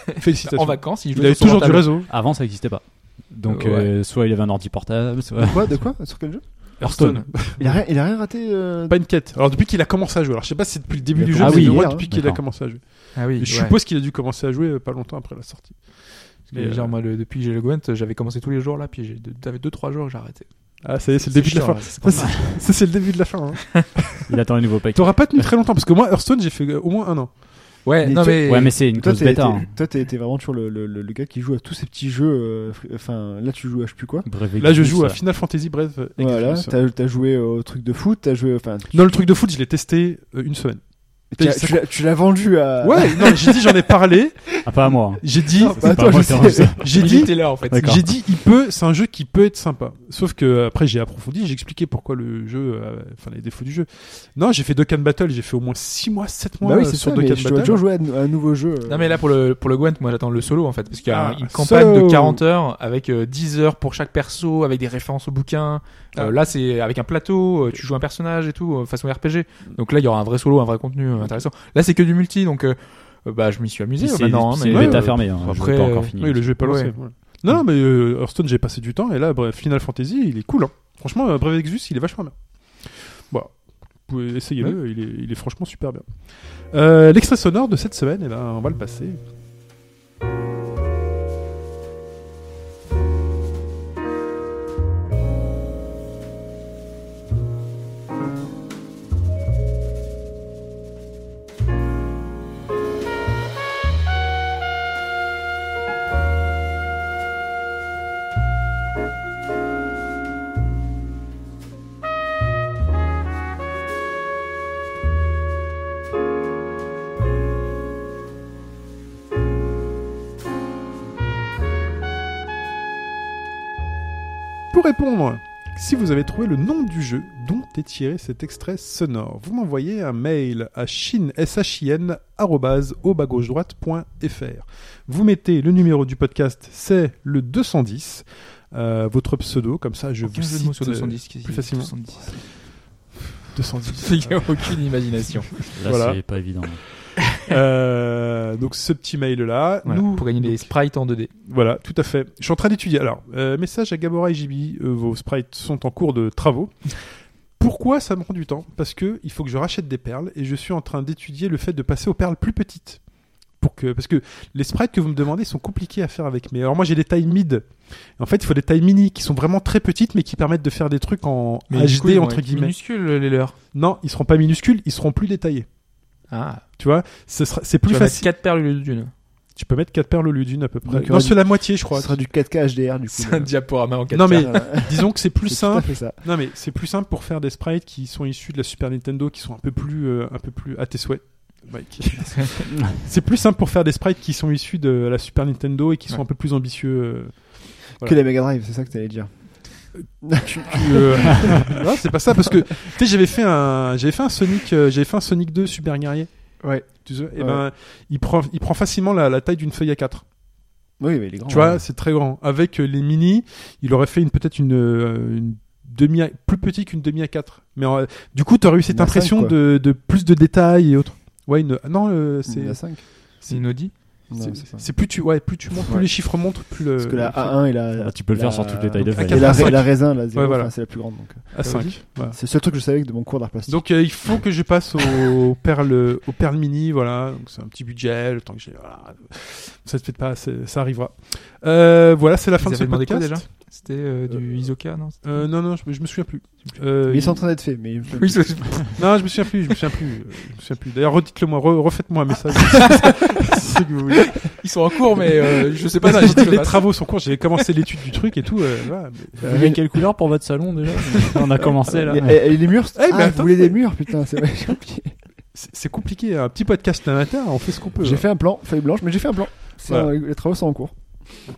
euh,
félicitations.
En vacances, il,
Il avait toujours du réseau.
Avant, ça n'existait pas. Donc,
Euh, ouais.
euh, soit il avait un ordi portable, soit.
Quoi De quoi Sur quel jeu
Hearthstone.
il a, rien, il a rien raté. euh,
Pas une quête. Alors depuis qu'il a commencé à jouer. Alors je sais pas si c'est depuis le début
Il a
du jeu,
commencé
mais
hier,
au moins
hein.
depuis qu'il a
D'accord.
commencé à jouer.
Ah oui.
Et je suppose qu'il a dû commencer à jouer euh, pas longtemps après la sortie. Mais, euh,
genre, moi, le- depuis que j'ai le Gwent, j'avais commencé tous les jours là, puis j'ai- j'avais 2-3 jours que j'ai arrêté.
Ah ça y est, c'est le début de la fin.
chiant, là, c'est
Ça, c'est- Ça c'est le début de la fin. hein.
Il attend les nouveaux packs.
T'auras pas tenu très longtemps parce que moi Hearthstone j'ai fait euh, au moins un an.
Ouais,
Mais
non,
tu-
mais.
Ouais, mais c'est une
Toi,
cause
t'es
bêta.
t'es-
hein.
toi, t'es- t'es vraiment toujours le, le- le- le gars qui joue à tous ces petits jeux. euh, fr- Enfin, là, tu joues à je sais plus quoi.
Brevet euh,
Là je
Geeks,
joue à
là.
Final Fantasy euh, Bref.
Voilà, t'as t'as joué au truc de foot, t'as joué. Enfin, tu-
Non le truc de foot je l'ai testé euh, une semaine.
tu l'as-
ça-
tu l'as- tu l'as vendu à.
Ouais, non, j'ai dit j'en ai parlé,
Ah, pas à moi. hein.
j'ai dit
Non, bah,
C'est
attends,
pas à moi
je
qui ai
sais.
enregistré.
j'ai
il
dit
était là en fait.
D'accord.
J'ai dit, il peut, c'est un jeu qui peut être sympa. Sauf que euh, après, j'ai approfondi, j'ai expliqué pourquoi le jeu, euh, enfin les défauts du jeu. Non, j'ai fait Dokkan Battle, j'ai fait au moins 6 mois, 7 mois
Bah oui,
euh,
c'est
sur
ça,
Dokkan
mais je dois
Battle.
toujours jouer à un à un nouveau jeu. euh.
Non mais là pour le pour le Gwent, moi j'attends le solo en fait parce qu'il y a
Ah,
une campagne
solo.
de 40 heures avec euh, 10 heures pour chaque perso avec des références au bouquin. Euh,
Ah.
Là c'est avec un plateau, euh, tu joues un personnage et tout euh, façon RPG. Donc là il y aura un vrai solo, un vrai contenu euh, intéressant. Là c'est que du multi donc euh, euh, bah je m'y suis amusé
C'est
euh, maintenant hein,
c'est une
mais,
bêta
euh,
fermée. hein, je l'ai
après,
pas
euh,
encore fini.
Oui, le jeu est pas lancé.
Ouais.
voilà. Non, non, mais euh, Hearthstone, j'ai passé du temps, et là, bref, Final Fantasy, il est cool. Hein. Franchement, euh, Brave Exus, il est vachement bien. Bon, vous pouvez essayer le il, est, il est franchement super bien. Euh, L'extrait sonore de cette semaine, eh ben, on va le passer. Pour répondre, si vous avez trouvé le nom du jeu dont est tiré cet extrait sonore, vous m'envoyez un mail à shin@au-bas-gauche-droite.fr. Vous mettez le numéro du podcast, c'est le 210, euh, votre pseudo, comme ça je vous
aucun jeu de mots
cite
sur
euh,
210 qui-
plus facilement.
210.
210.
Il y a aucune imagination.
Là,
Voilà.
c'est pas évident.
Euh, donc ce petit mail là,
Voilà,
nous
pour gagner des sprites en 2D.
Voilà, tout à fait. Je suis en train d'étudier. Alors, euh, message à Gabora et Jibi, euh, vos sprites sont en cours de travaux. Pourquoi ça me prend du temps Parce que il faut que je rachète des perles et je suis en train d'étudier le fait de passer aux perles plus petites. Pour que, parce que les sprites que vous me demandez sont compliqués à faire avec. Mais alors moi j'ai des tailles mid. En fait, il faut des tailles mini qui sont vraiment très petites mais qui permettent de faire des trucs en
du coup,
HD
ils vont
entre
être
guillemets.
minuscules les leurs.
Non, ils seront pas minuscules, ils seront plus détaillés.
Ah,
Tu vois, Ce sera- c'est
plus
plus facile.
4 perles au lieu d'une.
Tu peux mettre 4 perles au lieu d'une à peu près.
Donc, il y
non,
aura
c'est la moitié je
Ce
crois.
sera du 4K HDR du coup. euh,
C'est un diaporama en 4K.
Non, mais-
Voilà.
Disons que c'est plus
euh, C'est tout à
simple.
fait ça.
Non mais c'est plus simple pour faire des sprites qui sont issus de la Super Nintendo, qui sont un peu plus, euh, un peu plus à tes souhaits. Mike. c'est plus simple pour faire des sprites qui sont issus de la Super Nintendo et qui sont
Ouais.
un peu plus ambitieux. euh,
Que la Mega Drive, c'est ça que t'allais dire.
que, euh, non, c'est pas ça parce que tu sais j'avais fait un, j'avais fait un Sonic, euh, j'avais fait un Sonic 2 Super Guerrier.
Ouais.
Tu sais, et
Ouais.
ben il prend, il prend facilement la, la taille d'une feuille à 4
Oui, mais il est grand. hein.
Tu vois, c'est très grand. Avec euh, les mini, il aurait fait une peut-être une, euh, une demi à- plus petit qu'une demi à 4 Mais en- du coup, t'aurais eu cette
Une A5,
impression
quoi.
de, de plus de détails et autres. Ouais, une- non, euh, c'est
C'est la 5.
C'est une Audi.
Non,
c'est-
c'est pas.
c'est plus tu ouais, plus tu montes, plus
Ouais.
les chiffres montent, plus le
Parce que la A1 et la.
Ah, tu peux le faire
la-
sur toutes les tailles de
et
feuilles.
la- Et la,
A4.
raisin, la zéro,
Ouais, voilà.
enfin, c'est la plus grande. Donc. euh.
A5. Voilà.
C'est le seul truc que je savais de mon cours d'art plastique.
Donc euh, il faut que je passe au perle au perle mini voilà donc c'est un petit budget le temps que j'ai voilà. ça se fait pas c'est- ça arrivera Euh, voilà c'est la fin
Ils
de ce
avaient demandé
podcast
quoi déjà C'était euh, du Isoka, non c'était-
Euh, non non je, je me souviens plus Euh,
mais ils sont en train d'être faits. Mais...
Oui, c'est-
Non, je me souviens plus, je me souviens plus, euh, je me souviens plus. D'ailleurs, redites-le moi, re- refaites-moi un message. C'est ce que vous voulez.
Ils sont en cours, mais euh, je sais pas.
Parce
ça,
que
je
j'ai dit,
le
les
passe.
travaux sont courts, j'ai commencé l'étude du truc et tout. euh, voilà, mais-
Vous voulez quelle couleur pour votre salon déjà On a commencé là.
Et, et- et les murs
Eh, mais
ah, vous
attends.
voulez des murs Putain, c'est vrai, j'ai oublié.
C'est c'est compliqué, un petit podcast amateur, on fait ce qu'on peut.
J'ai
hein.
fait un plan, feuille blanche, mais j'ai fait un plan. C'est
Voilà.
un- les travaux sont en cours.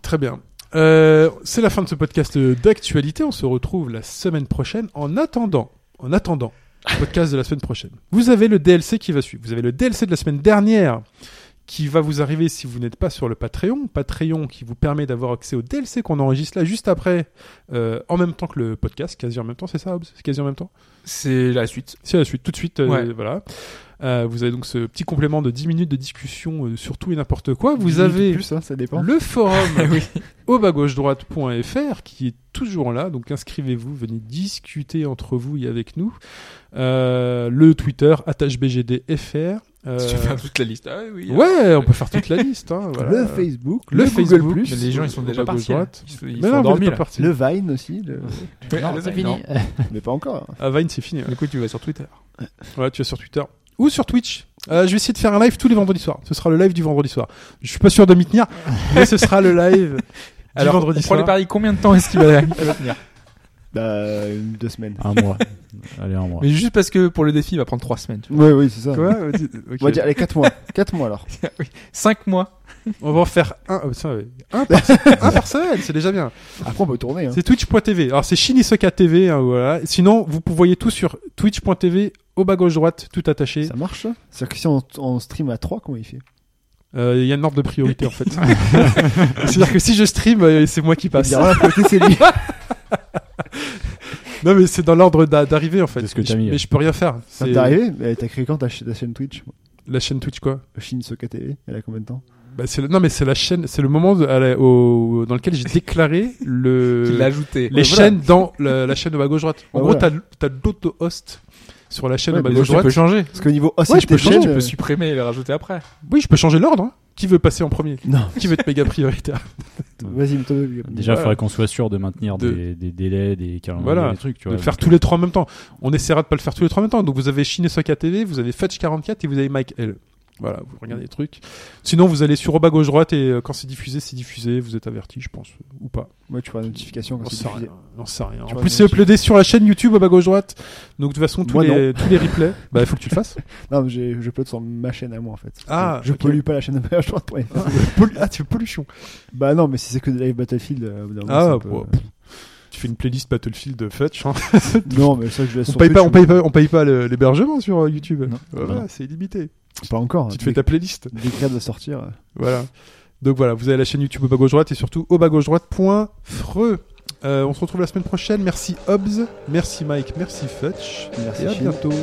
Très bien. Euh, c'est la fin de ce podcast euh, d'actualité. On se retrouve la semaine prochaine. En attendant, en attendant, le podcast de la semaine prochaine. Vous avez le DLC qui va suivre. Vous avez le DLC de la semaine dernière qui va vous arriver si vous n'êtes pas sur le Patreon. Patreon qui vous permet d'avoir accès au DLC qu'on enregistre là juste après, euh, en même temps que le podcast, quasi en même temps. C'est ça, Hobbs C'est quasi en même temps
C'est la suite.
C'est la suite, tout de suite. euh,
Ouais.
Voilà. Euh, vous avez donc ce petit complément de 10 minutes de discussion euh, sur tout et n'importe quoi.
Limite
Vous avez
plus, hein, ça dépend.
le forum
Oui.
au bas-gauche-droite.fr qui est toujours là. Donc inscrivez-vous, venez discuter entre vous et avec nous. Euh, le Twitter, attachebgdfr. Euh,
Si tu fais toute la liste. Ah oui.
ouais, on peut faire toute la liste. hein, voilà.
Le Facebook, le,
Le
Google
Facebook,
Plus,
Mais les gens, ils sont
Au
déjà hein.
bas, gauche,
partis. là.
droite.
Ils sont, ils
Mais
sont
non, vous
endormis
êtes pas
là.
parti.
le Vine aussi, le-
Ouais,
Non,
là,
c'est
non.
fini.
mais pas encore. hein.
Ah, Vine, c'est fini. ouais.
Du coup, tu vas sur Twitter.
Voilà, tu es sur Twitter. Ou sur Twitch. Euh, je vais essayer de faire un live tous les vendredis soirs. Ce sera le live du vendredi soir. Je suis pas sûr de m'y tenir, mais ce sera le live du
Alors,
vendredi
on prend
soir.
les paris. Combien de temps est-ce qu'il va, il va tenir
Bah, une- deux semaines.
Un mois. Allez, un mois.
Mais juste parce que pour le défi, il va prendre 3 semaines.
Ouais, oui, c'est ça.
Quoi Ok.
On va dire, allez, 4 mois. 4 mois alors.
5 mois.
On va en faire un. oh, ça, ouais. un, par, un par semaine, c'est déjà bien.
Après, on peut tourner. Hein.
C'est twitch.tv. Alors c'est Shinisoka TV, hein, voilà. Sinon, vous pouvez voyez tout sur twitch.tv au bas gauche droite, tout attaché.
Ça marche hein. ça C'est-à-dire que si on, on stream à 3, comment il fait
Euh, Il y a une ordre de priorité en fait. C'est-à-dire que si je stream, euh, c'est moi qui
Il va
passe.
dire, voilà, côté, c'est lui.
Non mais c'est dans l'ordre d'a- d'arrivée en fait.
C'est ce que
Mais
t'as
je-
mis,
Mais
ouais.
je peux rien faire.
Ça
C'est
t'est arrivé Mais T'as créé quand ta, cha- ta chaîne Twitch
la chaîne Twitch quoi.
Shinsoka TV, elle a combien de temps
Bah, c'est le- Non mais c'est la chaîne, c'est le moment de- à la- au- dans lequel j'ai déclaré
Tu
le
l'as ajouté. Euh,
les
Ouais, voilà.
chaînes dans la, la chaîne au bas gauche droite. En
Ouais,
gros,
voilà.
t'as as, l'auto-host sur la chaîne
Ouais,
au bas
mais
Donc,
gauche
tu
droite.
peux changer.
Parce qu'au niveau OCT
Ouais, je peux changer,
chaîne,
Tu
euh,
peux supprimer et les rajouter après.
Oui, je peux changer l'ordre. hein. Qui veut passer en premier
Non,
Qui veut être méga prioritaire
vas-y, mais toi,
Déjà, il
Voilà.
faudrait qu'on soit sûr de maintenir
De-
des, des délais, des calendriers,
Voilà.
des trucs. Tu
de
vois.
le faire tous les trois en même temps. On essaiera de pas le faire tous les trois en même temps. Donc vous avez Shinesoka TV, vous avez Fetch 44 et vous avez Mike L. Voilà, vous regardez les trucs. Sinon, vous allez sur au bas gauche droite et euh, quand c'est diffusé, c'est diffusé. Vous êtes averti, je pense, ou pas.
Moi, tu feras la notification
On
quand c'est
sait
diffusé.
rien. On sait rien.
Tu
En
vois,
plus,
mais
c'est
tu-
uploadé sur la chaîne YouTube au bas gauche droite. Donc de toute façon, tous
Moi,
les tous les replays. Bah, il faut que tu le fasses.
Non, mais j'ai- je peux sur ma chaîne à moi en fait.
Ah,
je
ok.
pollue pas la chaîne de ma chaîne. ouais.
Pol- ah, tu fais pollution.
Bah non, mais si c'est que des live Battlefield, euh, au bout d'un moment, c'est
Ah,
un peu-
bon, pff. tu fais une playlist Battlefield de Fetch. hein.
non, mais ça que je laisse
On
sur
paye pas,
Twitch,
on paye pas, on paye pas le- l'hébergement sur euh, YouTube.
Non.
Voilà,
Non.
c'est illimité.
Pas encore.
Tu te fais ta playlist.
Décret de sortir. euh.
Voilà. Donc voilà, vous avez la chaîne YouTube au bas gauche droite et surtout au bas gauche droite.freux. Euh, on se retrouve la semaine prochaine. Merci Hobbs, merci Mike, merci Fetch.
Merci,
et à
Chine.
bientôt.